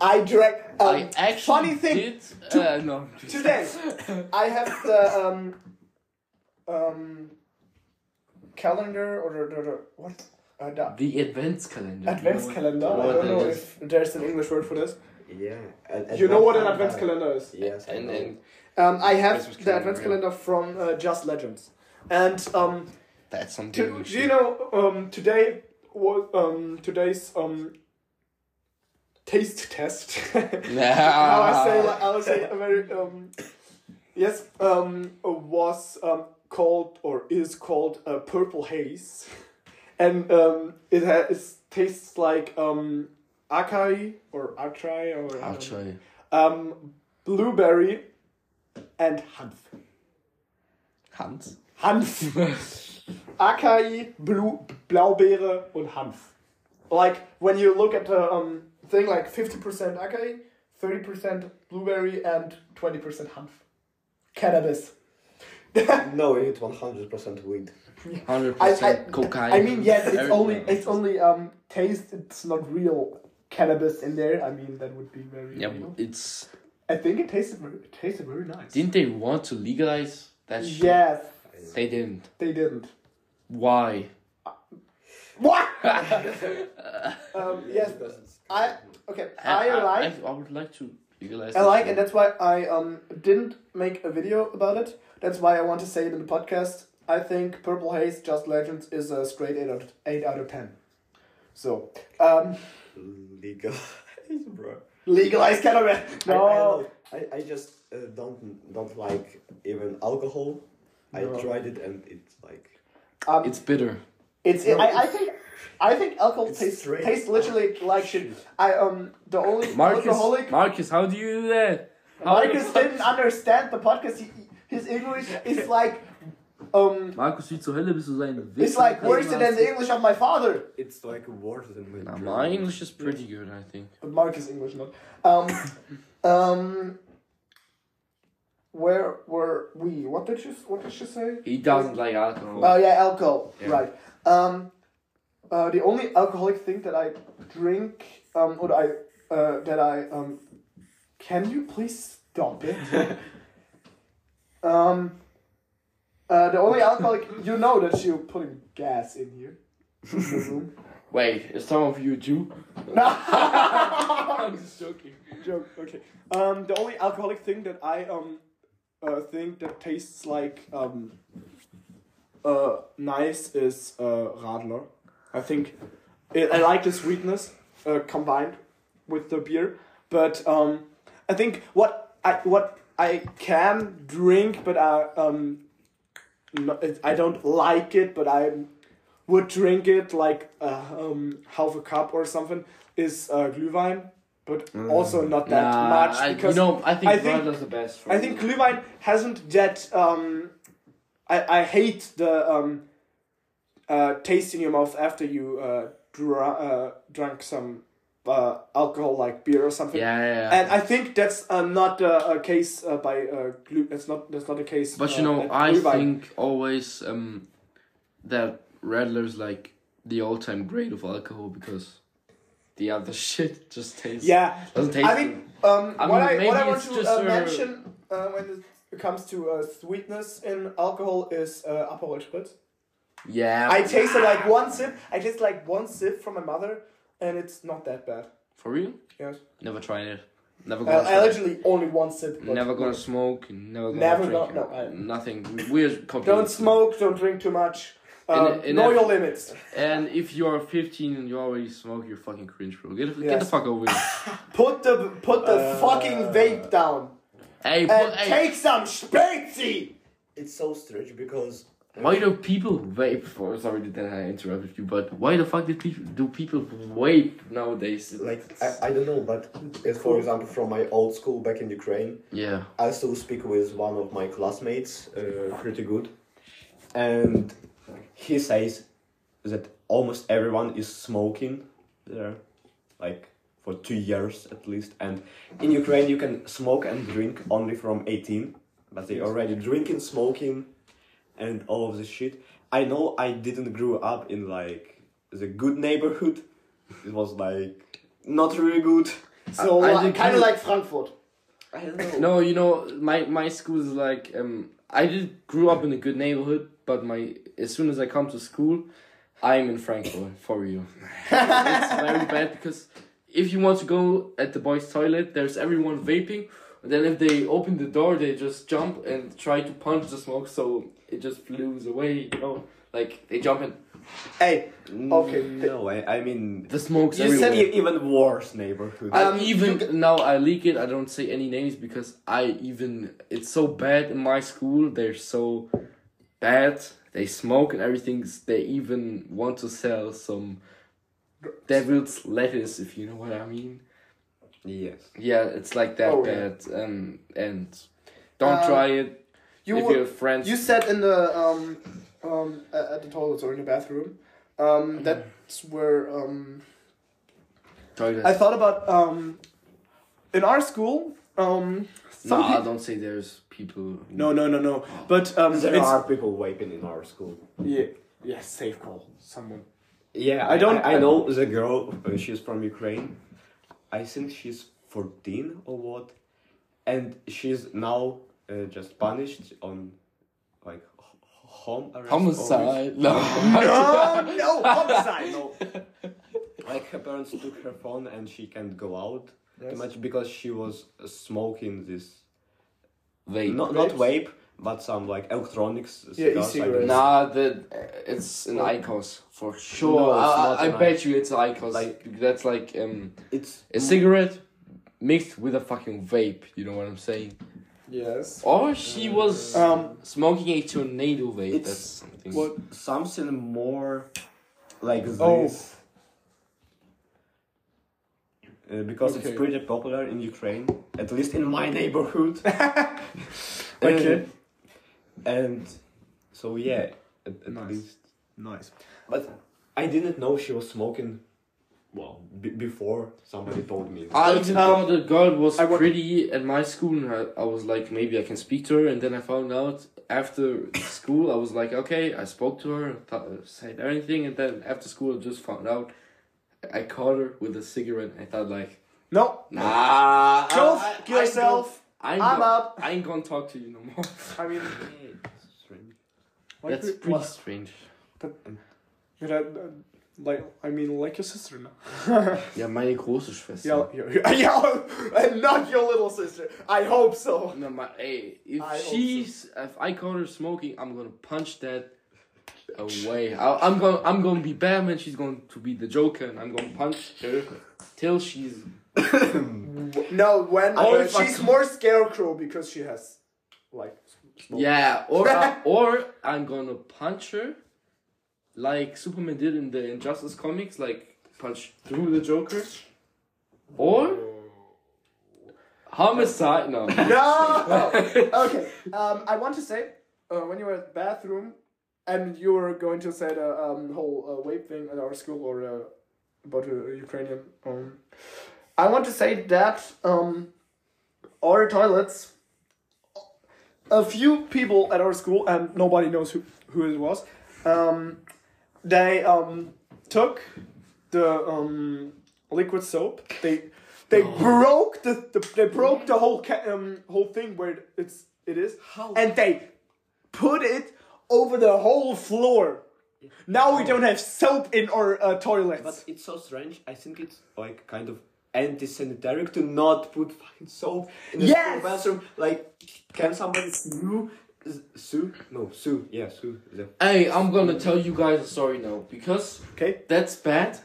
[SPEAKER 2] I drank. Um,
[SPEAKER 1] I actually
[SPEAKER 2] funny thing
[SPEAKER 1] did. Uh, no.
[SPEAKER 2] [laughs] today I have the um um calendar or the, the, the what uh, the
[SPEAKER 1] The Advents calendar.
[SPEAKER 2] Advents calendar. I
[SPEAKER 1] What
[SPEAKER 2] don't
[SPEAKER 1] that
[SPEAKER 2] know
[SPEAKER 1] is.
[SPEAKER 2] if there's an English word for this.
[SPEAKER 3] Yeah.
[SPEAKER 2] You know what an Advents calendar is?
[SPEAKER 3] Yes.
[SPEAKER 1] And then
[SPEAKER 2] Um, I have
[SPEAKER 1] Christmas
[SPEAKER 2] the
[SPEAKER 1] calendar,
[SPEAKER 2] Advents
[SPEAKER 1] yeah.
[SPEAKER 2] calendar from uh, Just Legends, and um,
[SPEAKER 1] that's something.
[SPEAKER 2] to,
[SPEAKER 1] we
[SPEAKER 2] do you
[SPEAKER 1] should-
[SPEAKER 2] know um, today was um, today's um, taste test.
[SPEAKER 1] [laughs]
[SPEAKER 2] How I say like, I would say a very um, yes um, was um, called or is called uh, purple haze, and um, it ha- it tastes like um, acai or atrai or
[SPEAKER 1] I'll try.
[SPEAKER 2] um blueberry and hanf.
[SPEAKER 1] Hans. [laughs]
[SPEAKER 2] Hanf. acai, blue, Blaubeere und Hanf. Like when you look at the um, thing, like 50% acai, 30% blueberry and 20% Hanf. Cannabis. [laughs]
[SPEAKER 3] No, you need 100% weed.
[SPEAKER 1] 100%
[SPEAKER 2] I, I,
[SPEAKER 1] cocaine.
[SPEAKER 2] I mean, yes, it's
[SPEAKER 1] Everything.
[SPEAKER 2] only it's only um taste. It's not real cannabis in there. I mean, that would be very.
[SPEAKER 1] Yeah,
[SPEAKER 2] illegal.
[SPEAKER 1] it's.
[SPEAKER 2] I think it tasted very, it tasted very nice.
[SPEAKER 1] Didn't they want to legalize that shit?
[SPEAKER 2] yes,
[SPEAKER 1] They didn't.
[SPEAKER 2] they didn't.
[SPEAKER 1] Why?
[SPEAKER 2] What? um, yes, I okay. I, like.
[SPEAKER 1] I, I would like to legalize
[SPEAKER 2] I
[SPEAKER 1] that
[SPEAKER 2] like,
[SPEAKER 1] shit.
[SPEAKER 2] and that's why I um didn't make a video about it. That's why I want to say it in the podcast. I think Purple Haze Just Legends is a straight eight out of, eight out of ten. So, um,
[SPEAKER 3] Legal. Bro.
[SPEAKER 2] legalize cannabis.
[SPEAKER 3] I, I,
[SPEAKER 2] No,
[SPEAKER 3] love- I, I just uh, don't don't like even alcohol.
[SPEAKER 2] No.
[SPEAKER 3] I tried it and it's like
[SPEAKER 2] um,
[SPEAKER 1] It's bitter.
[SPEAKER 2] It's
[SPEAKER 3] No,
[SPEAKER 2] I, I think I think alcohol
[SPEAKER 3] It's
[SPEAKER 2] tastes
[SPEAKER 3] straight
[SPEAKER 2] tastes literally like shit. I um the only
[SPEAKER 1] Marcus,
[SPEAKER 2] alcoholic
[SPEAKER 1] Marcus, how do you do that? How
[SPEAKER 2] Marcus
[SPEAKER 1] [laughs]
[SPEAKER 2] didn't understand the podcast. He, his English is like um
[SPEAKER 1] Markus, wie zur Hölle bist du sein Wissen?
[SPEAKER 2] it's like worse than the English of my father.
[SPEAKER 3] it's like worse than with
[SPEAKER 1] Nah,
[SPEAKER 3] German.
[SPEAKER 1] my English is pretty good, I think.
[SPEAKER 2] But Marcus English not. Um um where were we? What did you what did you say?
[SPEAKER 1] He doesn't like alcohol.
[SPEAKER 2] Oh yeah, alcohol.
[SPEAKER 3] Yeah.
[SPEAKER 2] Right. Um, uh, the only alcoholic thing that I drink, um, or I, uh, that I, um, can you please
[SPEAKER 1] [laughs]
[SPEAKER 2] stop it? um, uh, the only alcoholic you know that you're putting gas in here. in the room.
[SPEAKER 1] Wait, is some of you Jew?
[SPEAKER 2] No.
[SPEAKER 1] [laughs] I'm just joking.
[SPEAKER 2] Joke. Okay. Um, the only alcoholic thing that I um, uh, think that tastes like um, uh, nice is uh, Radler. I think it, I like the sweetness uh, combined with the beer, but um, I think what I what I can drink, but I um, no, it- I don't like it, but I would drink it like uh, um, half a cup or something. Is uh, Glühwein, but also not that
[SPEAKER 1] nah, I,
[SPEAKER 2] much
[SPEAKER 1] you
[SPEAKER 2] because
[SPEAKER 1] know, I think
[SPEAKER 2] I think-
[SPEAKER 1] Radler's the best. for
[SPEAKER 2] I
[SPEAKER 1] me.
[SPEAKER 2] think Glühwein hasn't that. Um, I, I hate the um, uh, taste in your mouth after you uh, dra- uh, drank some uh, alcohol like beer or something.
[SPEAKER 1] Yeah, yeah, yeah.
[SPEAKER 2] And I think that's uh, not the uh, case uh, by uh, glue. That's not that's not the case.
[SPEAKER 1] But
[SPEAKER 2] uh,
[SPEAKER 1] you know,
[SPEAKER 2] at
[SPEAKER 1] I
[SPEAKER 2] Glühwein.
[SPEAKER 1] think always um, that Radler's like the all time grade of alcohol because the other [laughs] shit just tastes.
[SPEAKER 2] Yeah,
[SPEAKER 1] Doesn't taste
[SPEAKER 2] I think um,
[SPEAKER 1] I
[SPEAKER 2] what
[SPEAKER 1] mean,
[SPEAKER 2] I what
[SPEAKER 1] maybe
[SPEAKER 2] I want
[SPEAKER 1] it's
[SPEAKER 2] to
[SPEAKER 1] just
[SPEAKER 2] uh,
[SPEAKER 1] a-
[SPEAKER 2] mention uh, when it comes to uh, sweetness in alcohol is uh, Aperol Spritz.
[SPEAKER 1] Yeah.
[SPEAKER 2] I tasted like one sip. I tasted like one sip from my mother, and it's not that bad.
[SPEAKER 1] for real?
[SPEAKER 2] Yes.
[SPEAKER 1] Never tried it. Never
[SPEAKER 2] Uh, I,
[SPEAKER 1] gonna.
[SPEAKER 2] I
[SPEAKER 1] smoke.
[SPEAKER 2] literally only one sip. but-
[SPEAKER 1] Never gonna smoke. Never gonna
[SPEAKER 2] Never
[SPEAKER 1] drink.
[SPEAKER 2] gonna- no, I-
[SPEAKER 1] nothing. We're completely.
[SPEAKER 2] Don't smoke. Don't drink too much. Uh,
[SPEAKER 1] In a- in
[SPEAKER 2] know
[SPEAKER 1] a-
[SPEAKER 2] your limits.
[SPEAKER 1] And if you're 15 and you already smoke, you're fucking cringe, bro. Get, get the
[SPEAKER 2] Yes.
[SPEAKER 1] fuck over
[SPEAKER 2] [laughs]
[SPEAKER 1] it.
[SPEAKER 2] Put the put the fucking vape down
[SPEAKER 1] hey,
[SPEAKER 2] and
[SPEAKER 1] but, Uh, hey,
[SPEAKER 2] take some Spezi.
[SPEAKER 3] It's so strange because
[SPEAKER 1] why do people vape? For sorry that I interrupted you, but why the fuck did people do people vape nowadays?
[SPEAKER 3] like I, I don't know, but uh, for example, from my old school back in Ukraine,
[SPEAKER 1] yeah.
[SPEAKER 3] I still speak with one of my classmates, uh, pretty good, and he says that almost everyone is smoking there, like for two years at least. And in Ukraine, you can smoke and drink only from 18, but they already drinking, smoking, and all of this shit. I know I didn't grow up in like the good neighborhood. It was like not really good.
[SPEAKER 2] So
[SPEAKER 1] I- I
[SPEAKER 2] like,
[SPEAKER 1] think
[SPEAKER 2] kind of
[SPEAKER 1] you-
[SPEAKER 2] like Frankfurt.
[SPEAKER 3] I don't know.
[SPEAKER 1] No, you know, my my school is like um I did grew up in a good neighborhood, but my as soon as I come to school, I'm in Frankfurt for real. [laughs] it's very bad because if you want to go at the boys' toilet, there's everyone vaping. And then if they open the door, they just jump and try to punch the smoke, so it just flews away. You know, like they jump and
[SPEAKER 2] Hey, okay.
[SPEAKER 3] No, I, I mean,
[SPEAKER 1] the smoke's
[SPEAKER 3] you
[SPEAKER 1] everywhere.
[SPEAKER 3] said you even worse neighborhood.
[SPEAKER 1] I
[SPEAKER 2] Um,
[SPEAKER 1] even
[SPEAKER 2] you
[SPEAKER 1] now I leak it. I don't say any names because I even it's so bad in my school. They're so bad. They smoke and everything. They even want to sell some devil's lettuce, if you know what I mean.
[SPEAKER 3] Yes.
[SPEAKER 1] Yeah, it's like that
[SPEAKER 2] Oh, yeah.
[SPEAKER 1] bad. Um, and don't
[SPEAKER 2] Um,
[SPEAKER 1] try it
[SPEAKER 2] You
[SPEAKER 1] if
[SPEAKER 2] were-
[SPEAKER 1] you're friends.
[SPEAKER 2] You said in the um, um, a- at the toilets or in the bathroom. Um, that's where um,
[SPEAKER 1] Toilets.
[SPEAKER 2] I thought about um, in our school. Um, some
[SPEAKER 1] nah,
[SPEAKER 2] peop-
[SPEAKER 1] don't say there's people.
[SPEAKER 2] no, no, no, no. But um,
[SPEAKER 3] There
[SPEAKER 2] it's-
[SPEAKER 3] are people vaping in our school.
[SPEAKER 2] yeah, yeah, safe call. Someone.
[SPEAKER 3] Yeah,
[SPEAKER 2] I don't-
[SPEAKER 3] I, I know the girl. uh, She's from Ukraine. I think she's fourteen or what, and she's now uh, just punished on, like, h- home arrest. or with-
[SPEAKER 1] Homicide. No.
[SPEAKER 2] [laughs] Oh [laughs] no, homicide. No.
[SPEAKER 3] Like her parents took her phone and she can't go out too much because she was uh, smoking this
[SPEAKER 1] Wait.
[SPEAKER 3] not not vape but some like electronics. cigars, I don't
[SPEAKER 2] e-cigarettes.
[SPEAKER 3] know.
[SPEAKER 1] Nah, the, it's an ICOS for sure.
[SPEAKER 3] No, it's not
[SPEAKER 1] I, I,
[SPEAKER 3] an
[SPEAKER 1] I bet you it's an ICOS.
[SPEAKER 3] Like-
[SPEAKER 1] That's like um,
[SPEAKER 3] It's
[SPEAKER 1] a cigarette mixed with a fucking vape. You know what I'm saying?
[SPEAKER 2] Yes.
[SPEAKER 1] Or she was
[SPEAKER 2] Um,
[SPEAKER 1] smoking a tornado vape.
[SPEAKER 3] It's-
[SPEAKER 1] That's something.
[SPEAKER 2] what?
[SPEAKER 3] something more like this.
[SPEAKER 2] Oh.
[SPEAKER 3] Uh, because
[SPEAKER 2] Okay.
[SPEAKER 3] it's pretty popular in Ukraine, at least in my
[SPEAKER 2] [laughs]
[SPEAKER 3] neighborhood.
[SPEAKER 2] Okay.
[SPEAKER 3] And, and so yeah, at, at
[SPEAKER 2] Nice.
[SPEAKER 3] least.
[SPEAKER 2] Nice.
[SPEAKER 3] But I didn't know she was smoking. Well, b- before somebody told me.
[SPEAKER 1] I
[SPEAKER 2] But,
[SPEAKER 1] even
[SPEAKER 2] um,
[SPEAKER 1] thought the girl was
[SPEAKER 2] I wa-
[SPEAKER 1] pretty at my school, and I, I was like, maybe I can speak to her. And then I found out after school, I was like, okay, I spoke to her, th- said everything, and then after school, I just found out. I caught her with a cigarette. I thought like,
[SPEAKER 2] No.
[SPEAKER 1] nah,
[SPEAKER 2] Go
[SPEAKER 1] I- I- I
[SPEAKER 2] yourself.
[SPEAKER 1] I ain't
[SPEAKER 2] I'm
[SPEAKER 1] gon-
[SPEAKER 2] up.
[SPEAKER 1] I ain't gonna talk to you no more. [laughs]
[SPEAKER 2] I mean, [laughs] like
[SPEAKER 1] That's
[SPEAKER 2] we-
[SPEAKER 1] pretty
[SPEAKER 2] what-
[SPEAKER 1] strange.
[SPEAKER 2] But I, uh, like, I mean, like your sister now.
[SPEAKER 1] Ja, meine große Schwester.
[SPEAKER 2] yeah, yeah, yeah, and not your little sister. I hope so.
[SPEAKER 1] No, my, hey, if
[SPEAKER 2] I also-
[SPEAKER 1] she's, if I caught her smoking, I'm gonna punch that away. I, I'm gonna, I'm gonna be Batman. She's going to be the Joker, and I'm gonna punch her till she's.
[SPEAKER 2] No, when when
[SPEAKER 3] I hope I
[SPEAKER 2] she's
[SPEAKER 3] can-
[SPEAKER 2] more scarecrow because she has, like, smoke.
[SPEAKER 1] Yeah, or I, or I'm gonna punch her, like Superman did in the Injustice comics, like punch through the Joker, or homicide. No,
[SPEAKER 2] [laughs] No. okay. Um, I want to say, uh, when you were at the bathroom, and you were going to say the um whole uh, vape thing at our school or uh, about uh, Ukrainian. Um, I want to say that um, our toilets. A few people at our school, and nobody knows who who it was. Um, they um took the um liquid soap. They they
[SPEAKER 3] Oh.
[SPEAKER 2] broke the, the they broke the whole ca- um whole thing where it's it is,
[SPEAKER 3] How?
[SPEAKER 2] and they put it over the whole floor. Now we don't have soap in our uh, toilets.
[SPEAKER 3] But it's so strange. I think it's like kind of anti-sanitary to not put [laughs] fucking soap in the
[SPEAKER 2] Yes!
[SPEAKER 3] school bathroom. Like, can somebody sue? Sue? No, sue. Yeah, sue. The
[SPEAKER 2] Uh,
[SPEAKER 1] hey, I'm gonna tell you guys a story now because
[SPEAKER 2] okay.
[SPEAKER 1] that's bad.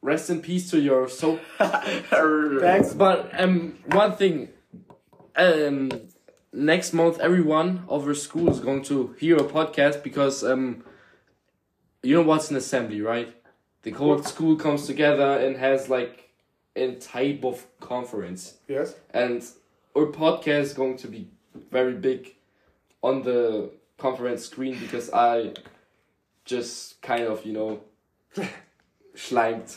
[SPEAKER 1] Rest in peace to your soap.
[SPEAKER 2] [laughs] Thanks.
[SPEAKER 1] But um, one thing, um, next month everyone over school is going to hear a podcast because um, you know what's an assembly, right? The whole school comes together and has like a type of conference,
[SPEAKER 2] Yes.
[SPEAKER 1] and our podcast is going to be very big on the conference screen because I just kind of you know [laughs] schleimt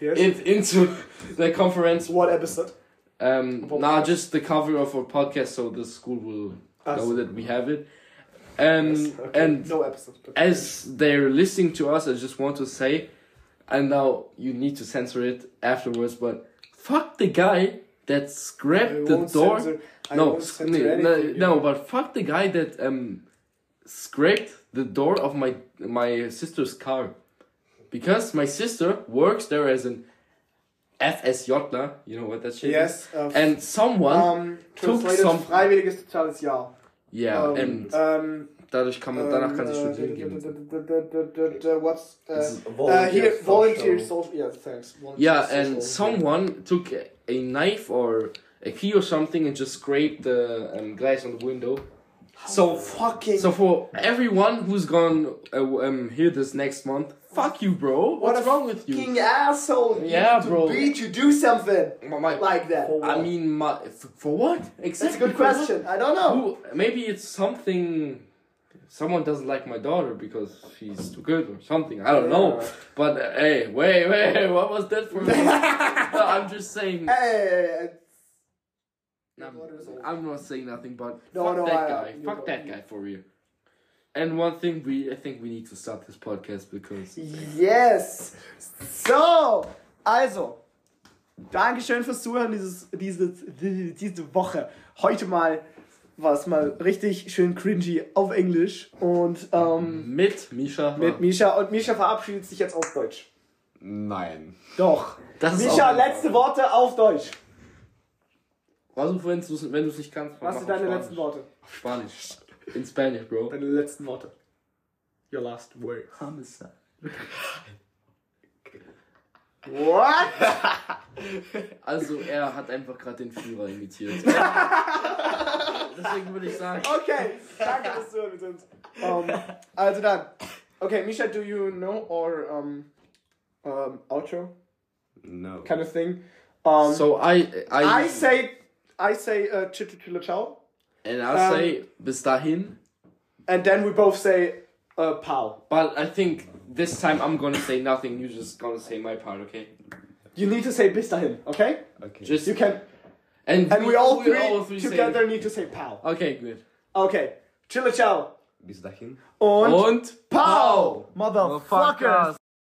[SPEAKER 2] Yes.
[SPEAKER 1] it into the conference
[SPEAKER 2] what episode?
[SPEAKER 1] um, nah, just the cover of our podcast, so the school will
[SPEAKER 2] Us.
[SPEAKER 1] know that we have it. Um,
[SPEAKER 2] Okay,
[SPEAKER 1] and
[SPEAKER 2] no episode. but-
[SPEAKER 1] as they're listening to us, I just want to say, and now you need to censor it afterwards, but fuck the guy that
[SPEAKER 2] I
[SPEAKER 1] scrapped the
[SPEAKER 2] won't
[SPEAKER 1] door.
[SPEAKER 2] censor- I
[SPEAKER 1] no,
[SPEAKER 2] won't
[SPEAKER 1] sc-
[SPEAKER 2] censor
[SPEAKER 1] no, no,
[SPEAKER 2] anything.
[SPEAKER 1] no, but fuck the guy that um scraped the door of my my sister's car, because my sister works there as an FSJler. You know what that shit is
[SPEAKER 2] Yes. Uh,
[SPEAKER 1] and someone
[SPEAKER 2] um,
[SPEAKER 1] took
[SPEAKER 2] translated
[SPEAKER 1] some
[SPEAKER 2] freiwilliges soziales Jahr.
[SPEAKER 1] ja
[SPEAKER 2] um,
[SPEAKER 1] und
[SPEAKER 2] ähm,
[SPEAKER 1] dadurch kann man danach kann ich
[SPEAKER 2] ähm,
[SPEAKER 1] studieren gehen
[SPEAKER 2] äh, What's uh, uh,
[SPEAKER 3] volunteer
[SPEAKER 2] here
[SPEAKER 3] social.
[SPEAKER 2] volunteer social? Yeah, thanks. Volunteer
[SPEAKER 1] yeah and
[SPEAKER 2] social.
[SPEAKER 1] someone took a, a knife or a key or something and just scraped the um, glass on the window So
[SPEAKER 2] Fucking.
[SPEAKER 1] So for everyone who's gonna uh, um, hear this next month, fuck you, bro. What's
[SPEAKER 2] a
[SPEAKER 1] wrong with you?
[SPEAKER 2] fucking asshole. You
[SPEAKER 1] Yeah,
[SPEAKER 2] to
[SPEAKER 1] bro.
[SPEAKER 2] Be to do something
[SPEAKER 1] My- my-
[SPEAKER 2] like that.
[SPEAKER 1] I mean, my, f- for what? Exactly.
[SPEAKER 2] That's a good
[SPEAKER 1] for what?
[SPEAKER 2] question. I don't know.
[SPEAKER 1] Who, maybe it's something. Someone doesn't like my daughter because she's too good or something. I don't know.
[SPEAKER 2] Yeah.
[SPEAKER 1] But uh, hey, wait, wait, [laughs] what was that for?
[SPEAKER 2] [laughs]
[SPEAKER 1] me? No, I'm just saying.
[SPEAKER 2] Hey,
[SPEAKER 1] I'm, I'm not saying nothing, but
[SPEAKER 2] No,
[SPEAKER 1] fuck
[SPEAKER 2] no,
[SPEAKER 1] that
[SPEAKER 2] I-
[SPEAKER 1] guy.
[SPEAKER 2] you
[SPEAKER 1] fuck
[SPEAKER 2] don't-
[SPEAKER 1] that guy for real. And one thing we, I think we need to start this podcast because
[SPEAKER 2] yes. So, also, Dankeschön fürs Zuhören dieses, dieses, diese Woche. Heute mal war es mal richtig schön cringy auf Englisch und ähm,
[SPEAKER 1] mit Misha.
[SPEAKER 2] mit Misha und Misha verabschiedet sich jetzt auf Deutsch.
[SPEAKER 3] Nein.
[SPEAKER 2] Doch.
[SPEAKER 1] das ist
[SPEAKER 2] Misha,
[SPEAKER 1] auch-
[SPEAKER 2] letzte Worte auf Deutsch.
[SPEAKER 1] Also, wenn du wenn du's nicht kannst,
[SPEAKER 2] Was
[SPEAKER 1] mach
[SPEAKER 2] sind
[SPEAKER 1] auf
[SPEAKER 2] deine
[SPEAKER 1] Spanisch.
[SPEAKER 2] letzten Worte?
[SPEAKER 1] Auf Spanisch. In Spanish, Bro.
[SPEAKER 2] Deine letzten Worte. Your last word. What?
[SPEAKER 1] Also, er hat einfach gerade den Führer imitiert. Deswegen würde ich sagen,
[SPEAKER 2] Okay, danke, dass du mit uns. Um, also dann. Okay, Misha, do you know or um, um, outro
[SPEAKER 3] No.
[SPEAKER 2] kind of thing? Um,
[SPEAKER 1] so I, I,
[SPEAKER 2] I say, I say, uh, chitla ciao,
[SPEAKER 1] and I say
[SPEAKER 2] um,
[SPEAKER 1] bis dahin,
[SPEAKER 2] and then we both say, uh, pow.
[SPEAKER 1] but I think this time I'm gonna say nothing. You're just gonna say my part, okay?
[SPEAKER 2] You need to say bis dahin, okay?
[SPEAKER 3] Okay.
[SPEAKER 1] Just
[SPEAKER 2] You can,
[SPEAKER 1] and
[SPEAKER 2] and we all three
[SPEAKER 1] say-
[SPEAKER 2] together need to say pow.
[SPEAKER 1] okay, good.
[SPEAKER 2] Okay, chitla ciao
[SPEAKER 3] Bis dahin.
[SPEAKER 2] und,
[SPEAKER 1] Und
[SPEAKER 2] pow, motherfuckers.